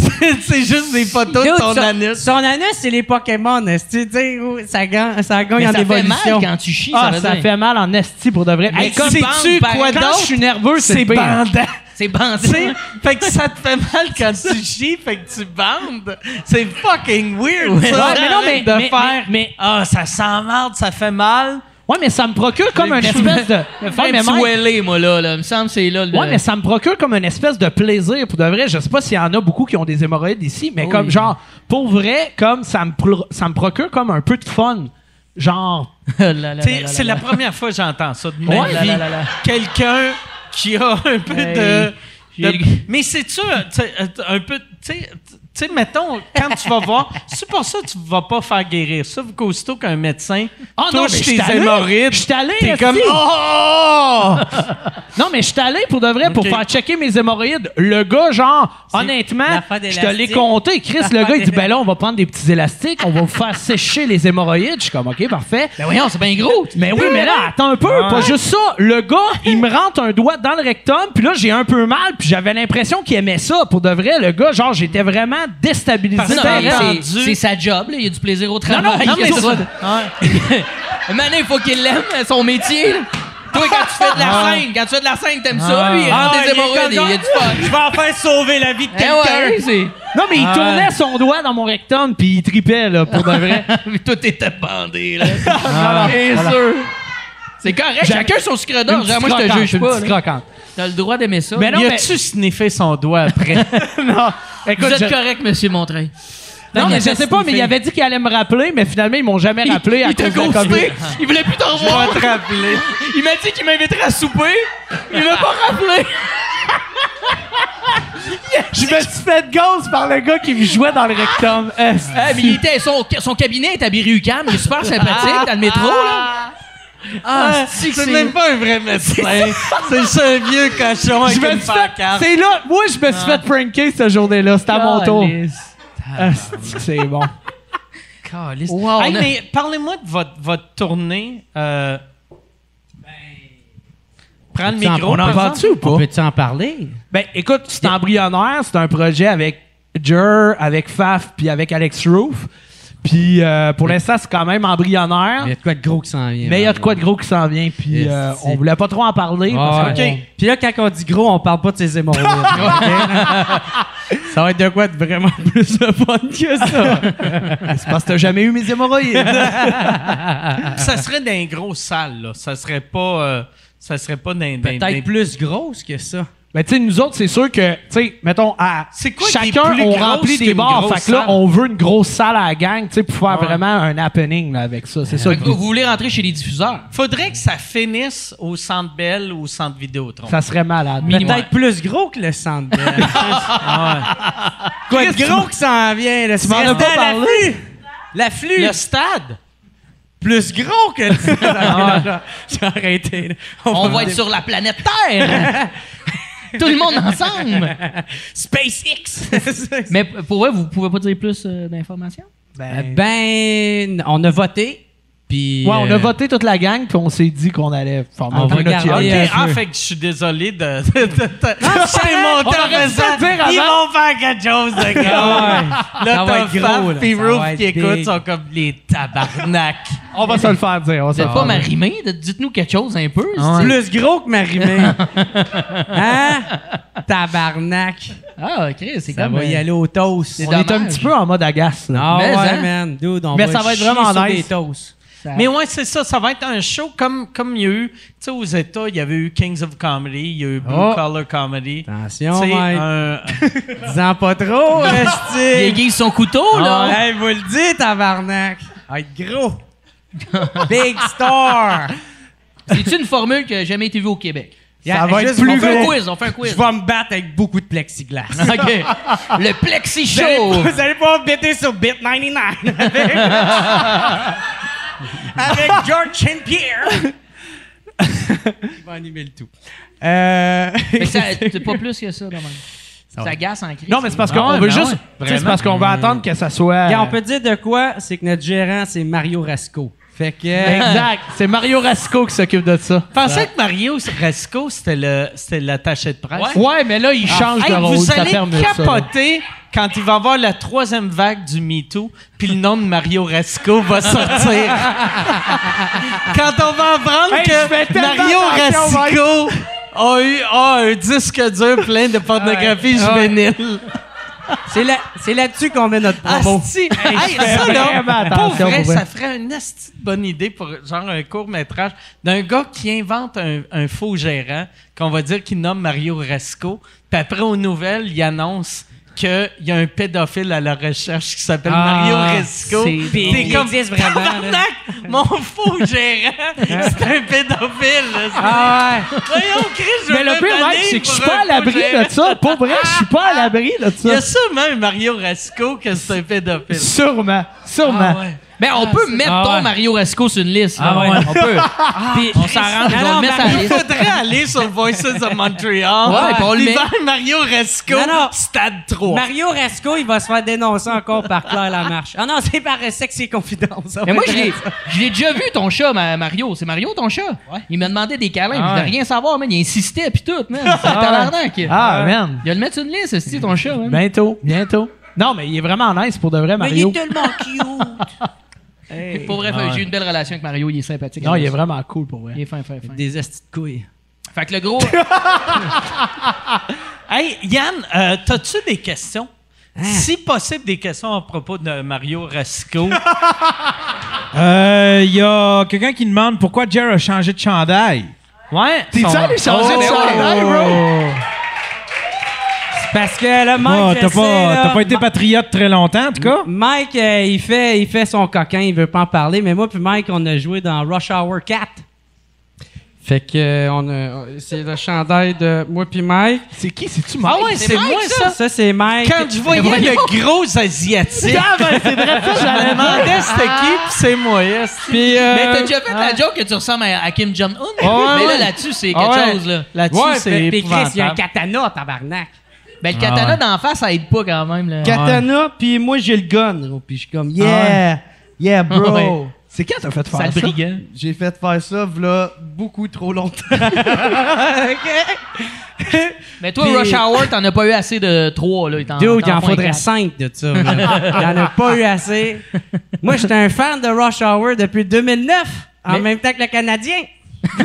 S4: (laughs) c'est juste des photos
S8: Dude,
S4: de ton
S8: son-
S4: anus.
S8: Son anus, c'est les Pokémon. esti, Tu sais, où ça gagne, ça gagne
S6: Mais
S8: en
S6: ça fait mal
S8: évolution.
S6: quand tu chies,
S5: Ah,
S6: ça veut
S5: ça
S6: dire.
S5: fait mal en esti pour de vrai. Mais
S6: comme
S5: sais-tu
S6: bande,
S5: quoi
S6: par-
S5: d'autre?
S6: quand
S5: je suis nerveux, c'est
S4: C'est
S5: pire.
S4: bandant.
S6: C'est bandé.
S4: Tu sais, fait que ça te fait mal quand tu chies, fait que tu bandes. C'est fucking weird, ça.
S7: Ouais, mais non, mais-
S4: de
S7: mais-
S4: faire.
S7: mais-
S4: Ah, ça sent marde, ça fait mal.
S7: Ouais, mais ça me procure comme un espèce de.
S6: Faire
S7: Ouais,
S6: un
S7: mais
S6: petit
S7: Mike,
S6: wellé, moi, là, là. Il me semble que c'est là le.
S7: Ouais, mais ça me procure comme une espèce de plaisir, pour de vrai. Je sais pas s'il y en a beaucoup qui ont des hémorroïdes ici, mais comme, genre, pour vrai, comme, ça me, pro- ça me procure comme un peu de fun. Genre,
S6: Là, là, là,
S4: C'est
S6: là,
S4: c'est (laughs)
S6: là.
S4: la première fois que j'entends ça de ma
S6: Ouais, là,
S4: vie.
S6: là, là, là.
S4: Quelqu'un qui a un peu
S6: Hey,
S4: de...
S6: j'ai
S4: de-
S6: le-
S4: Mais c'est-tu un tu sais, euh, un peu... Tu sais- tu sais, mettons, quand tu
S7: (laughs)
S4: vas voir... C'est pour ça que tu vas pas faire guérir ça, vu qu'aussitôt qu'un médecin
S7: Ah non, mais
S4: touche
S7: je suis
S4: tes
S7: allé,
S4: hémorroïdes,
S7: je suis allé,
S4: t'es
S7: esti.
S4: comme... Oh!
S7: (laughs) non, mais je suis allé pour de vrai pour
S4: Ok.
S7: faire checker mes hémorroïdes. Le gars, genre, honnêtement,
S9: l'affaire
S7: je te l'ai
S9: d'élastique.
S7: compté. Chris, le
S9: L'affaire
S7: gars, il dit,
S9: d'élastique.
S7: ben là, on va prendre des petits élastiques, on va vous faire sécher les hémorroïdes. Je suis comme, OK, parfait.
S6: Ben voyons, c'est bien gros.
S7: Mais oui, mais là, attends un peu, pas juste ça. Le gars,
S4: (laughs)
S7: il me rentre un doigt dans le rectum, puis là, j'ai un peu mal, puis j'avais l'impression qu'il aimait ça. Pour de vrai, le gars, genre, j'étais vraiment déstabilisé.
S6: Non,
S7: par
S6: mais
S7: elle.
S6: c'est- C'est sa job, là. Il y a du plaisir au travail.
S4: Ah,
S7: non, non, mais
S6: Qu'est-ce
S7: ça-
S6: que Ouais. Mané, il faut qu'il l'aime, son métier. là. Toi, quand tu fais de la scène, quand tu fais de la scène, t'aimes ça, lui. Il
S9: Ah,
S6: rentre
S9: il
S6: des
S9: est
S6: hémorroïdes, il
S9: content.
S6: y a du
S4: (laughs)
S6: fun.
S9: Je vais enfin sauver la vie de
S6: Eh ouais, c'est...
S7: Non, mais il
S4: Ah,
S7: tournait son doigt dans mon rectum, puis il tripait, là, pour de vrai.
S6: Mais Tout était bandé, là. Bien sûr. C'est correct. Chacun son sucre d'or. Genre, Moi, je te juge pas. là. T'as le droit d'aimer ça.
S7: Mais Ben non,
S4: Y
S7: mais...
S4: a-tu sniffé son
S7: (laughs)
S4: doigt après?
S6: Vous
S7: Écoute,
S6: êtes
S7: je-
S6: correct, monsieur Montrain.
S7: Non, mais je
S6: T'inquiète,
S7: sais pas, mais il avait dit qu'il allait me rappeler, mais finalement, ils m'ont jamais rappelé à
S6: Il t'a
S7: cause de la COVID.
S6: ghosté. Ah, Il voulait plus t'en revoir.
S4: te rappeler.
S6: Il m'a dit qu'il m'inviterait à souper. Il m'a pas rappelé.
S7: (laughs) Je me suis fait ghost par le gars qui me jouait dans le rectum. Est-ce-
S6: Ah, mais il était, son, son cabinet est à Birucam, il est super sympathique dans le métro, là. Ah, c'est
S4: C'est même pas un vrai médecin. C'est juste un vieux cochon
S7: Je
S4: avec
S7: me
S4: une
S7: suis fait-
S4: pancarte. Ah.
S7: C'est là, moi, je me suis fait pranker cette journée-là. C'était à mon tour. Ah, c'est- C'est bon.
S6: Wow,
S4: Hey,
S6: on a-
S4: mais parlez-moi de votre, votre tournée. euh,
S7: Ben,
S4: Prends le micro. par exemple.
S7: ou pas?
S5: On peut-tu en parler?
S7: Ben, écoute, c'est embryonnaire. C'est un projet avec Jer, avec Faf, puis avec Alex Roof. Puis euh, pour l'instant, c'est quand même embryonnaire.
S5: Il y a de quoi de gros qui s'en vient.
S7: Mais il y a de
S5: man.
S7: quoi de gros qui s'en vient, puis
S5: Yes,
S7: euh,
S5: c'est-
S7: on voulait pas trop en parler. parce
S5: Ah,
S7: que-
S5: ouais. Puis là, quand on dit gros, on parle pas de ses hémorroïdes.
S7: (laughs)
S5: ok? ça va être de quoi de vraiment (laughs) plus de fun que ça.
S7: (laughs) C'est parce que t'as jamais eu mes hémorroïdes.
S4: Ça serait dans une grosse salle, là. Ça serait pas... euh, ça serait pas dans... dans- dans-
S5: Peut-être plus grosse que ça.
S7: Mais tu sais, nous autres, c'est sûr que, tu sais, mettons, à
S4: C'est quoi qui est
S7: chacun,
S4: plus
S7: on
S4: grosse
S7: remplit des
S4: qu'une
S7: bars.
S4: grosse
S7: Fait que là,
S4: salle?
S7: on veut une grosse salle à la gang, tu sais, pour faire vraiment un happening là, avec ça. C'est ça.
S6: Fait que vous, vous voulez rentrer chez les diffuseurs?
S4: Faudrait que ça finisse au Centre Bell ou au Centre Vidéotron.
S7: Ça serait malade.
S5: Peut-être plus gros que le centre. Bell.
S7: (laughs)
S5: Quoi de
S7: Chris,
S5: gros qui s'en vient? Là, tu m'en
S7: as pas parlé.
S5: L'afflux.
S4: Le stade?
S5: Plus gros que le
S4: Ah.
S5: centre. (laughs) J'ai arrêté. là.
S6: On va être sur la planète Terre!
S7: (laughs)
S6: Tout le monde ensemble!
S5: SpaceX.
S6: Mais pour vrai, vous pouvez pas dire plus euh, d'informations?
S7: Ben,
S5: ben, on a voté. Puis,
S7: (laughs) ouais, on a
S5: euh,
S7: voté toute la gang, puis on s'est dit qu'on allait former
S5: On
S7: un
S5: va
S7: petit
S5: regarder.
S7: hockey.
S5: Et
S4: OK,
S5: un
S4: ah,
S5: jeu.
S4: fait que je suis désolé de... de- de-
S5: Ah,
S4: de-
S5: c'est mon
S4: On aurait dû te dire
S5: Ils
S4: avant.
S5: vont faire quelque chose de (laughs) gros.
S4: Là,
S5: Ah Ça va
S4: t'as
S5: être gros,
S4: Fab
S5: là.
S4: pis
S5: Ça
S4: Roof
S5: va être
S4: qui écoutent
S5: big.
S4: sont comme les tabarnak.
S5: (laughs)
S7: On va se le faire dire. On va Ah,
S6: Vous
S7: se le
S6: êtes pas
S7: faire dire.
S6: marimé? Dites-nous quelque chose un peu. c'est-
S5: Plus gros que Marimé. hein? Tabarnak.
S6: Ah, Chris, c'est
S5: Ça
S6: comme...
S5: va y
S6: euh,
S5: aller au toast.
S6: c'est
S7: On est un
S6: dommage.
S7: petit peu en mode agace. Là.
S5: Ah
S6: Mais,
S5: ouais,
S6: hein?
S5: man. Dude, on
S7: Mais
S5: va
S7: ça va être
S5: chier
S7: vraiment
S5: sur
S7: nice.
S5: des toasts.
S4: Mais ouais, c'est ça. Ça va être un show comme, comme il y a eu, tu sais, aux États, il y avait eu Kings of Comedy, il y a eu Blue
S5: Oh.
S4: Collar Comedy. Tu
S5: Attention,
S4: sais,
S5: Mike.
S4: un-
S5: Dis-en pas trop,
S6: Il
S5: esti.
S6: aiguise son couteau,
S7: Ah,
S6: là!
S5: Hey, vous le dites, tabarnak. Ah, gros. Big star.
S6: C'est une formule qui a jamais été vue au Québec.
S5: Yeah,
S7: va être
S5: juste,
S7: plus
S5: on
S6: On fait
S5: fait
S6: un
S5: un
S6: quiz, on fait un
S5: quiz.
S6: quiz.
S5: Je vais me battre avec beaucoup de plexiglas.
S6: (laughs) OK. Le plexi
S5: Vous allez
S6: show!
S5: pas- vous allez pas me bêter sur Bit 99 avec, avec George St. Pierre. Il va animer le tout. (laughs) Euh,
S6: (laughs) Mais ça, c'est pas plus que ça, là, même. Ça, gasse en crise.
S7: Non, mais c'est parce
S4: Ah
S7: qu'on
S4: ouais,
S7: veut
S4: ben
S7: juste.
S4: ouais,
S7: tu sais, C'est parce qu'on veut attendre que ça soit.
S5: Regarde, on peut dire de quoi, c'est que notre gérant, c'est Mario Rasco. Fait que...
S7: Exact. C'est Mario Rasco qui s'occupe de ça.
S4: Je pensais que Mario Rasco, c'était le- c'était l'attaché de presse.
S7: Ouais, mais là, il change
S4: Hey,
S7: de rôle.
S4: vous
S7: ça
S4: allez
S7: permet ça, là.
S4: capoter quand il va y avoir la troisième vague du MeToo, puis le nom de Mario Rasco
S7: (laughs)
S4: va sortir. quand on va apprendre
S7: Hey, je fais
S4: que
S7: tellement
S4: Mario
S7: attention,
S4: Rasco a eu ah, un disque dur plein de pornographie juvénile.
S5: C'est là- c'est là-dessus qu'on met notre promo.
S4: Asti. Hey, ça, là, pour vrai, ça ferait une asti de bonne idée pour genre un court-métrage d'un gars qui invente un, un faux gérant, qu'on va dire qu'il nomme Mario Resco, puis après aux nouvelles, il annonce qu'il y a un pédophile à la recherche qui s'appelle
S5: Ah,
S4: Mario Resco.
S5: Puis
S4: T'es
S5: il
S4: comme...
S5: existe vraiment, là.
S4: Tabarnak! Mon faux gérant, c'est un pédophile. là.
S5: Ah ouais.
S7: (laughs)
S4: Voyons, Chris, je
S7: Mais
S4: vais
S7: le pire, Mike,
S4: me donner
S7: c'est que je suis
S4: pour
S7: pas à
S4: un
S7: l'abri
S4: faux gérant.
S7: de ça. Pour vrai, je suis pas à l'abri de
S4: Il y a
S7: ça.
S4: sûrement un Mario Resco que c'est un pédophile.
S3: (laughs)
S7: Sûrement,
S4: Ah
S7: sûrement.
S4: ouais.
S6: Ben, on peut mettre
S10: Ah
S6: ton
S10: ouais.
S6: Mario Esco sur une liste. là.
S10: Ah ouais.
S6: On peut. on s'arrange, on va le
S5: non,
S6: mettre sur la
S4: (laughs)
S5: Mario-
S6: liste.
S4: faudrait aller sur Voices of Montreal.
S6: Ouais, puis on le
S4: puis
S6: met.
S4: faire Mario Resco,
S5: Non, non.
S4: Stade 3.
S5: Mario Rasco, il va se faire dénoncer encore par Claire Lamarche. Ah non, c'est par euh, Sexe et Confidence.
S6: Mais moi, je l'ai- je l'ai déjà vu, ton chat, ma- Mario. C'est Mario, ton chat? Il me demandait des câlins, il voulait rien savoir, man. Il insistait, puis tout, man. C'est un tabarnak.
S7: Ah, man.
S6: Il va le mettre sur une liste, c'est ton chat, man.
S7: Bientôt, bientôt. Non, mais il est vraiment nice pour de vrai, Mario.
S5: tellement cute.
S6: Pour vrai, j'ai eu une belle relation avec Mario, il est sympathique.
S7: Non, il est vraiment cool pour vrai.
S6: Il est fin, fin, fin.
S5: Des astis de couilles.
S6: Fait que le gros.
S4: Hey, Yann, euh, t'as-tu des questions? Si possible, des questions à propos de Mario
S7: (laughs)
S4: Resco.
S3: Euh, Il y a quelqu'un qui demande pourquoi Jer a changé de chandail.
S10: Ouais.
S7: T'es-tu allé changer de chandail, bro?
S5: C'est parce que le
S3: Ah,
S5: Mike,
S3: Oh. T'as
S5: je sais,
S3: pas,
S5: là,
S3: t'as pas été patriote très longtemps, en tout
S6: Hein?
S3: cas?
S5: Mike, euh, il, fait, il fait son coquin, il veut pas en parler, mais moi puis Mike, on a joué dans Rush Hour 4. Fait que euh, on a- c'est le chandail de moi puis Mike.
S7: C'est qui? C'est-tu
S5: Ah
S7: Mike?
S5: ouais, c'est
S6: Mike,
S5: moi
S6: ça?
S5: ça. Ça c'est Mike.
S4: Quand je voyais le gros Asiatique,
S7: Ah, ben, c'est vrai, ça,
S4: je
S7: j'allais Ah.
S4: me demandais c'était qui, puis c'est moi. est-ce que-
S5: Puis, euh,
S6: Mais t'as déjà fait la joke que tu ressembles à, à Kim Jong-un? mais là, là-dessus, c'est quelque
S10: ouais.
S6: chose, là.
S10: Là-dessus,
S5: Ah ouais,
S10: c'est
S5: puis Chris, il y a un
S10: épouvantable.
S5: katana, tabarnak.
S6: Ben, le
S5: Ah
S6: katana d'en face, ça aide pas quand même, là.
S10: Katana, puis moi, j'ai le gun. gros, Puis je suis
S7: Ah
S10: comme, yeah, yeah, bro.
S6: Ouais.
S7: C'est quand t'as fait faire
S6: Ça
S7: ça?
S6: le briguait.
S10: J'ai fait faire ça, v'là, beaucoup trop longtemps.
S6: Mais toi,
S5: Puis-
S6: Rush Hour, t'en as pas eu assez de trois, là. t'en-
S5: Dude, il
S6: t'en
S5: en
S6: fais un
S5: faudrait
S6: quatre.
S5: 5 de ça. là. Il
S7: (laughs)
S5: en a pas eu assez. Moi, j'étais un fan de Rush Hour depuis 2009, en
S6: Mais-
S5: même temps que le Canadien. Je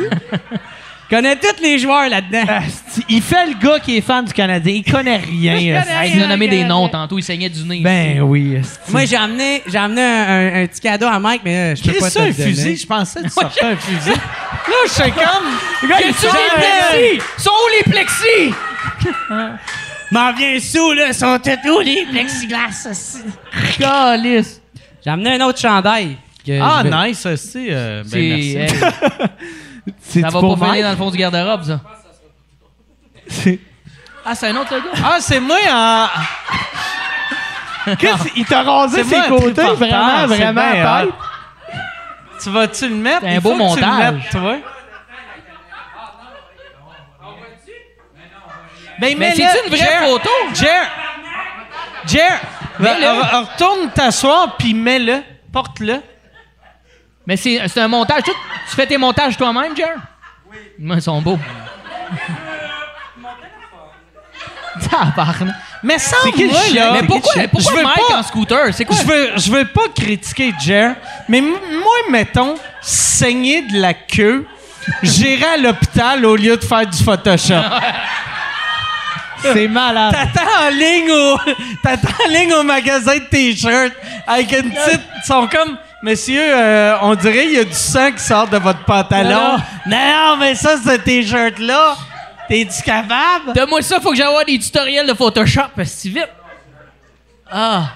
S5: Connais tous les joueurs là-dedans.
S7: Asti, Ah, Il fait le gars qui est fan du Canadien. Il connaît rien. asti.
S6: Hey, il a nommé des noms tantôt, il saignait du nez.
S7: Ben oui. asti.
S5: Moi, j'ai amené, j'ai amené un, un- un petit cadeau à Mike, mais euh, je peux
S4: Chris,
S5: pas te
S4: ça,
S5: le
S4: un
S5: donner.
S4: fusil, je pensais que tu sortais un fusil. Là, je suis comme...
S6: Qu'est-ce que les plexis? Sont où les plexis?
S5: M'en viens sous, là, sont tous où les plexiglas, aussi.
S6: Calice.
S5: J'ai amené un autre chandail. que
S4: Ah,
S5: je vais-
S4: nice, aussi. euh, ben, merci.
S6: C'est- hey,
S7: C'est
S6: ça va pas finir dans le fond du garde-robe, ça. Ah, c'est un autre le gars.
S4: Ah, c'est moi en... Ah.
S7: Qu'est-ce il t'a rasé
S4: C'est
S7: ses
S4: moi, un
S7: côtés
S4: triporteur,
S7: vraiment,
S4: c'est
S7: vraiment
S4: bien
S7: à
S4: hot. Tu vas-tu le mettre?
S6: C'est un
S4: Il
S6: beau
S4: faut que tu le
S6: montage.
S4: mettes, toi. Mais,
S6: Mais
S4: Ben, mets-le,
S6: c'est une vraie
S4: Jer.
S6: photo.
S4: Jer! Jer!
S6: Mets-le.
S4: re- re- Retourne t'asseoir, puis mets-le. Porte-le.
S6: Mais c'est c'est un montage. Tout- Tu fais tes montages toi-même, Jer? Oui. Ils sont beaux. Tabarnak.
S4: Mais sans moi,
S6: Moi,
S4: là...
S6: Mais pourquoi, pourquoi
S4: je veux
S6: Mike
S4: pas-
S6: en scooter? C'est quoi?
S4: Je veux, je veux pas critiquer Jer, mais m- moi, mettons, saigner de la queue, j'irai à l'hôpital au lieu de faire du Photoshop.
S7: C'est malade.
S4: T'attends en ligne au, (laughs) t'attends en ligne au magasin de t-shirts avec une petite, ils sont comme, monsieur, euh, on dirait qu'il y a du sang qui sort de votre pantalon. Non, non, mais ça, ce t-shirt-là, t'es-tu capable?
S6: Donne-moi ça, faut que j'aille voir des tutoriels de Photoshop, si vite. Ah.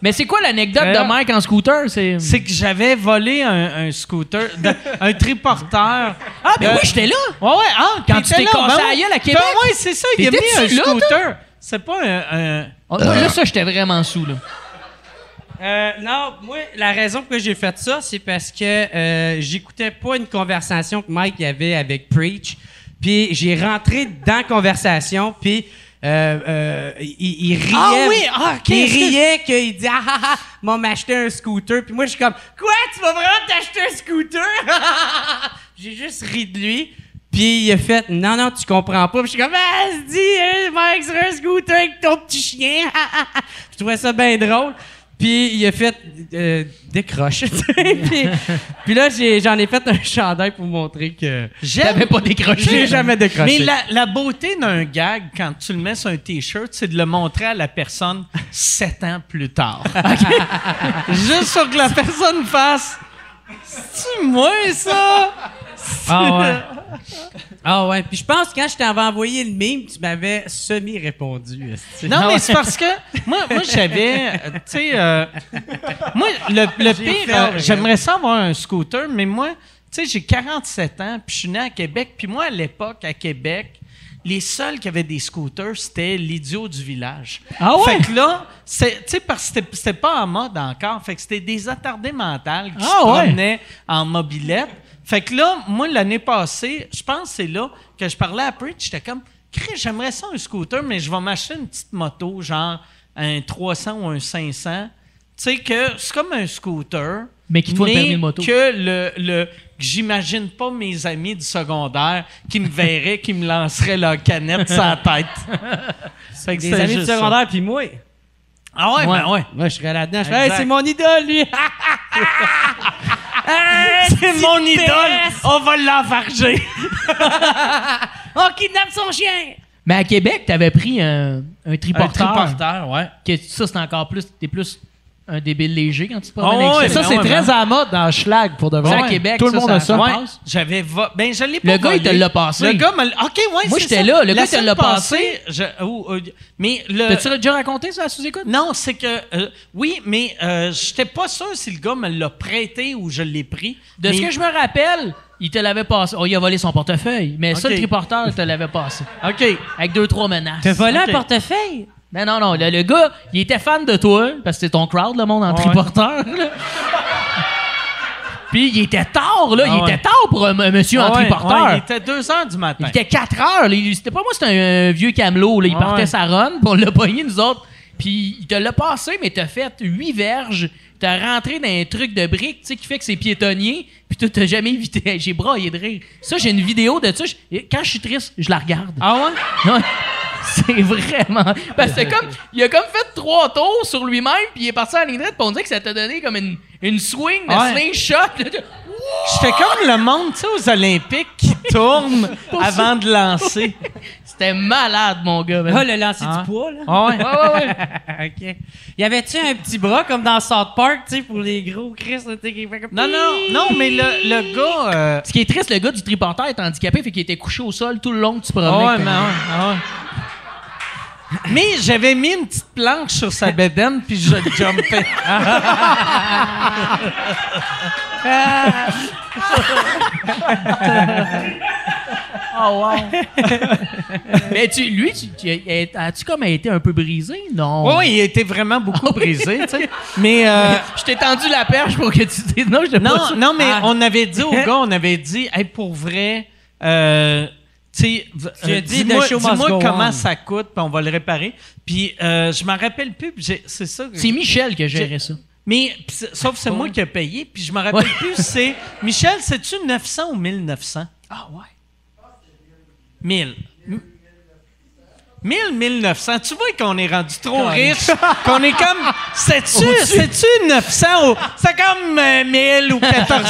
S6: Mais c'est quoi l'anecdote de Mike en scooter? C'est.
S4: C'est que j'avais volé un, un scooter,
S6: (laughs)
S4: de- un triporteur.
S6: Ah, mais
S4: Euh,
S6: oui, j'étais là!
S4: Ouais, ouais, hein?
S6: Quand tu
S4: t'étais
S6: t'es
S4: là, ben
S6: cassé la
S4: oui.
S6: gueule à
S4: Ben
S6: Québec?
S4: ouais, c'est ça, il a mis un
S6: T'étais-tu là, toi?
S4: scooter. C'est pas un. un-
S6: Oh, Là, ça, j'étais vraiment sous, là.
S5: Euh, non, moi, la raison pourquoi j'ai fait ça, c'est parce que euh, j'écoutais pas une conversation que Mike avait avec Preach. Puis j'ai rentré dans la conversation, puis euh, euh, il, il riait.
S4: Ah oui, ah, ok,
S5: Il
S4: excuse.
S5: riait qu'il dit Ah ah ah, m'a m'acheté un scooter. Puis moi, je suis comme Quoi, tu vas vraiment t'acheter un scooter (laughs) J'ai juste ri de lui. Puis il a fait Non, non, tu comprends pas. Puis je suis comme (laughs) Vas-y, hein, Mike, sur un scooter avec ton petit chien. je trouvais ça bien drôle.
S9: Puis il a fait euh,
S5: (laughs)
S9: décroche. tu sais. puis, puis là, j'ai- j'en ai, fait un chandail pour montrer que
S6: (laughs) T'avais pas
S9: j'ai
S6: décroché.
S9: jamais décroché.
S4: Mais la, la beauté d'un gag, quand tu le mets sur un T-shirt, c'est de le montrer à la personne sept ans plus
S9: (laughs)
S4: tard. Juste sur que la personne fasse « C'est-tu moi, ça?
S9: Ah ouais. Ah ouais. Puis je pense que quand je t'avais envoyé le mime, tu m'avais semi-répondu. esti. »
S4: Non, mais c'est parce que moi, moi j'avais... euh, Tu sais, euh, moi, le, le pire, euh, j'aimerais ça avoir un scooter, mais moi, tu sais, j'ai 47 ans, puis je suis né à Québec. Puis moi, à l'époque, à Québec, les seuls qui avaient des scooters, c'était l'idiot du village.
S9: Ah ouais?
S4: Fait que là, c'est- tu sais, parce que c'était- c'était pas en mode encore. Fait que c'était des attardés mentales qui
S9: Ah
S4: se
S9: ouais?
S4: promenaient en mobilette. Fait que là, moi, l'année passée, je pense que c'est là que je parlais à Preach. J'étais comme, Chris, j'aimerais ça un scooter, mais je vais m'acheter une petite moto, genre un 300 ou un 500. Tu sais, que c'est comme un scooter.
S6: Mais qu'il te faut le permis de moto.
S4: Que le, le, que j'imagine pas mes amis du secondaire qui me verraient, qui me lanceraient leur canette sur la
S6: (laughs)
S4: tête. Fait que
S9: Des
S4: c'était
S9: amis du
S4: juste ça.
S9: secondaire, puis moi.
S4: Ah ouais, ben ouais.
S9: Moi, je serais là-dedans. Je fais, hey,
S4: Exact.
S9: c'est mon idole, lui. (laughs)
S4: C'est mon idole. On va
S9: (laughs)
S4: l'enfarger.
S9: On kidnappe son chien.
S6: Mais à Québec, t'avais pris un, un triporteur.
S4: ouais.
S6: que ça, c'est encore plus. T'es plus un débile léger quand tu te
S4: Oh,
S6: promènes avec
S4: ouais,
S6: ça.
S4: mais
S7: Ça, c'est
S4: ouais,
S7: très
S4: man.
S7: à la mode dans Schlag pour de vrai.
S6: Ça, à Québec,
S7: Tout le
S6: ça,
S7: monde
S6: ça-
S7: a ça.
S6: ouais.
S7: passe.
S4: J'avais va- ben je l'ai pas
S6: Le gars, il te
S4: volé.
S6: l'a passé.
S4: Le gars me l- OK, ouais,
S6: Moi,
S4: c'est
S6: j'étais
S4: ça.
S6: là. Le
S4: La
S6: gars, il te
S4: semaine
S6: l'a
S4: passée, je- oh, oh, mais le
S6: T'as-tu déjà raconté ça à sous-écoute?
S4: Non, c'est que euh, oui, mais euh, j'étais pas sûr si le gars me l'a prêté ou je l'ai pris.
S6: De ce
S4: Mais-
S6: que je me rappelle, il te l'avait passé. Oh, il a volé son portefeuille. Mais ça,
S4: Ok.
S6: le triporteur, il te l'avait passé.
S4: OK.
S6: Avec deux, trois menaces.
S9: T'as volé
S4: Ok.
S9: un portefeuille?
S6: Non, non, non. Le, le gars, il était fan de toi, parce que c'est ton crowd, le monde en triporteur. là. Puis il était tard, là. il
S4: Ah ouais. Ah
S6: était tard pour un m- monsieur en
S4: Ouais,
S6: triporteur.
S4: ouais, il était 2 heures du
S6: il
S4: matin.
S6: était 4 heures. là. Il- C'était pas moi, c'était un, un vieux camelot. Là. Il
S4: Ah
S6: partait
S4: ouais.
S6: sa run, puis on l'a pogné, nous autres. Puis il te l'a passé, mais t'as fait huit verges. T'as rentré dans un truc de briques, tu sais, qui fait que c'est piétonnier. Puis toi, t'as jamais évité. (laughs) J'ai braillé de rire. Ça, j'ai une vidéo de ça. Je- Quand je suis triste, je la regarde.
S9: Ah ouais?
S6: Ouais. (laughs) C'est vraiment. Parce que comme. Il a comme fait trois tours sur lui-même, puis il est parti en ligne droite, puis on dirait que ça t'a donné comme une, une swing, de
S4: Ouais.
S6: slingshot. (laughs) puis là, t'as-
S4: J'étais comme le monde, tu sais, aux Olympiques
S9: (laughs)
S4: qui tourne avant de lancer.
S6: C'était malade, mon gars. man.
S9: Ah, le lancer
S4: Ah.
S9: du poids, là.
S4: Ah ouais.
S6: Ouais, ouais, ouais.
S9: (laughs) OK. Y avait-tu un petit bras comme dans South Park, tu sais, pour les gros Chris, là, tu sais, qui fait comme-
S4: Non, non, non, mais le, le gars. euh,
S6: Ce qui est triste, le gars du triporteur est handicapé, fait qu'il était couché au sol tout le long que tu promenais.
S4: Ah ouais,
S6: avec
S4: mais,
S6: ta-
S4: ouais, ah ouais. Mais j'avais mis une petite planche sur sa bédaine, puis je jumpais.
S6: Mais tu, lui, tu, tu- est- as-tu comme été un peu brisé? Non.
S4: (laughs) Oui, il était vraiment beaucoup brisé, tu (laughs) sais. Mais. euh,
S6: Je t'ai tendu la perche pour que tu dises non, je t'ai
S4: (laughs)
S6: pas
S4: Non,
S6: sûr.
S4: non, mais
S6: Ah.
S4: on avait (laughs) dit au gars, on avait dit, hey, pour vrai, euh, tu sais, v-
S9: Tu as
S4: euh,
S9: dit,
S4: dis-moi
S9: the show must
S4: dis-moi
S9: go
S4: comment
S9: on.
S4: ça coûte, puis on va le réparer. Puis euh, je m'en rappelle plus, puis j'ai- c'est ça. que-
S6: C'est Michel qui a géré ça.
S4: Mais pis c'est- sauf que c'est moi qui ai payé, puis je m'en rappelle
S6: Ouais.
S4: plus. C'est Michel, c'est-tu 900 ou 1900
S6: Ah ouais.
S4: 1000. M- 1000, 1900. Tu vois qu'on est rendu trop riche, qu'on est comme. C'est-tu, c'est-tu 900 ou. C'est comme euh, 1000 ou
S6: (laughs)
S4: 14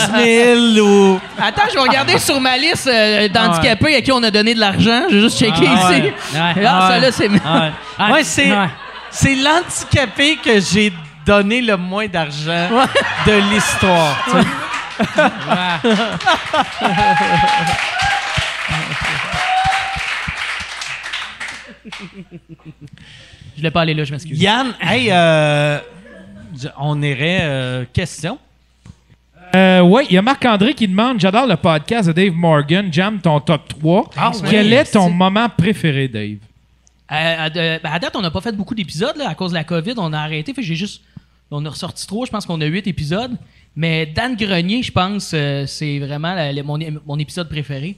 S4: 000 ou.
S6: Attends, je vais regarder sur ma liste euh, d'handicapés à qui on a donné de l'argent. Je vais juste checker
S4: Ah ouais.
S6: ici. Ah,
S9: Ouais,
S6: là,
S9: ouais.
S6: ça, là, c'est.
S4: Ouais, Ah.
S9: Ouais.
S4: Ouais, c'est,
S9: Ouais.
S4: c'est l'handicapé que j'ai donné le moins d'argent de l'histoire. tu sais.
S6: Je l'ai pas allé là, je m'excuse.
S4: Yann, hey, euh, je- on irait euh, question.
S5: Mm.
S3: Euh, oui, il y a Marc-André qui demande J'adore le podcast de Dave Morgan, Jam ton top 3.
S5: Ah,
S3: Quel
S6: oui,
S3: est ton
S6: c'est-
S3: moment préféré, Dave
S6: Euh, à, de- ben, à date, on n'a pas fait beaucoup d'épisodes là, à cause de la COVID. On a arrêté. Fait que j'ai juste. On a ressorti trois. Je pense qu'on a huit épisodes. Mais Dan Grenier, je pense, euh, c'est vraiment la- la- mon, mon épisode préféré.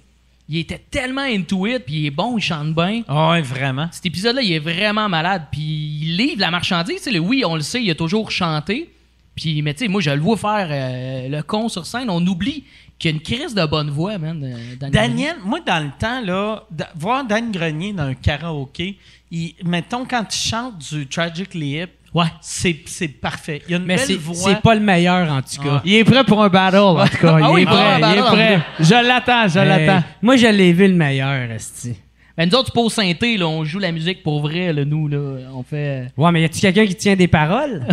S6: Il était tellement into it, puis il est bon, il chante bien.
S4: Ouais, vraiment.
S6: Cet épisode-là, il est vraiment malade. Puis il livre la marchandise. Tu sais, le oui, on le sait, il a toujours chanté. Puis, mais tu sais, moi, je le vois faire euh, le con sur scène. On oublie qu'il y a une crise de bonne voix, man. euh, Daniel.
S4: Daniel, moi, dans le temps, là, d- voir Dan Grenier dans un karaoké, il- mettons, quand il chante du Tragically Hip,
S5: Ouais.
S4: c'est c'est parfait. Il y a une
S5: Mais
S4: belle
S5: c'est
S4: voix.
S5: c'est pas le meilleur, en tout cas.
S7: Il est prêt pour un battle, en tout cas.
S6: Ah
S7: il
S6: oui,
S7: est
S6: pour un
S7: prêt, il
S6: battle,
S7: est
S6: en
S7: prêt. Je l'attends, je
S5: Hey,
S7: l'attends.
S5: Eh, Moi, je l'ai vu le meilleur, Esti.
S6: Ben, nous autres, c'est pas au synthé, là, on joue la musique pour vrai, là, nous, là. On fait. euh,
S5: Ouais, mais y a-tu quelqu'un qui tient des paroles?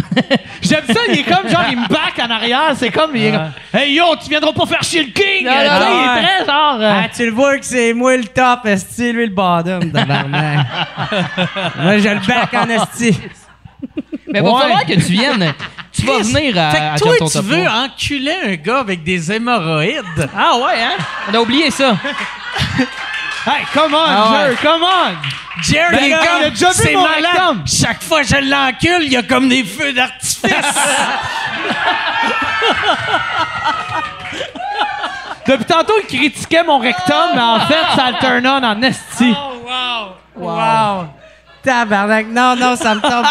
S7: J'aime ça, il est comme genre, il me back en arrière, c'est comme, il est comme, Hey yo, tu viendras pas faire chier le king!
S6: Non, non,
S7: Tu sais,
S5: non,
S7: il est
S5: (laughs) ouais.
S7: très genre. euh,
S5: Ah, tu le vois que c'est moi le top, Esti, lui le (laughs) bottom, tabarnak. moi, je le back en Esti.
S6: Mais va falloir que tu viennes. tu vas venir à.
S11: Fait
S6: à
S11: que toi,
S6: John Ton
S11: tu
S6: Top
S11: veux
S6: Four.
S11: enculer un gars avec des hémorroïdes.
S7: Ah ouais, hein?
S6: On a oublié ça.
S7: Hey, come on, Jer, come on!
S11: Jerry,
S7: Ben,
S11: il est
S7: il a
S11: comme,
S7: déjà vu
S11: c'est
S7: mon
S11: malade.
S7: rectum.
S11: Chaque fois que je l'encule, il y a comme des feux d'artifice.
S7: Depuis tantôt, il critiquait mon rectum, mais en fait, ça le turn on en esti.
S4: Ah,
S5: Wow. Tabarnak. Non, non, ça me tombe.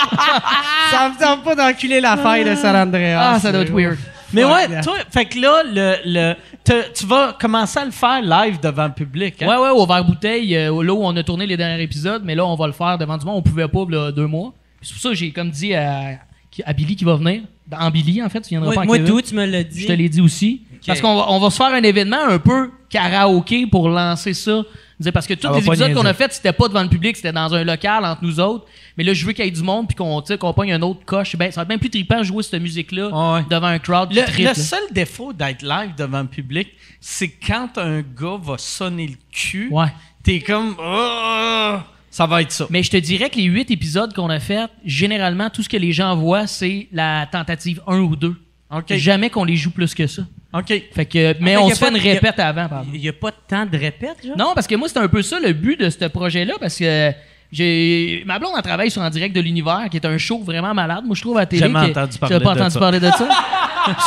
S5: ça me tombe pas d'enculer la faille de San Andreas.
S6: Ah, ça doit être weird.
S4: Mais ouais,
S5: bien.
S4: toi, fait que là, le, le- te- tu vas commencer à le faire live devant le public. hein?
S6: Ouais, ouais, au verre bouteille, euh, là où on a tourné les derniers épisodes, mais là, on va le faire devant du monde. On pouvait pas, là, deux mois. Puis C'est pour ça que j'ai comme dit à, à Billy qui va venir. En Billy, en fait, tu viendras pas
S5: Moi,
S6: en
S5: moi
S6: Kevin.
S5: d'où tu me l'as dit?
S6: Je te l'ai dit aussi. Parce qu'on va, on va se faire un événement un peu karaoké pour lancer ça. Je disais, Parce que tous
S7: va
S6: les
S7: pas
S6: épisodes qu'on
S7: niaiser.
S6: a fait, c'était pas devant le public, c'était dans un local entre nous autres. Mais là, je veux qu'il y ait du monde puis qu'on tu sais, qu'on pogne un autre coche. Ben, ça va être même plus trippant de jouer cette musique-là
S11: Ah Ouais.
S6: devant un crowd. qui
S11: Le,
S6: trippe,
S11: le
S6: là.
S11: seul défaut d'être live devant le public, c'est quand un gars va sonner le cul,
S6: Ouais.
S11: t'es comme
S4: oh,
S11: Ah, ça va être ça.
S6: Mais je te dirais que les huit épisodes qu'on a fait, généralement, tout ce que les gens voient, c'est la tentative 1 ou 2.
S11: Ok,
S6: Jamais qu'on les joue plus que ça.
S11: ok.
S6: Fait que, mais
S5: Ah, fait
S6: on
S5: y a
S6: se fait
S5: pas
S6: une
S5: de- y a-
S6: répète avant, pardon.
S5: Il n'y a pas de temps de répète, genre?
S6: Non, parce que moi, c'était un peu ça le but de ce projet-là, parce que j'ai. Ma blonde, elle travaille sur En direct de l'univers, qui est un show vraiment malade, moi, je trouve, à la télé.
S11: Jamais
S6: que-
S11: entendu
S6: tu
S11: parler
S6: as pas
S11: de
S6: entendu
S11: ça.
S6: parler de ça.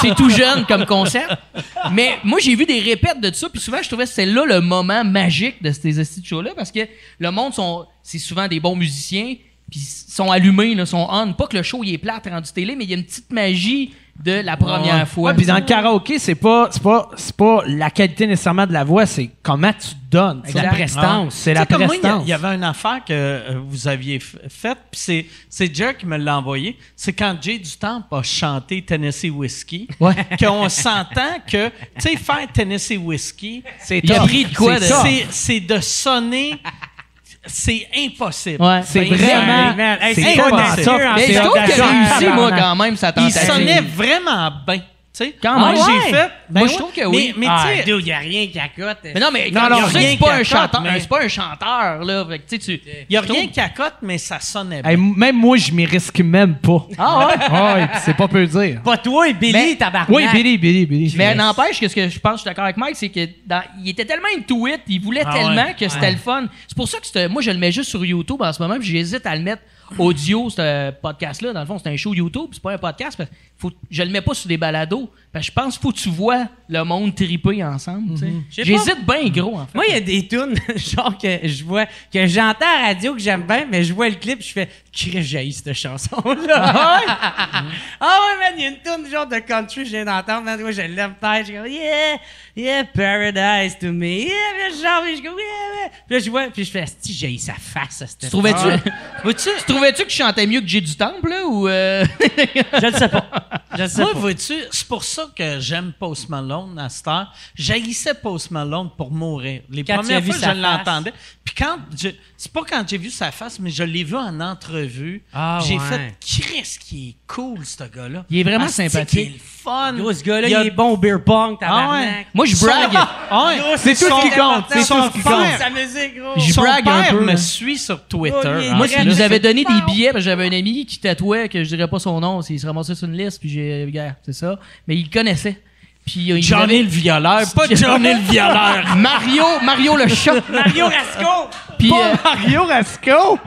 S6: c'est tout jeune comme concept. Mais moi, j'ai vu des répètes de ça, puis souvent, je trouvais que c'est là le moment magique de ces estis de show-là, parce que le monde, sont, c'est souvent des bons musiciens, puis sont allumés, là, sont on. Pas que le show, il est plate rendu télé, mais il y a une petite magie de la première fois.
S7: Ouais, puis dans le karaoké, c'est pas, c'est pas, c'est pas la qualité nécessairement de la voix, c'est comment tu te donnes. C'est la
S6: Exact.
S7: prestance. C'est la
S4: Ah. Tu sais, comme moi, il y a-
S7: prestance.
S4: il y, avait une affaire que euh, vous aviez f- faite, puis c'est, c'est Jerry qui me l'a envoyé. C'est quand Jay du Temple a chanté Tennessee Whiskey, qu'on s'entend que, tu sais, faire Tennessee Whiskey,
S7: C'est
S6: Il a
S7: tough.
S6: pris de quoi
S7: C'est
S6: de-
S7: tough.
S4: c'est, c'est de sonner, c'est impossible.
S6: Ouais.
S7: C'est
S4: Ben,
S7: vraiment.
S5: man. Hey,
S7: C'est
S5: c'est
S7: tellement
S4: audacieux,
S7: tough.
S5: hein,
S6: Mais
S7: C'est
S6: je trouve
S7: audacieux.
S6: qu'il a réussi, moi,
S7: Tabarnak.
S6: quand même, sa
S4: Il
S6: tentative.
S4: sonnait vraiment bien. tu sais.
S6: Quand
S4: Moi,
S6: même.
S4: j'ai fait. ben
S6: Moi, je
S4: ouais.
S6: trouve que oui.
S4: Mais, mais
S5: Ah,
S4: tu sais,
S5: dude, y a rien qui accote.
S6: Mais non, mais
S4: Non,
S6: comme
S4: non,
S6: je sais
S4: rien
S6: que c'est pas
S4: qui
S6: un
S4: accote,
S6: chanteur,
S4: mais-
S6: c'est pas un chanteur là, Fait que, tu sais tu
S4: il n'y a rien qui accote, mais ça sonnait bien.
S7: Hey, même moi, je m'y risque même pas. Ah (laughs) ouais? c'est pas peu dire.
S5: Pas toi et Billy,
S6: Mais-
S5: tabarnak.
S7: Oui, Billy, Billy, Billy.
S6: Mais n'empêche que ce que je pense, je suis d'accord avec Mike, c'est que dans- il était tellement into it, il voulait tellement que c'était le fun. C'est pour ça que c'était- moi je le mets juste sur YouTube en ce moment, puis j'hésite à le mettre audio ce podcast là. Dans le fond, c'est un show YouTube, c'est pas un podcast. Parce que faut, je le mets pas sur des balados. Parce que je pense faut que tu vois le monde triper ensemble. tu Mm-hmm.
S5: J'ai
S6: sais. J'hésite bien gros en fait.
S5: Moi, il y a des tunes, (laughs) genre, que je vois, que j'entends à la radio, que j'aime bien, mais je vois le clip, je fais, crée jaillit cette chanson-là. Ah ouais? (laughs) ah ouais, man, il y a une tune, genre, de country, je viens d'entendre, man, moi, je lève tête, je suis comme, yeah, yeah, paradise to me, yeah, puis là, genre, puis je go, yeah, yeah. Puis là, je vois, puis je fais, si jaillit sa face, à cette
S6: Tu trouvais-tu Ah
S5: Vois-tu?
S6: (laughs) tu trouvais-tu que je chantais mieux que J'ai du Temple là, ou euh,
S5: Je le sais pas. Je le sais
S4: Moi,
S5: pas.
S4: vois-tu, c'est pour ça que j'aime Post Malone à cette heure. J'haïssais Post Malone pour mourir. Les
S5: Quand tu as
S4: premières
S5: vu
S4: fois que
S5: sa
S4: je
S5: face.
S4: l'entendais. Puis quand je- c'est pas quand j'ai vu sa face, mais je l'ai vu en entrevue.
S5: Ah,
S4: j'ai
S5: ouais.
S4: fait Chris qui est cool, ce gars-là.
S6: Il est vraiment
S4: Asti,
S6: sympathique.
S4: qu'il est le fun.
S5: Gros, ce gars-là,
S4: Il
S5: il, Ah
S4: a- Ah,
S5: est bon au beer pong, tabarnak.
S6: Moi je brague.
S4: Ouais.
S7: C'est tout ce qui compte. C'est tout ce qui
S4: Son
S7: compte.
S4: père-
S5: Sa musique, gros.
S6: J'y
S4: Son
S6: brague un
S4: père
S6: peu,
S4: me
S6: là.
S4: suit sur Twitter.
S5: Oh, il est
S4: en
S6: Moi,
S4: fait.
S6: il
S5: là,
S6: nous
S5: c'est-
S6: avait donné des billets, parce que j'avais un ami qui tatouait, que je dirais pas son nom, s'il se ramassait sur une liste, puis j'ai, regarde, c'est ça. Mais il le connaissait. Puis euh, il
S4: Johnny
S6: nous
S4: le violeur, pas Johnny le violeur.
S6: avait- (laughs) Mario, Mario le chat.
S5: Mario Rasco!
S6: Puis euh,
S7: Mario Rasco!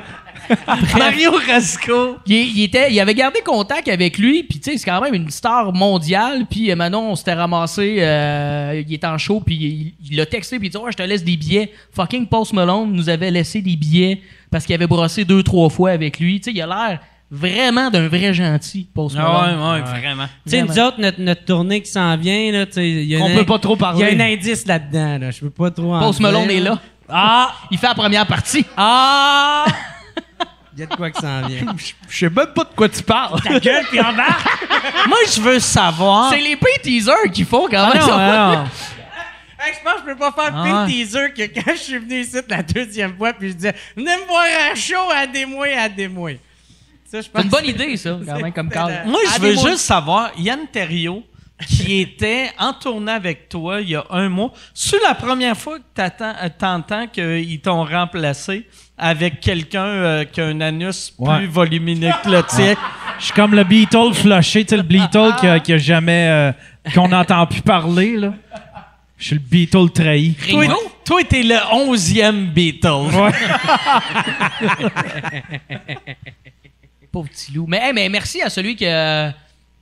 S4: Mario Rasco.
S6: il, il était, il avait gardé contact avec lui, puis tu sais, c'est quand même une star mondiale. Puis euh, Manon, on s'était ramassé, euh, il était en show, puis il- il l'a texté, puis il dit Ouais, je te laisse des billets. Fucking Post Malone nous avait laissé des billets parce qu'il avait brossé deux, trois fois avec lui. Tu sais, il a l'air vraiment d'un vrai gentil, Post
S12: Ah
S6: Malone.
S4: vraiment.
S5: Tu sais, nous autres, notre, notre tournée qui s'en vient, là, tu sais, il y a
S7: On
S5: un-
S7: peut pas trop
S5: Il y a
S7: parler.
S5: un indice là-dedans, là. Je peux pas trop en
S6: Post
S5: dire,
S6: Malone est là.
S5: Ah!
S6: Il fait la première partie.
S5: Ah!
S12: Il y a de quoi que ça en vient.
S5: Je sais même pas de quoi tu parles.
S12: Ta gueule, puis embarque! Moi, je veux savoir.
S6: C'est les pay teasers qu'il faut quand
S12: Ah
S6: même.
S12: Hey, je pense que je peux pas faire
S4: Ah
S12: pire
S4: ouais.
S12: teaser que quand je suis venu ici la deuxième fois, puis je disais Venez me voir à chaud, à démouer, à démouer. Ça, je pense
S6: C'est une bonne idée, ça, quand même, comme Carl.
S12: excellent.
S4: Moi,
S12: À
S4: je
S12: des
S4: veux
S12: mots-
S4: juste savoir, Yann Terriot, qui (laughs) était en tournée avec toi il y a un mois, c'est la première fois que t'attends- euh, t'entends qu'ils t'ont remplacé avec quelqu'un euh, qui a un anus
S3: Ouais.
S4: plus volumineux que le tien.
S3: Je suis comme le Beatle flushé, tu sais, le Beatle qui a, qui a jamais. euh, qu'on n'entend plus parler, là. Je suis le Beatle trahi.
S4: Toi, toi, t'es le onzième Beatles.
S6: Pauvre petit loup. Mais, hey, mais merci à celui qui, euh,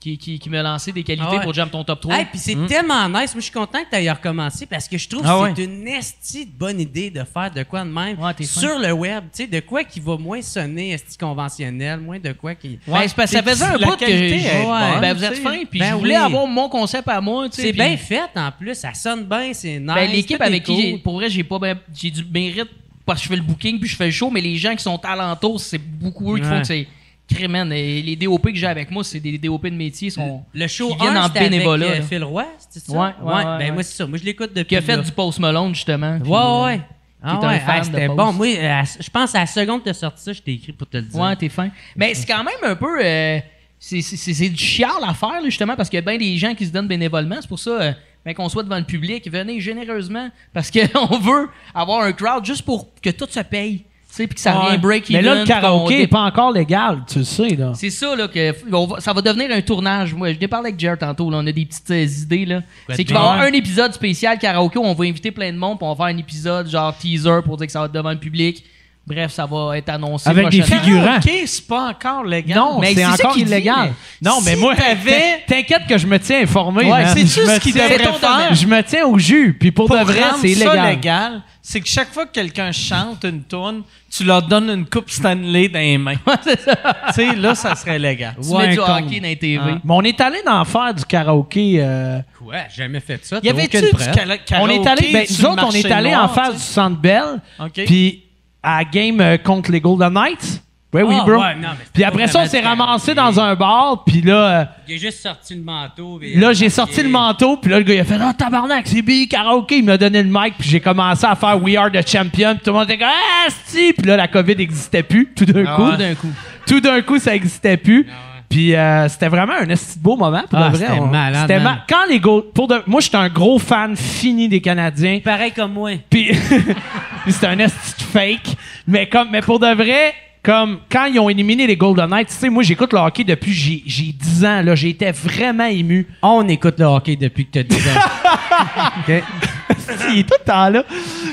S6: qui, qui, qui m'a lancé des qualités
S12: Ah ouais.
S6: pour Jump ton top 3.
S12: Hey, puis c'est tellement nice. Moi, je suis content que tu aies recommencé parce que je trouve
S4: Hmm. Ah
S12: que c'est une estie de bonne idée de faire de quoi de même
S6: Ouais, t'es fin.
S12: sur le web. Tu sais, de quoi qui va moins sonner estie conventionnel, moins de quoi qui.
S6: Ben, c'est parce que ça faisait un
S4: la
S6: bout que
S4: qualité
S6: je-
S4: est bonne,
S6: ben, vous
S4: tu
S6: êtes
S4: sais.
S6: fin, puis
S12: Ben
S6: je voulais
S12: oui.
S6: avoir mon concept à moi. tu sais,
S12: C'est
S6: puis-
S12: bien fait en plus. Ça sonne bien, c'est nice.
S6: Ben, l'équipe
S12: tout est
S6: avec qui,
S12: cool.
S6: pour vrai, j'ai pas ben- j'ai du mérite parce que je fais le booking puis je fais le show, mais les gens qui sont alentours, c'est beaucoup eux qui font
S12: Ouais.
S6: que c'est crémen. Et les DOP que j'ai avec moi, c'est des DOP de métier sont,
S12: Le show
S6: qui
S12: 1,
S6: viennent en
S12: c'était avec
S6: bénévolat,
S12: euh,
S6: là.
S12: Phil Roy, c'est ça?
S6: Ouais, ouais, ouais,
S12: ben
S6: ouais.
S12: moi, c'est ça. Moi, je l'écoute depuis
S6: qui a fait
S12: là.
S6: du Post Malone, justement. puis,
S12: Ouais,
S6: euh,
S12: ouais. Ah
S6: t'es un
S12: ouais,
S6: fan
S12: ah, c'était
S6: de
S12: bon.
S6: Pose.
S12: Moi, euh, à- je pense à la seconde que t'as sorti ça, je t'ai écrit pour te le dire.
S6: Ouais, t'es fin. Mais c'est quand même un peu. euh, c'est c'est- c'est- c'est du chial à faire, là, justement, parce qu'il y a bien des gens qui se donnent bénévolement. C'est pour ça euh, ben, qu'on soit devant le public. Venez généreusement, parce (laughs) qu'on veut avoir un crowd juste pour que tout se paye. Tu sais, puis que ça
S5: Ouais.
S6: rien break
S5: Mais là,
S6: even,
S5: le
S6: qu'on
S5: karaoké
S6: dé-
S5: n'est pas encore légal, tu le sais, là.
S6: C'est ça, là, que f- on va- ça va devenir un tournage. Moi, je l'ai parlé avec Jared tantôt, là, on a des petites euh, idées, là. C'est qu'il va y avoir un épisode spécial karaoké où on va inviter plein de monde, puis on va faire un épisode genre teaser pour dire que ça va être devant le public. Bref, ça va être annoncé
S3: Avec des
S6: prochainement.
S3: figurants.
S4: OK, c'est pas encore légal.
S5: Non,
S6: Mais
S5: c'est
S6: c'est ça
S5: encore
S6: qu'il dit,
S5: illégal. non, mais moi, t'in- t'inquiète que je me tiens informé.
S4: Ouais,
S5: man.
S4: c'est
S5: Je
S4: juste
S5: me
S4: ce qu'il
S5: tiens-
S6: C'est ton
S4: devrait faire.
S6: domaine.
S5: Je me tiens au jus, puis pour, de
S4: Pour
S5: vrai,
S4: rendre
S5: c'est
S4: ça
S5: illégal.
S4: légal, c'est que chaque fois que quelqu'un chante une tourne, tu leur donnes une coupe Stanley dans
S12: (laughs)
S4: les mains. Tu sais, là, ça serait légal.
S6: Tu mets du hockey dans les TV.
S5: Mais on est allé d'en faire du karaoké. euh,
S12: Quoi? J'ai jamais fait ça.
S4: Y avait-tu du cala-
S5: on est allé,
S4: karaoké
S5: ben,
S4: sur
S5: nous
S4: le
S5: autres, on
S4: marché
S5: est allé
S4: noir,
S5: en faire
S4: tu
S5: du
S4: sais?
S5: Centre Bell,
S4: OK.
S5: puis à la game euh, contre les Golden Knights. Oui, oui,
S12: Ah,
S5: bro.
S12: ouais, non, mais c'était
S5: puis
S12: pas
S5: après ça, on
S12: vraiment
S5: s'est
S12: du karaoké.
S5: ramassé dans un bar, puis là, euh,
S12: J'ai juste sorti le manteau. puis- euh,
S5: là j'ai sorti le manteau, puis là, le gars, il a fait « Oh, tabarnak, c'est Billy Karaoké! » Il m'a donné le mic, puis j'ai commencé à faire « We are the champion », puis tout le monde était comme « Ah, si! » Puis là, la COVID n'existait plus, tout
S12: Ah
S5: d'un coup.
S6: Tout d'un coup.
S5: Tout d'un coup, ça n'existait plus. Puis euh, c'était vraiment un esti de beau moment, pour
S12: Ah,
S5: de vrai.
S12: c'était
S5: On-
S12: malade,
S5: c'était
S12: man.
S5: ma- Quand les Go- pour de- Moi, j'étais un gros fan fini des Canadiens.
S12: Pareil comme moi.
S5: Puis (laughs) c'est un esti de fake. Mais, comme, mais pour de vrai, comme quand ils ont éliminé les Golden Knights, tu sais, moi j'écoute le hockey depuis j'ai, j'ai 10 ans. Là, j'étais vraiment ému.
S12: On écoute le hockey depuis que t'as 10 ans.
S5: (laughs) Il est tout le temps là.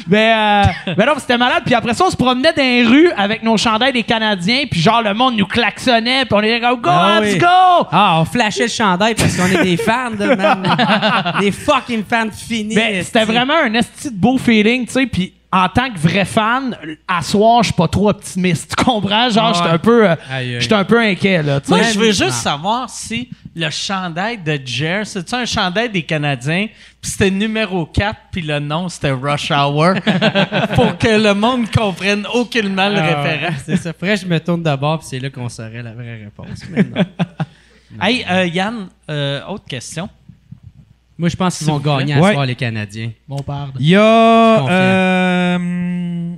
S5: Mais, euh, mais non, c'était malade. Puis après ça, on se promenait dans les rues avec nos chandails des Canadiens. Puis genre, le monde nous klaxonnait. Puis on était comme Go,
S12: Ah
S5: let's
S12: oui.
S5: go!
S12: Ah, on flashait le chandail parce qu'on est des
S4: (laughs)
S12: fans, là, man. des fucking fans finis.
S5: Mais c'était vraiment un esti de beau feeling, tu sais. Puis en tant que vrai fan, à soir, je suis pas trop optimiste. (laughs) Tu comprends? Genre, j'étais un peu, euh,
S12: Ah Aïe, aïe. Ah.
S5: j'étais un peu inquiet, là. tu sais.
S4: Moi, je veux juste savoir si le chandail de Jer, c'est-tu un chandail des Canadiens? Puis c'était numéro 4, puis le nom, c'était Rush Hour. (laughs) pour que le monde comprenne aucunement le
S5: Ah.
S4: référent.
S12: Ah C'est ça. Faudrait que je me tourne d'abord, puis c'est là qu'on saurait la vraie réponse. mais non.
S4: Hey, euh, Yann, euh, autre question.
S12: Moi, je pense qu'ils vont
S4: vous
S12: gagner à
S3: Ouais.
S12: soir, les Canadiens.
S6: Bon pardon.
S3: Il y a.
S12: confiant.
S3: euh, hum,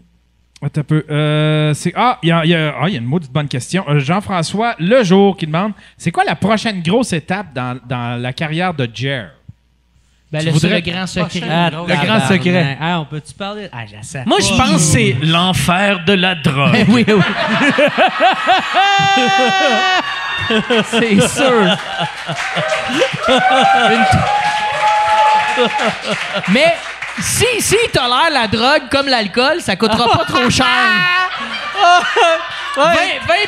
S3: attends un peu. Euh, c'est- ah, il y a, il y a- ah, il y a une maudite bonne question. Euh, Jean-François Lejour qui demande c'est quoi la prochaine grosse étape dans, dans la carrière de Jer
S6: Ben,
S3: Tu
S6: le,
S3: voudrais
S6: le grand secret.
S4: prochaine
S6: Ah,
S4: grosse-
S5: Le grand
S12: Tabarnak.
S5: secret.
S12: Ah, on peut-tu parler? Ah, j'essaie.
S4: Moi, je pense que c'est l'enfer de la drogue.
S6: oui, oui. (laughs) C'est sûr. Une- Mais si, si il tolère la drogue comme l'alcool, ça coûtera pas trop cher. 20, 20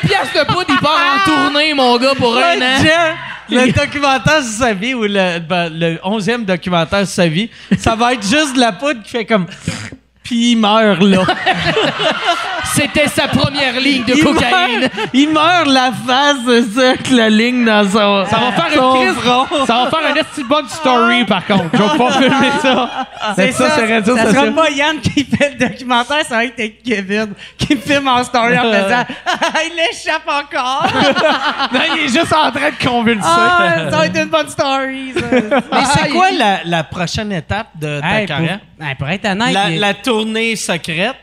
S6: piastres de poudre, il part en tournée, mon gars, pour un
S4: Le
S9: hein.
S6: an.
S4: Jean,
S9: (laughs)
S4: Le documentaire sur sa vie, ou le, ben, le 11e documentaire sur sa vie, ça va être juste de la poudre qui fait comme. Puis il meurt là.
S6: C'était sa première ligne de
S5: il
S6: cocaïne.
S5: Meurt, il meurt la face de ça que la ligne dans son.
S7: Ça va faire
S5: son
S7: une crise.
S5: front.
S7: Ça va faire une petite bonne story, par contre. Je vais pas filmer ça.
S5: C'est ça, c'est radio
S9: ça sera
S5: social.
S9: pas Yann qui fait le documentaire, ça va être Kevin qui filme en story
S4: (laughs)
S9: en faisant (laughs) « Il échappe encore!
S7: Non, il est juste en train de convulser. »
S9: Ah, Ça va être une bonne story, ça.
S4: (laughs) Mais c'est quoi la, la prochaine étape de ta
S9: Hey,
S4: carrière?
S9: pour, hey, pour être honnête,
S4: La,
S9: il-
S4: la tournée secrète?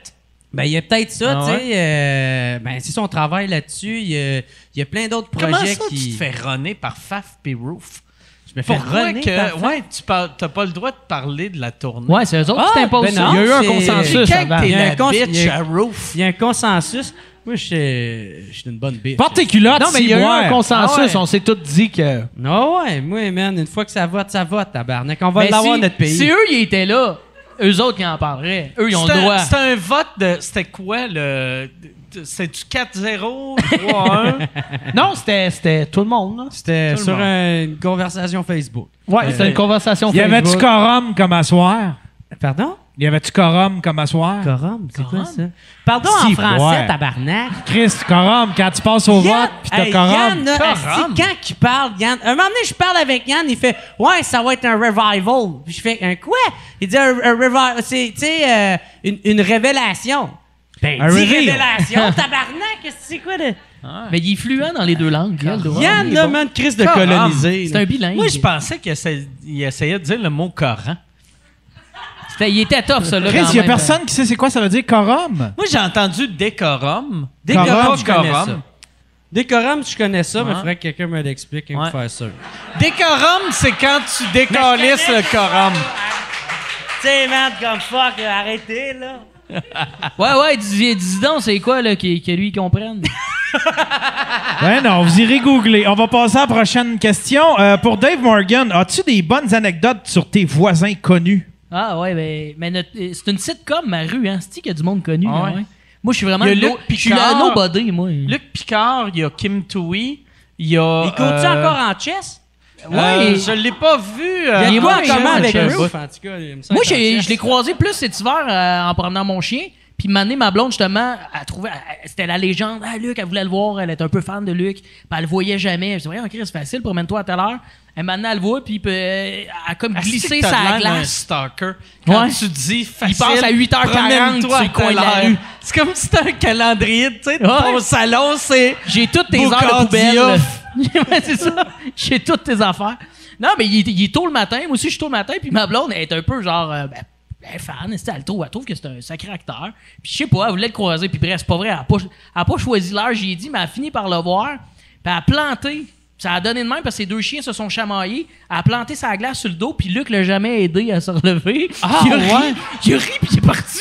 S9: ben, il y a peut-être ça,
S4: Ah
S9: tu sais. euh, ben, c'est ça, on travaille là-dessus. Il y a, il y a plein d'autres projets
S4: Comment ça,
S9: qui...
S4: tu te fais runner par Faf puis Roof?
S9: Je me fais
S4: Pourquoi
S9: runner par-
S4: que... Ouais, tu n'as pas le droit de parler de la tournée.
S6: Ouais, c'est eux autres
S9: Ah,
S6: qui t'imposent
S9: ben
S6: ça.
S9: non,
S7: Il y a eu un
S9: c'est-
S7: consensus
S9: c'est quand
S7: avant.
S9: que t'es
S4: Il y a
S9: la
S4: un cons-
S9: bitch
S4: il y a-
S9: à Roof? Il y a un consensus. Moi, je suis- je suis une bonne bitch.
S7: Porte tes culottes,
S5: Non, mais il y a eu
S7: ciboire.
S5: un consensus,
S7: Ah ouais.
S5: on s'est tous dit que.
S9: Non, Ah ouais, moi, man, une fois que ça vote, ça vote, tabarnak. On va
S6: Mais
S9: l'avoir,
S6: si-
S9: notre pays.
S6: Si eux, ils étaient là, eux autres, ils en parleraient. Eux, ils ont
S4: C'est
S6: le
S4: un-
S6: droit.
S4: C'est un vote de. C'était quoi le. C'est du 4-0, 3-1.
S7: Non, c'était c'était tout le monde. là.
S9: C'était
S4: Tout le
S9: sur
S4: monde.
S9: un- une conversation Facebook.
S7: Ouais, c'était une conversation
S3: Y avait-tu
S7: Facebook.
S3: quorum comme à soir?
S9: Pardon?
S3: Y avait-tu quorum comme à soir?
S9: Corum, c'est quoi ça? Pardon
S3: Si,
S9: en français,
S3: ouais.
S9: tabarnak.
S3: Chris, quorum, quand tu passes au vote, pis t'as
S9: hey,
S3: quorum.
S9: Yann, là, asti, quand qu'il parle, Yann, un moment donné, je parle avec Yann, il fait Ouais, ça va être un revival. Puis je fais Un quoi? Il dit Un, revival, c'est, tu sais, euh, une, une révélation. Ben,
S3: Un
S9: dis
S3: reveal.
S9: (laughs) révélation, tabarnak, qu'est-ce que c'est quoi de.
S6: Mais il est fluent dans les deux langues. il a le droit.
S9: Yann,
S6: Il est
S9: là,
S6: bon.
S9: man, crise de
S4: Corum.
S9: colonisé.
S6: C'est un bilingue.
S4: Moi, je pensais qu'il essa- il essayait de dire le mot Coran.
S6: C'était- Il était tough, ça, là.
S3: Chris,
S6: quand
S3: y a
S6: même.
S3: personne qui sait c'est quoi ça veut dire quorum?
S4: Moi, j'ai entendu décorum.
S3: Corum,
S4: Décorum,
S3: je
S9: connais ça.
S4: corum.
S9: Décorum, je connais ça, mais
S4: Ouais.
S9: il faudrait que quelqu'un me l'explique et me
S4: Ouais.
S9: fasse ça.
S4: Décorum, c'est quand tu décalisses
S9: Mais
S4: le
S9: je
S4: corum.
S9: Tu sais, man, comme fuck, arrêtez, là.
S6: Ouais, ouais, dis, dis donc, c'est quoi, là, que, que
S4: (laughs)
S6: lui comprenne?
S3: Ben non, vous irez googler. On va passer à la prochaine question. Euh, pour Dave Morgan, as-tu des bonnes anecdotes sur tes voisins connus?
S6: Ah, ouais, ben, mais notre- euh, c'est une sitcom, ma rue, hein. C'est-tu qu'il y a du monde connu,
S4: Ah
S6: là,
S4: ouais.
S6: ouais. Moi, je suis vraiment.
S4: Il y a
S6: le
S4: Luc
S6: no- Je suis
S4: Picard.
S6: la nobody, moi.
S4: Luc Picard, il y a Kim Tui, il y a.
S6: Euh,
S9: Il court-tu encore en chess?
S4: en. Euh, je l'ai pas vu. euh,
S9: Il y a
S6: est
S9: quoi
S6: moins
S9: en commun
S6: cher,
S9: avec
S6: le
S9: Roof?
S6: chess.
S9: En tout cas, il me semble
S6: Moi,
S9: qu'en
S6: j'ai-
S9: chess-
S6: je l'ai croisé plus cet hiver euh, en promenant mon chien. Puis Mané, ma blonde, justement, elle trouvait, elle- elle- c'était la légende. Ah, Luc, elle voulait le voir. Elle était un peu fan de Luc. Puis elle le voyait jamais. Je dis, voyons, Chris, c'est facile, promène-toi à telle heure. Elle m'a elle le voit, puis euh, elle a comme
S4: Asti,
S6: glissé
S4: t'as
S6: sa
S4: l'air d'un
S6: glace.
S4: stalker. Quand
S6: Ouais.
S4: tu dis
S6: Il
S4: facile,
S6: passe à 8h40 sur
S4: promène-toi
S6: le coin de la
S4: à
S6: rue.
S4: C'est comme si c'était un calendrier, tu sais,
S6: Ouais.
S4: ton salon, c'est...
S6: J'ai toutes tes
S4: Boucard
S6: heures de poubelle.
S4: Diouf.
S6: (laughs) Ouais, c'est ça. J'ai toutes tes affaires. Non, mais il est, il est tôt le matin. Moi aussi, je suis tôt le matin. Puis ma blonde, elle est un peu genre. euh, ben, elle est fan, est-ce que elle trouve, elle trouve que c'est un sacré acteur. Puis je sais pas, elle voulait le croiser. Puis bref, c'est pas vrai. Elle a pas, elle a pas choisi l'heure, j'ai dit, mais elle a fini par le voir. Puis elle a planté. Ça a donné de même parce que ses deux chiens se sont chamaillés. Elle a planté sa glace sur le dos. Puis Luc l'a jamais aidé à se relever. Ah, il a ri. Il a ri, puis il est parti.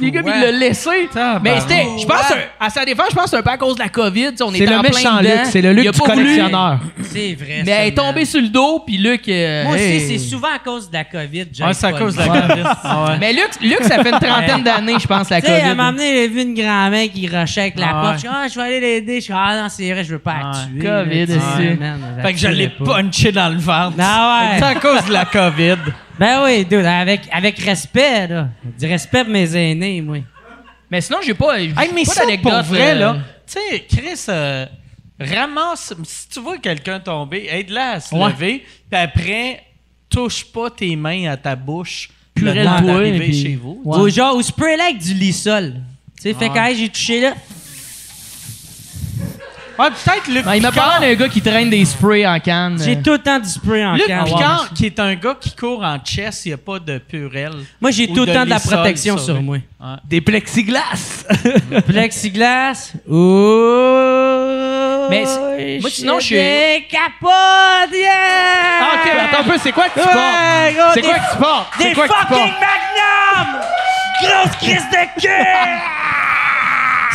S6: Les gars, il l'a laissé. Mais c'était, je pense, un- à sa défense, je pense que c'est un peu à cause de la COVID. tu sais, On
S7: C'est
S6: était
S7: le
S6: en
S7: méchant
S6: plein
S7: Luc,
S6: dedans.
S7: c'est le
S6: Il a
S7: Luc du
S6: pas voulu.
S7: collectionneur.
S9: C'est vrai.
S6: Mais elle est
S9: ça, man.
S6: tombée sur le dos, puis Luc. euh,
S9: Moi aussi,
S6: hey.
S9: c'est souvent à cause de la COVID.
S4: Ouais,
S9: j'arrive
S4: c'est à
S9: pas
S4: cause de
S9: le
S4: la
S9: voir.
S4: COVID. Ah ouais.
S6: Mais Luc, Luc, ça fait une trentaine d'années, je pense, la
S9: Tu sais, à un
S6: COVID.
S4: hein.
S9: moment donné, j'ai vu une grand-mère qui rushait avec la
S4: Ah
S9: porte.
S4: ouais.
S9: Je suis ah, je vais aller l'aider. Je suis ah non, c'est vrai, je veux pas la
S4: Ah
S9: tuer.
S6: ouais. COVID,
S9: là, tu sais,
S6: c'est-
S9: man, la
S4: Fait que je
S9: tuerais
S4: l'ai punché dans le ventre.
S9: Ah ouais.
S4: C'est à cause de la COVID.
S9: Ben oui, dude, avec, avec respect, là. Du respect pour mes aînés, moi.
S6: Mais sinon, j'ai pas. j'ai
S4: Hey, mais
S6: pas
S4: ça,
S6: d'anecdote,
S4: pour vrai,
S6: euh,
S4: là, tu sais, Chris, euh, ramasse, si tu vois quelqu'un tomber, aide-le à se
S6: Ouais.
S4: lever, puis après, touche pas tes mains à ta bouche le
S6: Purée
S4: temps
S6: de bois,
S4: d'arriver
S6: puis-
S4: chez vous.
S6: Ouais.
S9: Ou genre, ou spray là avec du lissol. Tu sais, fait que hey, j'ai touché là.
S4: Ouais, peut-être Luc
S6: ben, il m'a
S4: Picard,
S6: parlé d'un gars qui traîne des sprays en canne.
S9: J'ai
S6: euh.
S9: tout le temps du spray en
S4: Luc
S9: canne.
S4: Picard, qui est un gars qui court en chess, il n'y a pas de purel.
S9: Moi, j'ai
S4: Ou
S9: tout le temps de la
S4: Lysol
S9: protection sur moi.
S4: Ouais.
S7: Des plexiglas.
S9: (laughs) Plexiglas. Ouh.
S6: Mais c'est- moi, sinon, je suis-
S9: Des capotes, yeah!
S7: Ah, ok, mais attends un peu, c'est quoi que tu
S9: Ouais,
S7: portes?
S9: gros,
S7: C'est
S9: des-
S7: quoi que tu portes? C'est
S9: Des
S7: quoi que tu
S9: fucking
S7: portes?
S9: magnums! Grosse crise de cul!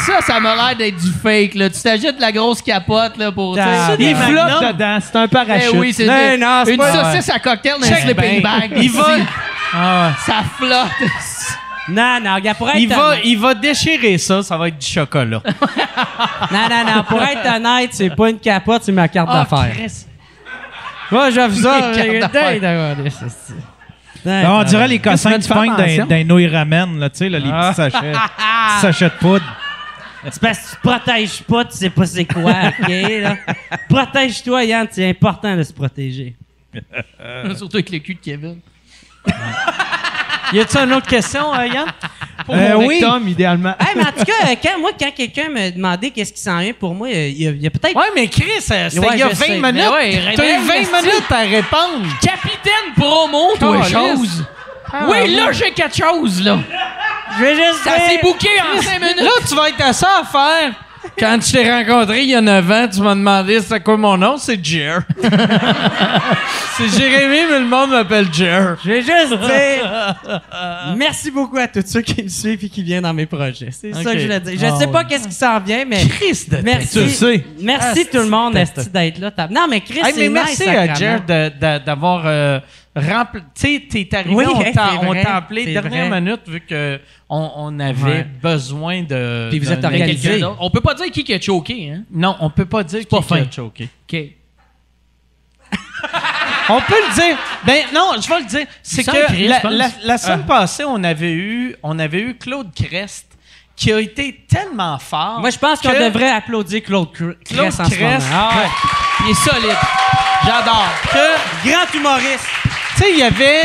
S6: Ça, ça m'a l'air d'être du fake, là. Tu t'ajoutes de la grosse capote, là, pour. tu sais,
S7: Ah,
S4: des
S7: Il flotte
S4: magnums?
S7: dedans, c'est un
S6: Eh
S7: parachute.
S6: oui, c'est
S9: Non,
S6: une,
S9: non, c'est
S6: une
S9: pas-
S6: saucisse à cocktail dans un
S4: Check bien.
S6: sleeping bag.
S4: Il va-
S6: Si.
S9: Ah
S6: Ça flotte. (laughs)
S9: Non, non, regarde, pour être
S4: Il va,
S9: honnête-
S4: il va déchirer ça, ça va être du chocolat.
S9: Non, non, non, pour être honnête, c'est pas une capote, c'est ma carte
S6: Ah,
S9: d'affaires.
S6: Chris.
S9: Moi, je
S5: (laughs)
S9: vais vous
S6: Mes cartes
S3: Là, Ah, on dirait les cossins
S7: tu
S3: du
S7: fais
S3: pain
S7: attention. Ah. (laughs)
S3: d'un noix ramen, là, tu sais, là, les petits sachets. petits sachets de poudre.
S9: C'est parce que tu te protèges pas, tu sais pas
S4: (laughs)
S9: c'est quoi, OK? là. Protège-toi, Yann, c'est important de se protéger.
S6: Surtout avec le cul de Kevin.
S4: Y a-tu une autre question, euh, Yann?
S7: Pour mon
S9: oui.
S7: rectum, idéalement.
S9: Hey, mais en tout cas, euh, quand, moi, quand quelqu'un me demandait qu'est-ce qui s'en vient pour moi, euh, il y a, il y a peut-être.
S4: Ouais, mais Chris, euh, c'était
S9: Ouais,
S4: il y a
S9: je
S4: 20
S9: sais, mais
S4: minutes.
S6: ouais,
S4: T'as
S6: réveille,
S4: eu 20
S6: merci.
S4: minutes à répondre.
S6: Capitaine promo, toi,
S7: Calice.
S6: chose.
S4: Ah
S6: oui, là, j'ai quelque chose, là.
S9: Je vais juste
S6: Ça
S9: dire-
S6: s'est bouqué en 5 minutes.
S5: Là, tu vas être à ça à faire. Quand je t'ai rencontré il y a 9 ans, tu m'as demandé c'est quoi mon nom, c'est Jer. (laughs) c'est Jérémy, mais le monde m'appelle Jer.
S9: Je vais juste dire merci beaucoup à tous ceux qui me suivent et qui viennent dans mes projets. Ah C'est ça que je voulais dire. Je sais pas
S4: Ah.
S9: qu'est-ce qui s'en vient, mais
S5: Christ de
S9: merci.
S5: Tu le sais.
S9: Merci tout le monde esti, d'être là. Tab- Non, mais Chris,
S4: Hey,
S9: c'est
S4: mais merci
S9: nice,
S4: à
S9: sacrément.
S4: Jer de- de- d'avoir euh, rempli. Tu sais, t'es arrivé,
S9: Oui,
S4: on
S9: hey,
S4: t'a-
S9: c'est
S4: on
S9: vrai,
S4: t'a appelé
S9: c'est
S4: dernière
S9: vrai.
S4: minute vu qu'on on avait
S9: Ouais.
S4: besoin de.
S6: Puis vous
S4: d'un
S6: êtes organisé.
S4: organisé.
S6: On peut pas dire qui qui a choqué, hein?
S4: Non, on peut pas dire
S6: pas
S4: qui
S6: fin.
S4: a choqué.
S6: OK.
S4: On peut le dire. Ben non, je vais le dire. C'est
S6: Sans
S4: que
S6: Chris,
S4: la,
S6: je pense.
S4: la-
S9: Ah.
S4: la semaine passée, on avait eu, on avait eu Claude Crest qui a été tellement fort.
S9: Moi, je pense qu'on
S4: que-
S9: devrait applaudir Claude Cr-
S4: Claude
S9: Cress en ce moment.
S4: Crest.
S9: Ah, ouais.
S6: Il est solide.
S4: J'adore. Que
S9: Grand humoriste.
S4: Tu sais, il y avait.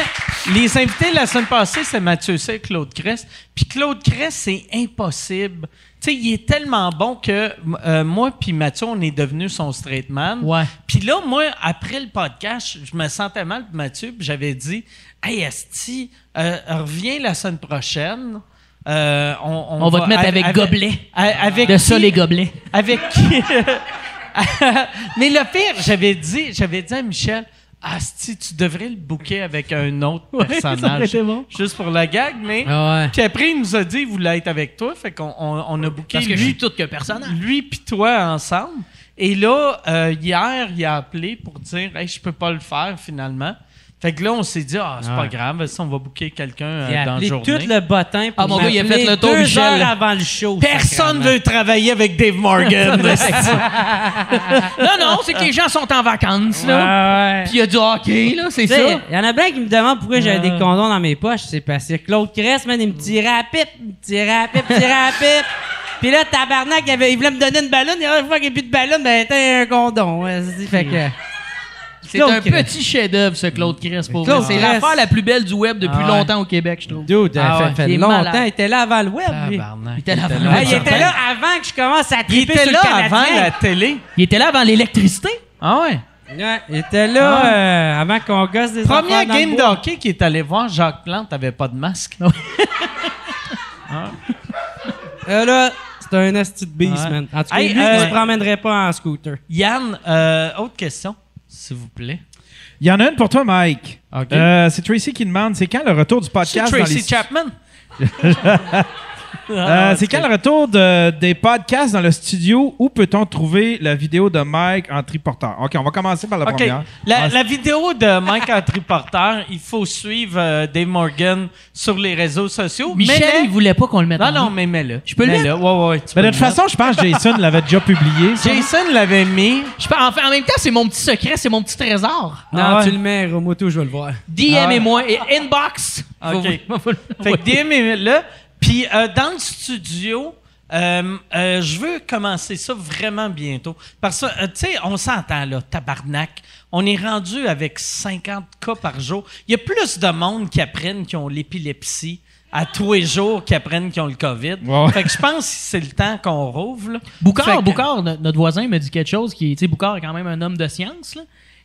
S4: Les invités la semaine passée, c'est Mathieu C, Claude Crest. Puis Claude Crest, c'est impossible. Tu sais, il est tellement bon que euh, moi puis Mathieu, on est devenu son straight man.
S6: Ouais.
S4: Puis là, moi, après le podcast, je me sentais mal pour Mathieu, puis j'avais dit Hey Esti, euh, reviens la semaine prochaine. Euh, on,
S6: On va te mettre avec gobelet.
S4: a- Avec
S6: De ça,
S4: qui-
S6: les gobelets.
S4: avec qui. (laughs) Mais le pire, j'avais dit, j'avais dit à Michel, Asti, tu devrais le booker avec un autre personnage. Juste pour la gag, mais.
S6: Ah
S4: Puis après, il nous a dit, il voulait être avec toi, fait qu'on on, on a booké
S6: Parce que je
S4: lui,
S6: suis tout que personnage.
S4: lui puis toi ensemble. Et là, euh, hier, il a appelé pour dire, hey, je peux pas le faire finalement. Fait que là, on s'est dit, ah, c'est pas grave, si on va booker quelqu'un euh,
S9: Il
S4: dans
S9: a
S4: la
S9: appelé
S4: journée.
S9: tout le bottin pour
S6: Ah, mon gars, il a
S9: m'appeler
S6: fait le tour,
S9: deux
S6: Michel.
S9: heures avant le
S4: Oh,
S9: show.
S4: Personne veut travailler avec Dave Morgan.
S6: Non, non, c'est que les gens sont en vacances, là.
S9: là.
S6: Puis il y a du hockey, là, c'est
S9: Tu sais,
S6: ça.
S9: Il y en a plein qui me demandent pourquoi j'avais des condoms dans mes poches. C'est parce que Claude Cress, man, il me tirait à la pipe, il me tirait à la pipe, il me tirait à la pipe. Puis là, tabarnak, il, avait- il voulait me donner une ballonne. Il a dit, fuck, il n'y a plus de ballonne, ben, t'as un condom. ouais, c'est- Fait que...
S6: C'est un
S9: Claude Crest.
S6: petit chef-d'œuvre, ce Claude Crest, pour
S9: Claude
S6: vrai. C'est
S9: Crest.
S6: l'affaire la plus belle du web depuis
S9: Ah ouais.
S6: longtemps au Québec, je trouve.
S9: Dude,
S6: Ah
S9: fait,
S6: ouais,
S9: fait
S6: il est
S9: longtemps.
S6: malade.
S9: Il était là avant le web, lui.
S6: Il était là avant,
S9: Ah, il était là avant que je commence à triper
S4: il était
S9: sur
S4: là
S9: le
S4: avant
S9: Canadien.
S4: la télé.
S6: Il était là avant l'électricité.
S4: Ah ouais?
S9: Ouais, il était là euh, avant qu'on gosse des
S4: Ah. Première
S9: affaires dans le
S4: game de
S9: bois.
S4: hockey qui est allé voir Jacques Plante avait pas de masque.
S9: Euh, là, c'est un asti de beast,
S4: Ouais.
S9: man. En tout cas,
S4: Hey,
S9: lui,
S4: euh,
S9: il se promènerait pas en scooter.
S4: Yann, euh, autre question, s'il vous plaît.
S3: Il y en a une pour toi, Mike.
S4: OK.
S3: Euh, c'est Tracy qui demande c'est quand le retour du
S4: C'est
S3: podcast dans
S4: Tracy
S3: les...
S4: Chapman.
S3: (laughs)
S7: Ah,
S3: Euh, c'est quand le retour de- des podcasts dans le studio où peut-on trouver la vidéo de Mike en triporteur OK, on va commencer par la
S4: OK.
S3: première.
S4: La,
S3: Ah,
S4: la vidéo de Mike en triporteur, il faut suivre euh, Dave Morgan sur les réseaux sociaux.
S6: Michel,
S4: Mets-le.
S6: il voulait pas qu'on le mette
S4: Non,
S6: en
S4: non,
S6: ligne.
S4: mais mets-le.
S6: Je peux le
S4: Mets-le. Ouais, ouais, tu peux
S3: Mais de toute
S4: le mettre.
S3: façon, je pense que Jason l'avait
S7: (laughs)
S3: déjà publié. ça.
S4: Jason l'avait mis.
S6: Je peux- en, fait, en même temps, c'est mon petit secret, c'est mon petit trésor.
S9: Non,
S4: Ah ouais.
S9: tu le mets, Romoto, je vais le voir.
S6: DM et moi, et inbox. Faut-
S4: Ah, OK.
S6: (laughs) faut- faut-
S4: Fait que DM est là. Puis euh, dans le studio, euh, euh, je veux commencer ça vraiment bientôt. Parce que, euh, tu sais, on s'entend là, tabarnak. On est rendu avec 50 cas par jour. Il y a plus de monde qui apprennent qu'ils ont l'épilepsie à tous les jours qui apprennent qu'ils ont le COVID.
S3: Ouais.
S4: Fait que je pense que c'est le temps qu'on rouvre. là. Fait
S6: Boucard,
S4: que-
S6: Boucard, no- notre voisin me dit quelque chose qui, tu sais, Boucard est quand même un homme de science, là.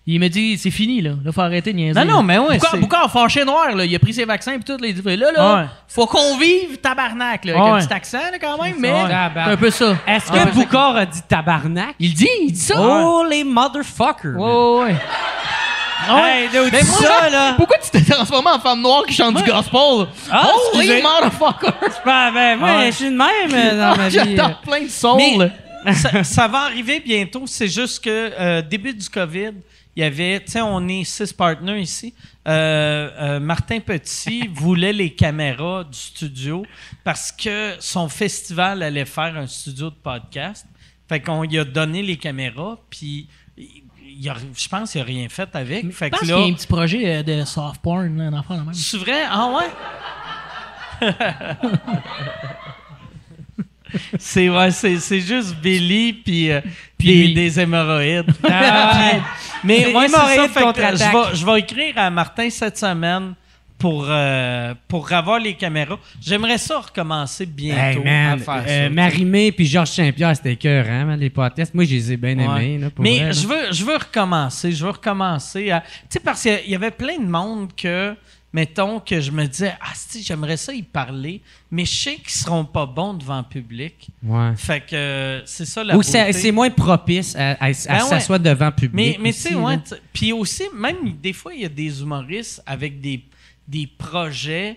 S6: Il me dit, c'est fini, là. Là, faut arrêter de niaiser.
S4: Non, non,
S6: là.
S4: mais ouais,
S6: Boucard,
S4: c'est-
S6: Boucard, fâché noir, là. Il a pris ses vaccins et tout, là. Il dit, là, là,
S4: Ouais.
S6: faut qu'on vive tabarnak, là. Avec
S4: Ouais.
S6: un petit accent, là, quand même, mais
S4: Ouais.
S6: c'est un peu ça.
S9: Est-ce
S6: Ah,
S9: que
S6: ouais.
S9: Boucard a dit tabarnak?
S6: Il dit, il dit ça.
S9: Holy motherfucker!
S6: Ouais, ouais, (laughs) ouais.
S9: Hey, là, où tu dis ça, là?
S6: Pourquoi tu t'es transformé en femme noire qui chante du gospel?
S9: Ah,
S6: Holy
S9: excusez.
S6: (laughs) motherfucker!
S9: Ben, ben,
S6: Ah,
S9: moi,
S4: Ouais.
S9: je suis de même euh,
S6: (laughs)
S9: dans ma vie.
S6: J'entends plein de soul.
S4: Mais
S6: (laughs)
S4: ça, ça va arriver bientôt. C'est juste que euh, début du COVID, il y avait, tu sais, on est six partenaires ici. Euh, euh, Martin Petit
S6: (laughs)
S4: voulait les caméras du studio parce que son festival allait faire un studio de podcast. Fait qu'on lui a donné les caméras, puis il- il a- je pense qu'il n'a rien fait avec.
S6: Je
S4: Fait
S6: pense
S4: que
S6: qu'il y a
S4: là,
S6: un petit projet euh, de soft porn, là, un enfant de même.
S4: c'est vrai? Ah ouais? C'est ouais, c'est, c'est juste Billy puis euh,
S6: Puis-
S4: des, des hémorroïdes.
S5: ouais.
S4: mais
S5: Des
S4: ouais, c'est ça.
S5: hémorroïdes
S4: Fait que
S5: contre-attaque.
S4: je vais- je vais écrire à Martin cette semaine pour euh, pour avoir les caméras. J'aimerais ça recommencer
S5: Hey,
S4: bientôt
S5: man,
S4: à faire
S5: euh,
S4: ça.
S5: Marimé puis Georges Saint-Pierre, c'était cœur, hein, man, les podcasts. Moi, je les ai bien aimés.
S4: Ouais.
S5: là, pour
S4: Mais
S5: vrai, là.
S4: je veux, je veux recommencer. Je veux recommencer à. Tu sais, parce qu'il y avait plein de monde que, mettons, que je me disais, ah, si, j'aimerais ça y parler, mais je sais qu'ils seront pas bons devant le
S5: (laughs)
S4: public.
S5: Ouais.
S4: Fait que euh, c'est ça la
S5: Ou
S4: beauté.
S5: c'est c'est moins propice à, à- à s'asseoir devant public.
S4: Mais, mais tu
S5: aussi,
S4: sais,
S5: là.
S4: ouais, tu- Puis aussi, même des fois, il y a des humoristes avec des, des projets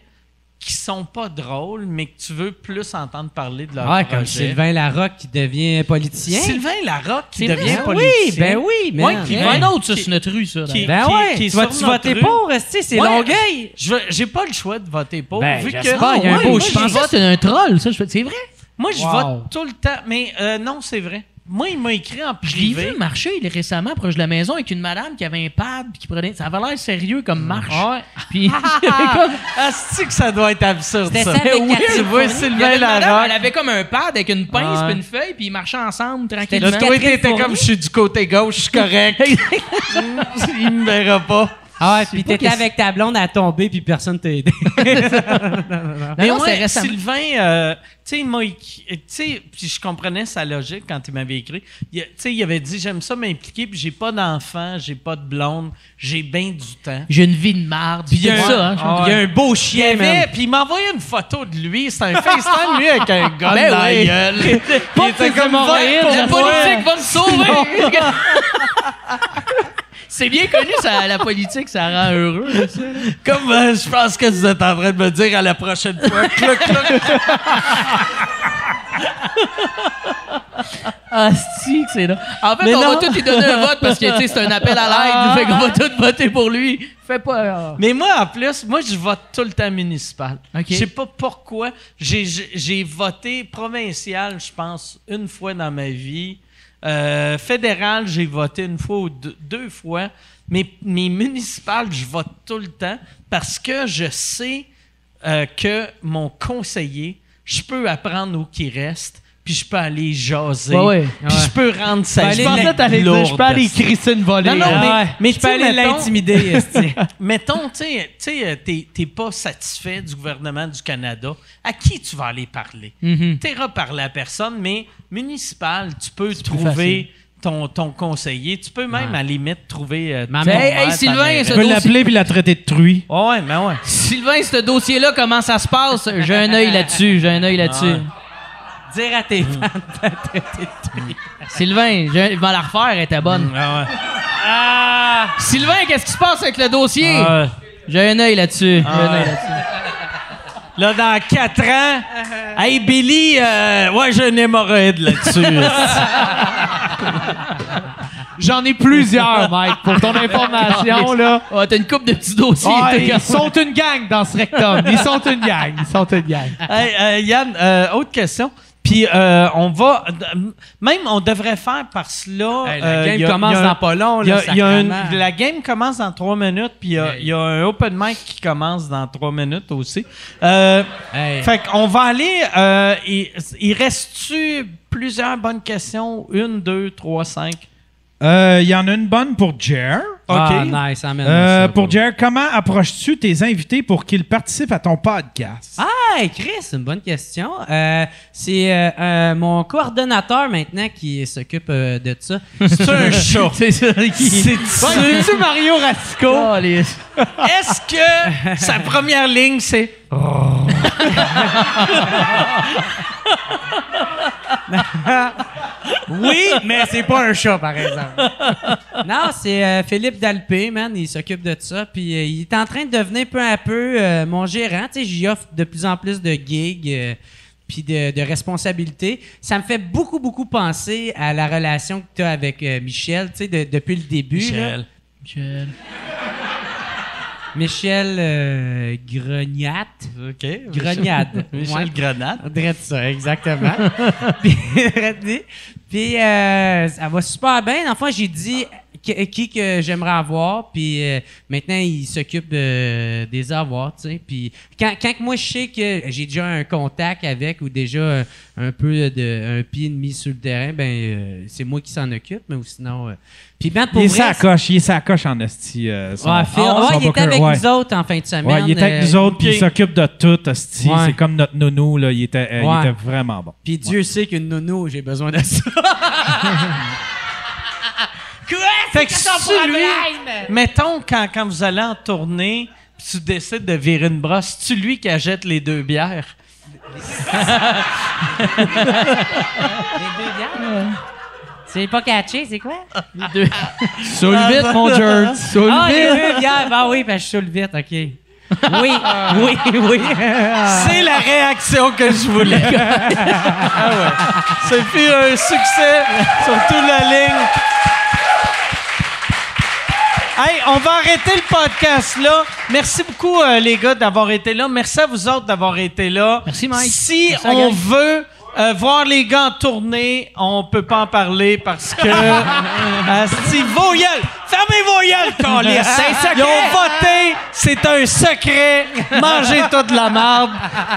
S4: qui sont pas drôles, mais que tu veux plus entendre parler de leur
S5: Ouais,
S4: projet.
S5: comme Sylvain Larocque qui devient politicien.
S4: Sylvain Larocque qui
S6: C'est vrai,
S4: devient
S6: ben
S5: oui,
S4: politicien.
S5: ben oui, mais
S4: Ouais, qui
S5: non,
S4: va-
S6: Un autre, ça,
S4: qui-
S6: c'est notre rue, ça.
S4: qui-
S5: Ben
S4: qui-
S5: ouais,
S4: qui est
S5: tu vas
S4: sur notre
S5: voter
S4: rue.
S5: pour, esti, c'est
S4: Ouais.
S5: Longueuil.
S4: Je veux- j'ai pas le choix de voter pour.
S5: Ben,
S4: vu que
S5: j'espère, il y a un
S4: Ouais,
S5: beau
S4: moi,
S6: je
S4: j'y
S6: pensais que
S4: vote-
S6: c'était un troll, ça. je fais- C'est vrai.
S4: Moi, je
S5: Wow.
S4: vote tout le temps. Mais euh, non, c'est vrai. Moi, il m'a écrit en
S6: Je l'ai
S4: privé.
S6: vu marcher il est récemment proche de la maison avec une madame qui avait un pad puis qui prenait. Ça avait l'air sérieux comme marche. (laughs) Puis
S4: Ah, c'est que ça doit être absurde,
S5: C'était
S4: ça.
S5: ça avec
S4: (laughs) Oui,
S5: Cathy
S4: tu vois,
S5: Fournier.
S6: Il y
S4: Sylvain
S6: avait une madame, elle
S4: Larocque.
S6: avait comme un pad avec une pince
S4: Ouais.
S6: puis une feuille puis ils marchaient ensemble
S4: Le
S6: tranquillement.
S4: tweet était comme, je suis du côté gauche, je suis correct.
S5: (laughs)
S4: (laughs) il me verra pas.
S5: Ah ouais, puis t'étais
S6: qu'est-ce-
S5: avec ta blonde à tomber, puis personne t'a (laughs) aidé.
S6: Mais
S4: Mais
S6: non, c'est
S4: Ah ouais,
S6: récemment.
S4: Sylvain, euh, tu sais, il m'a écrit- tu sais, puis je comprenais sa logique quand il m'avait écrit. Il a- Tu sais, il avait dit, j'aime ça m'impliquer, puis j'ai pas d'enfant, j'ai pas de blonde, j'ai bien du temps.
S6: J'ai une vie de marde. C'est
S4: un-
S6: ça, hein, je-
S4: Ah ouais.
S5: Il y a un beau chien,
S4: Il avait-
S5: man.
S4: puis il m'a envoyé une photo de lui, c'est un FaceTime, lui, avec
S6: (laughs)
S4: un gars
S6: Ben
S4: dans la
S6: oui. (laughs)
S4: gueule.
S5: Pas
S4: Il était
S5: de
S4: comme, vote
S5: Montréal,
S4: pour
S6: La
S4: moi.
S6: politique va me sauver! C'est bien connu, ça, la politique, ça rend heureux. là, ça.
S4: Comme euh, je pense que vous êtes en train de me dire à la prochaine fois. (laughs) Clouc, clouc.
S6: Asti, Ah, que c'est là. En fait,
S4: Mais
S6: on
S4: non.
S6: va tous lui donner un vote parce que tu sais, c'est un appel à l'aide.
S5: Ah.
S6: Fait qu'on va tous voter pour lui. Fais pas. euh,
S4: Mais moi, en plus, moi, je vote tout le temps municipal.
S6: Ok.
S4: Je sais pas pourquoi. J'ai- J'ai j'ai voté provincial, je pense, une fois dans ma vie. Euh, fédéral, j'ai voté une fois ou deux, deux fois. Mais, mais municipal, je vote tout le temps parce que je sais euh, que mon conseiller, je peux apprendre où qu'il reste, puis je peux aller jaser,
S6: Ouais, ouais. Ben,
S4: puis je peux rendre sa
S5: aller
S4: vie
S5: l'in-
S4: lourde.
S13: crisser une volée.
S4: Non, non, mais,
S5: Ah Ouais.
S4: mais
S5: Je peux
S4: tu sais,
S5: aller
S4: mettons-
S5: l'intimider,
S4: (laughs)
S5: esti.
S4: Mettons, tu sais, tu sais, euh, t'es t'es pas satisfait du gouvernement du Canada, à qui tu vas aller parler?
S5: Hmm.
S6: Mhm.
S4: T'iras parler à personne, mais municipal, tu peux trouver ton, ton conseiller. Tu peux même, à la limite, trouver... euh,
S5: Ma
S4: ton
S5: mère,
S4: maire,
S6: hey,
S4: ta
S6: Sylvain,
S4: mère.
S6: ce-
S3: Tu peux l'appeler puis la traiter de truie.
S4: Ouais, ouais, mais ouais.
S6: Sylvain, ce dossier-là, comment ça se passe? J'ai un œil là-dessus. J'ai un œil là-dessus.
S5: (laughs) Ah. Dire à
S4: Hmm.
S5: tes fans.
S6: Sylvain, je vais la refaire, elle était bonne.
S4: Ah,
S5: Ah!
S6: Sylvain, qu'est-ce qui se passe avec le dossier?
S4: Ah,
S6: J'ai un œil là-dessus. J'ai un œil là-dessus.
S4: Là, dans quatre ans,
S5: Uh-huh.
S4: hey, Billy, euh, ouais, j'ai une hémorroïde là-dessus.
S13: J'en ai plusieurs, Mike, pour ton
S6: (laughs)
S13: information, là.
S6: Ah, t'as une coupe de petits dossiers.
S13: Ah,
S6: t'as
S13: ils sont une gang dans ce rectum. Ils sont une gang. Ils sont une gang.
S4: Hey, euh, Yann, euh, autre question. Puis euh, on va. Même, on devrait faire parce que là.
S5: Hey, Ah, la
S4: euh,
S5: game
S4: y a-
S5: commence
S4: y a un-
S5: dans pas long,
S4: y a-
S5: là,
S4: y a un-
S5: sacrément.
S4: La game commence dans trois minutes, puis il y a- il y, a un open mic qui commence dans trois minutes aussi. Euh,
S5: Hey.
S4: Fait qu'on va aller. euh, il il reste-tu plusieurs bonnes questions? Une, deux, trois, cinq.
S3: Euh, Il y en a une bonne pour Jer.
S5: Ah, nice, amène
S3: Euh, pour Jer, comment approches-tu tes invités pour qu'ils participent à ton podcast?
S5: Ah, Chris, c'est une bonne question. Euh, c'est euh, euh, mon coordonnateur maintenant qui s'occupe euh, de ça.
S4: C'est un
S5: (laughs)
S4: show.
S6: C'est ça.
S4: C'est
S5: C'est-tu Mario Rasco?
S4: Est-ce que sa première ligne, c'est.
S5: Oui, mais c'est pas un chat, par exemple. non, c'est euh, Philippe Dalpé, man. Il s'occupe de ça. Puis euh, il est en train de devenir peu à peu euh, mon gérant. Tu sais, j'y offre de plus en plus de gigs. euh, puis de, de responsabilités. Ça me fait beaucoup, beaucoup penser à la relation que tu as avec euh, Michel, tu sais, de- depuis le début. là.
S4: Michel.
S6: Michel.
S5: Michel euh, Grognat.
S4: OK.
S5: Grognade. Ouais.
S4: (laughs) Michel Grenade.
S5: Drette ça, exactement. (laughs) puis, drette dit. puis euh, ça va super bien. Dans le fond, j'ai dit qui, qui que j'aimerais avoir, puis euh, maintenant, il s'occupe euh, des avoirs, tu sais. Puis quand, quand que moi, je sais que j'ai déjà un contact avec ou déjà euh, un peu de un pied et demi sur le terrain, ben euh, c'est moi qui s'en occupe, mais ou sinon... euh, Puis ben, pour
S3: Il est
S5: vrai,
S3: sa
S5: c'est-
S3: coche, il est sa coche en esti. euh, son-
S5: Ouais,
S3: son
S5: Phil, ouais, il était
S3: booker,
S5: avec
S3: ouais.
S5: nous autres en fin de semaine.
S3: Ouais, il était avec
S5: euh,
S3: nous autres, puis
S14: ok.
S3: il s'occupe de tout, esti.
S5: Ouais.
S3: C'est comme notre nounou, là. Il était, euh, il
S5: Ouais.
S3: était vraiment bon.
S5: Puis Dieu sait qu'une nounou, j'ai besoin de ça.
S4: Fait que c'est lui, mettons, quand, quand vous allez en tournée, puis tu décides de virer une brosse, c'est lui qui achète les deux bières.
S5: C'est pas catché, c'est quoi?
S7: Soule vite, mon George. Soule
S5: Ah, les
S7: vite.
S5: deux bières. Ben oui, ben je suis le vite, OK. Oui,
S4: (laughs) Ah.
S5: oui, oui.
S4: C'est la réaction que je voulais. (laughs) ah ouais. C'est plus un succès sur toute la ligne. Hey, on va arrêter le podcast là. Merci beaucoup euh, les gars d'avoir été là. Merci à vous autres d'avoir été là.
S6: Merci, Mike.
S4: Si
S6: Merci, la
S4: on
S6: gang.
S4: veut euh, voir les gars en tournée, on peut pas en parler parce
S6: (laughs)
S4: que Asti, vos gueules! Fermez vos gueules, câlisse! Ils ont voté, c'est un secret. Mangez toute la marde.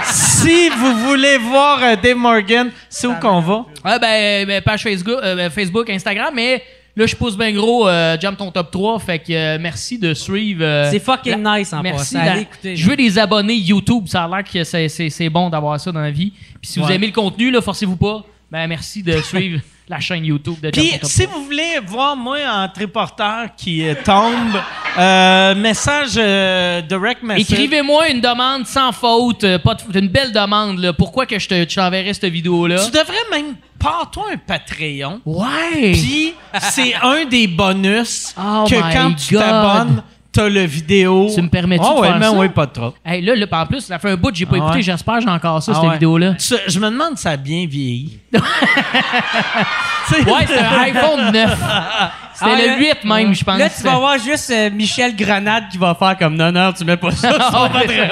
S4: Si vous voulez voir euh, Dave Morgan, c'est où qu'on va?
S6: Ouais, ben, ben, page Facebook, euh, ben, Facebook, Instagram, mais là, je pousse bien gros, euh, jump ton top 3. Fait que euh, merci de suivre. euh,
S5: C'est fucking
S6: la-
S5: nice en
S6: Merci.
S5: passant.
S6: la-
S5: Allez écouter.
S6: je veux des abonnés YouTube. Ça a l'air que c'est- c'est c'est bon d'avoir ça dans la vie. Puis si vous aimez le contenu, là, forcez-vous pas. Ben,
S5: (laughs)
S6: merci de suivre la chaîne YouTube de Jump
S4: Puis,
S6: ton top
S4: si
S6: 3.
S4: vous voulez voir moi en triporteur qui euh, tombe, euh, message euh, direct message.
S6: Écrivez-moi une demande sans faute, euh, pas de- une belle demande. Là. Pourquoi que je te- je t'enverrai cette vidéo-là?
S4: Tu devrais même pars-toi un Patreon.
S6: Ouais!
S4: Puis, c'est un des bonus
S6: (laughs) Oh
S4: que
S6: my
S4: quand tu
S6: God.
S4: t'abonnes, t'as le vidéo.
S6: Tu me permets-tu
S4: Ah
S6: de
S4: ouais,
S6: faire
S4: mais
S6: ça?
S4: oui, pas trop.
S6: Hey, là, là, en plus, ça fait un bout que j'ai pas
S4: Ah
S6: écouté.
S4: ouais.
S6: J'espère que j'ai encore ça,
S4: Ah
S6: cette
S4: ouais.
S5: (laughs)
S6: vidéo-là.
S4: Tu- Je me demande si ça a bien
S6: (laughs)
S4: vieilli.
S6: Ouais, c'est un iPhone 9. C'était
S5: Ah,
S6: le 8 même, je pense.
S5: Là, tu vas voir juste euh, Michel Grenade qui va faire comme non, non, tu mets pas ça.
S6: (laughs) Ah, ouais.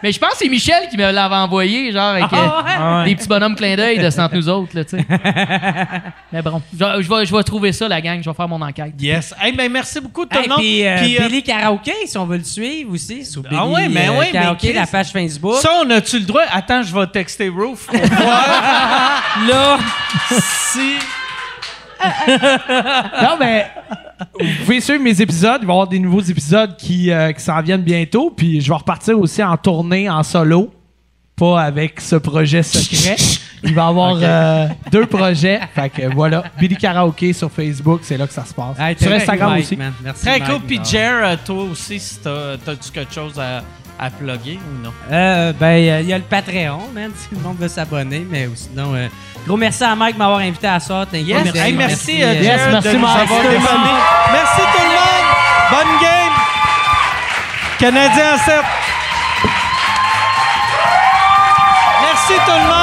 S6: Mais je pense que c'est Michel qui me l'avait envoyé, genre, avec
S5: Ah
S6: euh, des petits bonhommes clin d'œil de entre nous autres, là, tu sais.
S5: (laughs)
S6: Mais bon, je, je vais, je vais trouver ça, la gang. Je vais faire mon enquête.
S4: Yes. Eh ben, merci beaucoup, tout
S5: Hey,
S4: le monde.
S5: puis euh,
S4: Puis, euh,
S5: Billy Karaoke, si on veut le suivre aussi, sur Billy
S4: Ah ouais, mais
S5: euh,
S4: ouais, mais
S5: Karaoke,
S4: Chris-
S5: la page Facebook.
S4: ça, on a-tu le droit? Attends, je vais texter Roof.
S5: Là,
S4: si.
S7: Non, mais vous pouvez suivre mes épisodes. Il va y avoir des nouveaux épisodes qui, euh, qui s'en viennent bientôt. Puis je vais repartir aussi en tournée, en solo. Pas avec ce projet secret. Il va y
S5: (laughs)
S7: avoir euh, deux projets. Fait que voilà. Billy Karaoke sur Facebook, c'est là que ça se passe.
S5: Hey, t'es
S7: sur
S5: vrai,
S7: Instagram
S5: Mike,
S7: aussi.
S5: man. Merci,
S6: Oh
S4: Très
S5: Mike.
S4: cool. Puis, Jer, euh, toi aussi, si t'as, t'as-tu quelque chose à, à plugger ou non?
S5: Euh, ben, il y a le Patreon, man, si le monde veut s'abonner. Mais sinon, euh, gros merci à Mike de m'avoir invité à ça. T'es-
S4: Yes. Hey, merci, euh,
S5: euh,
S4: Jer,
S7: merci,
S4: de nous
S7: Mike.
S4: avoir
S7: Merci, tout le
S4: défendu. Merci, tout le monde. Bonne game. Canadien à 7. Merci, tout le monde.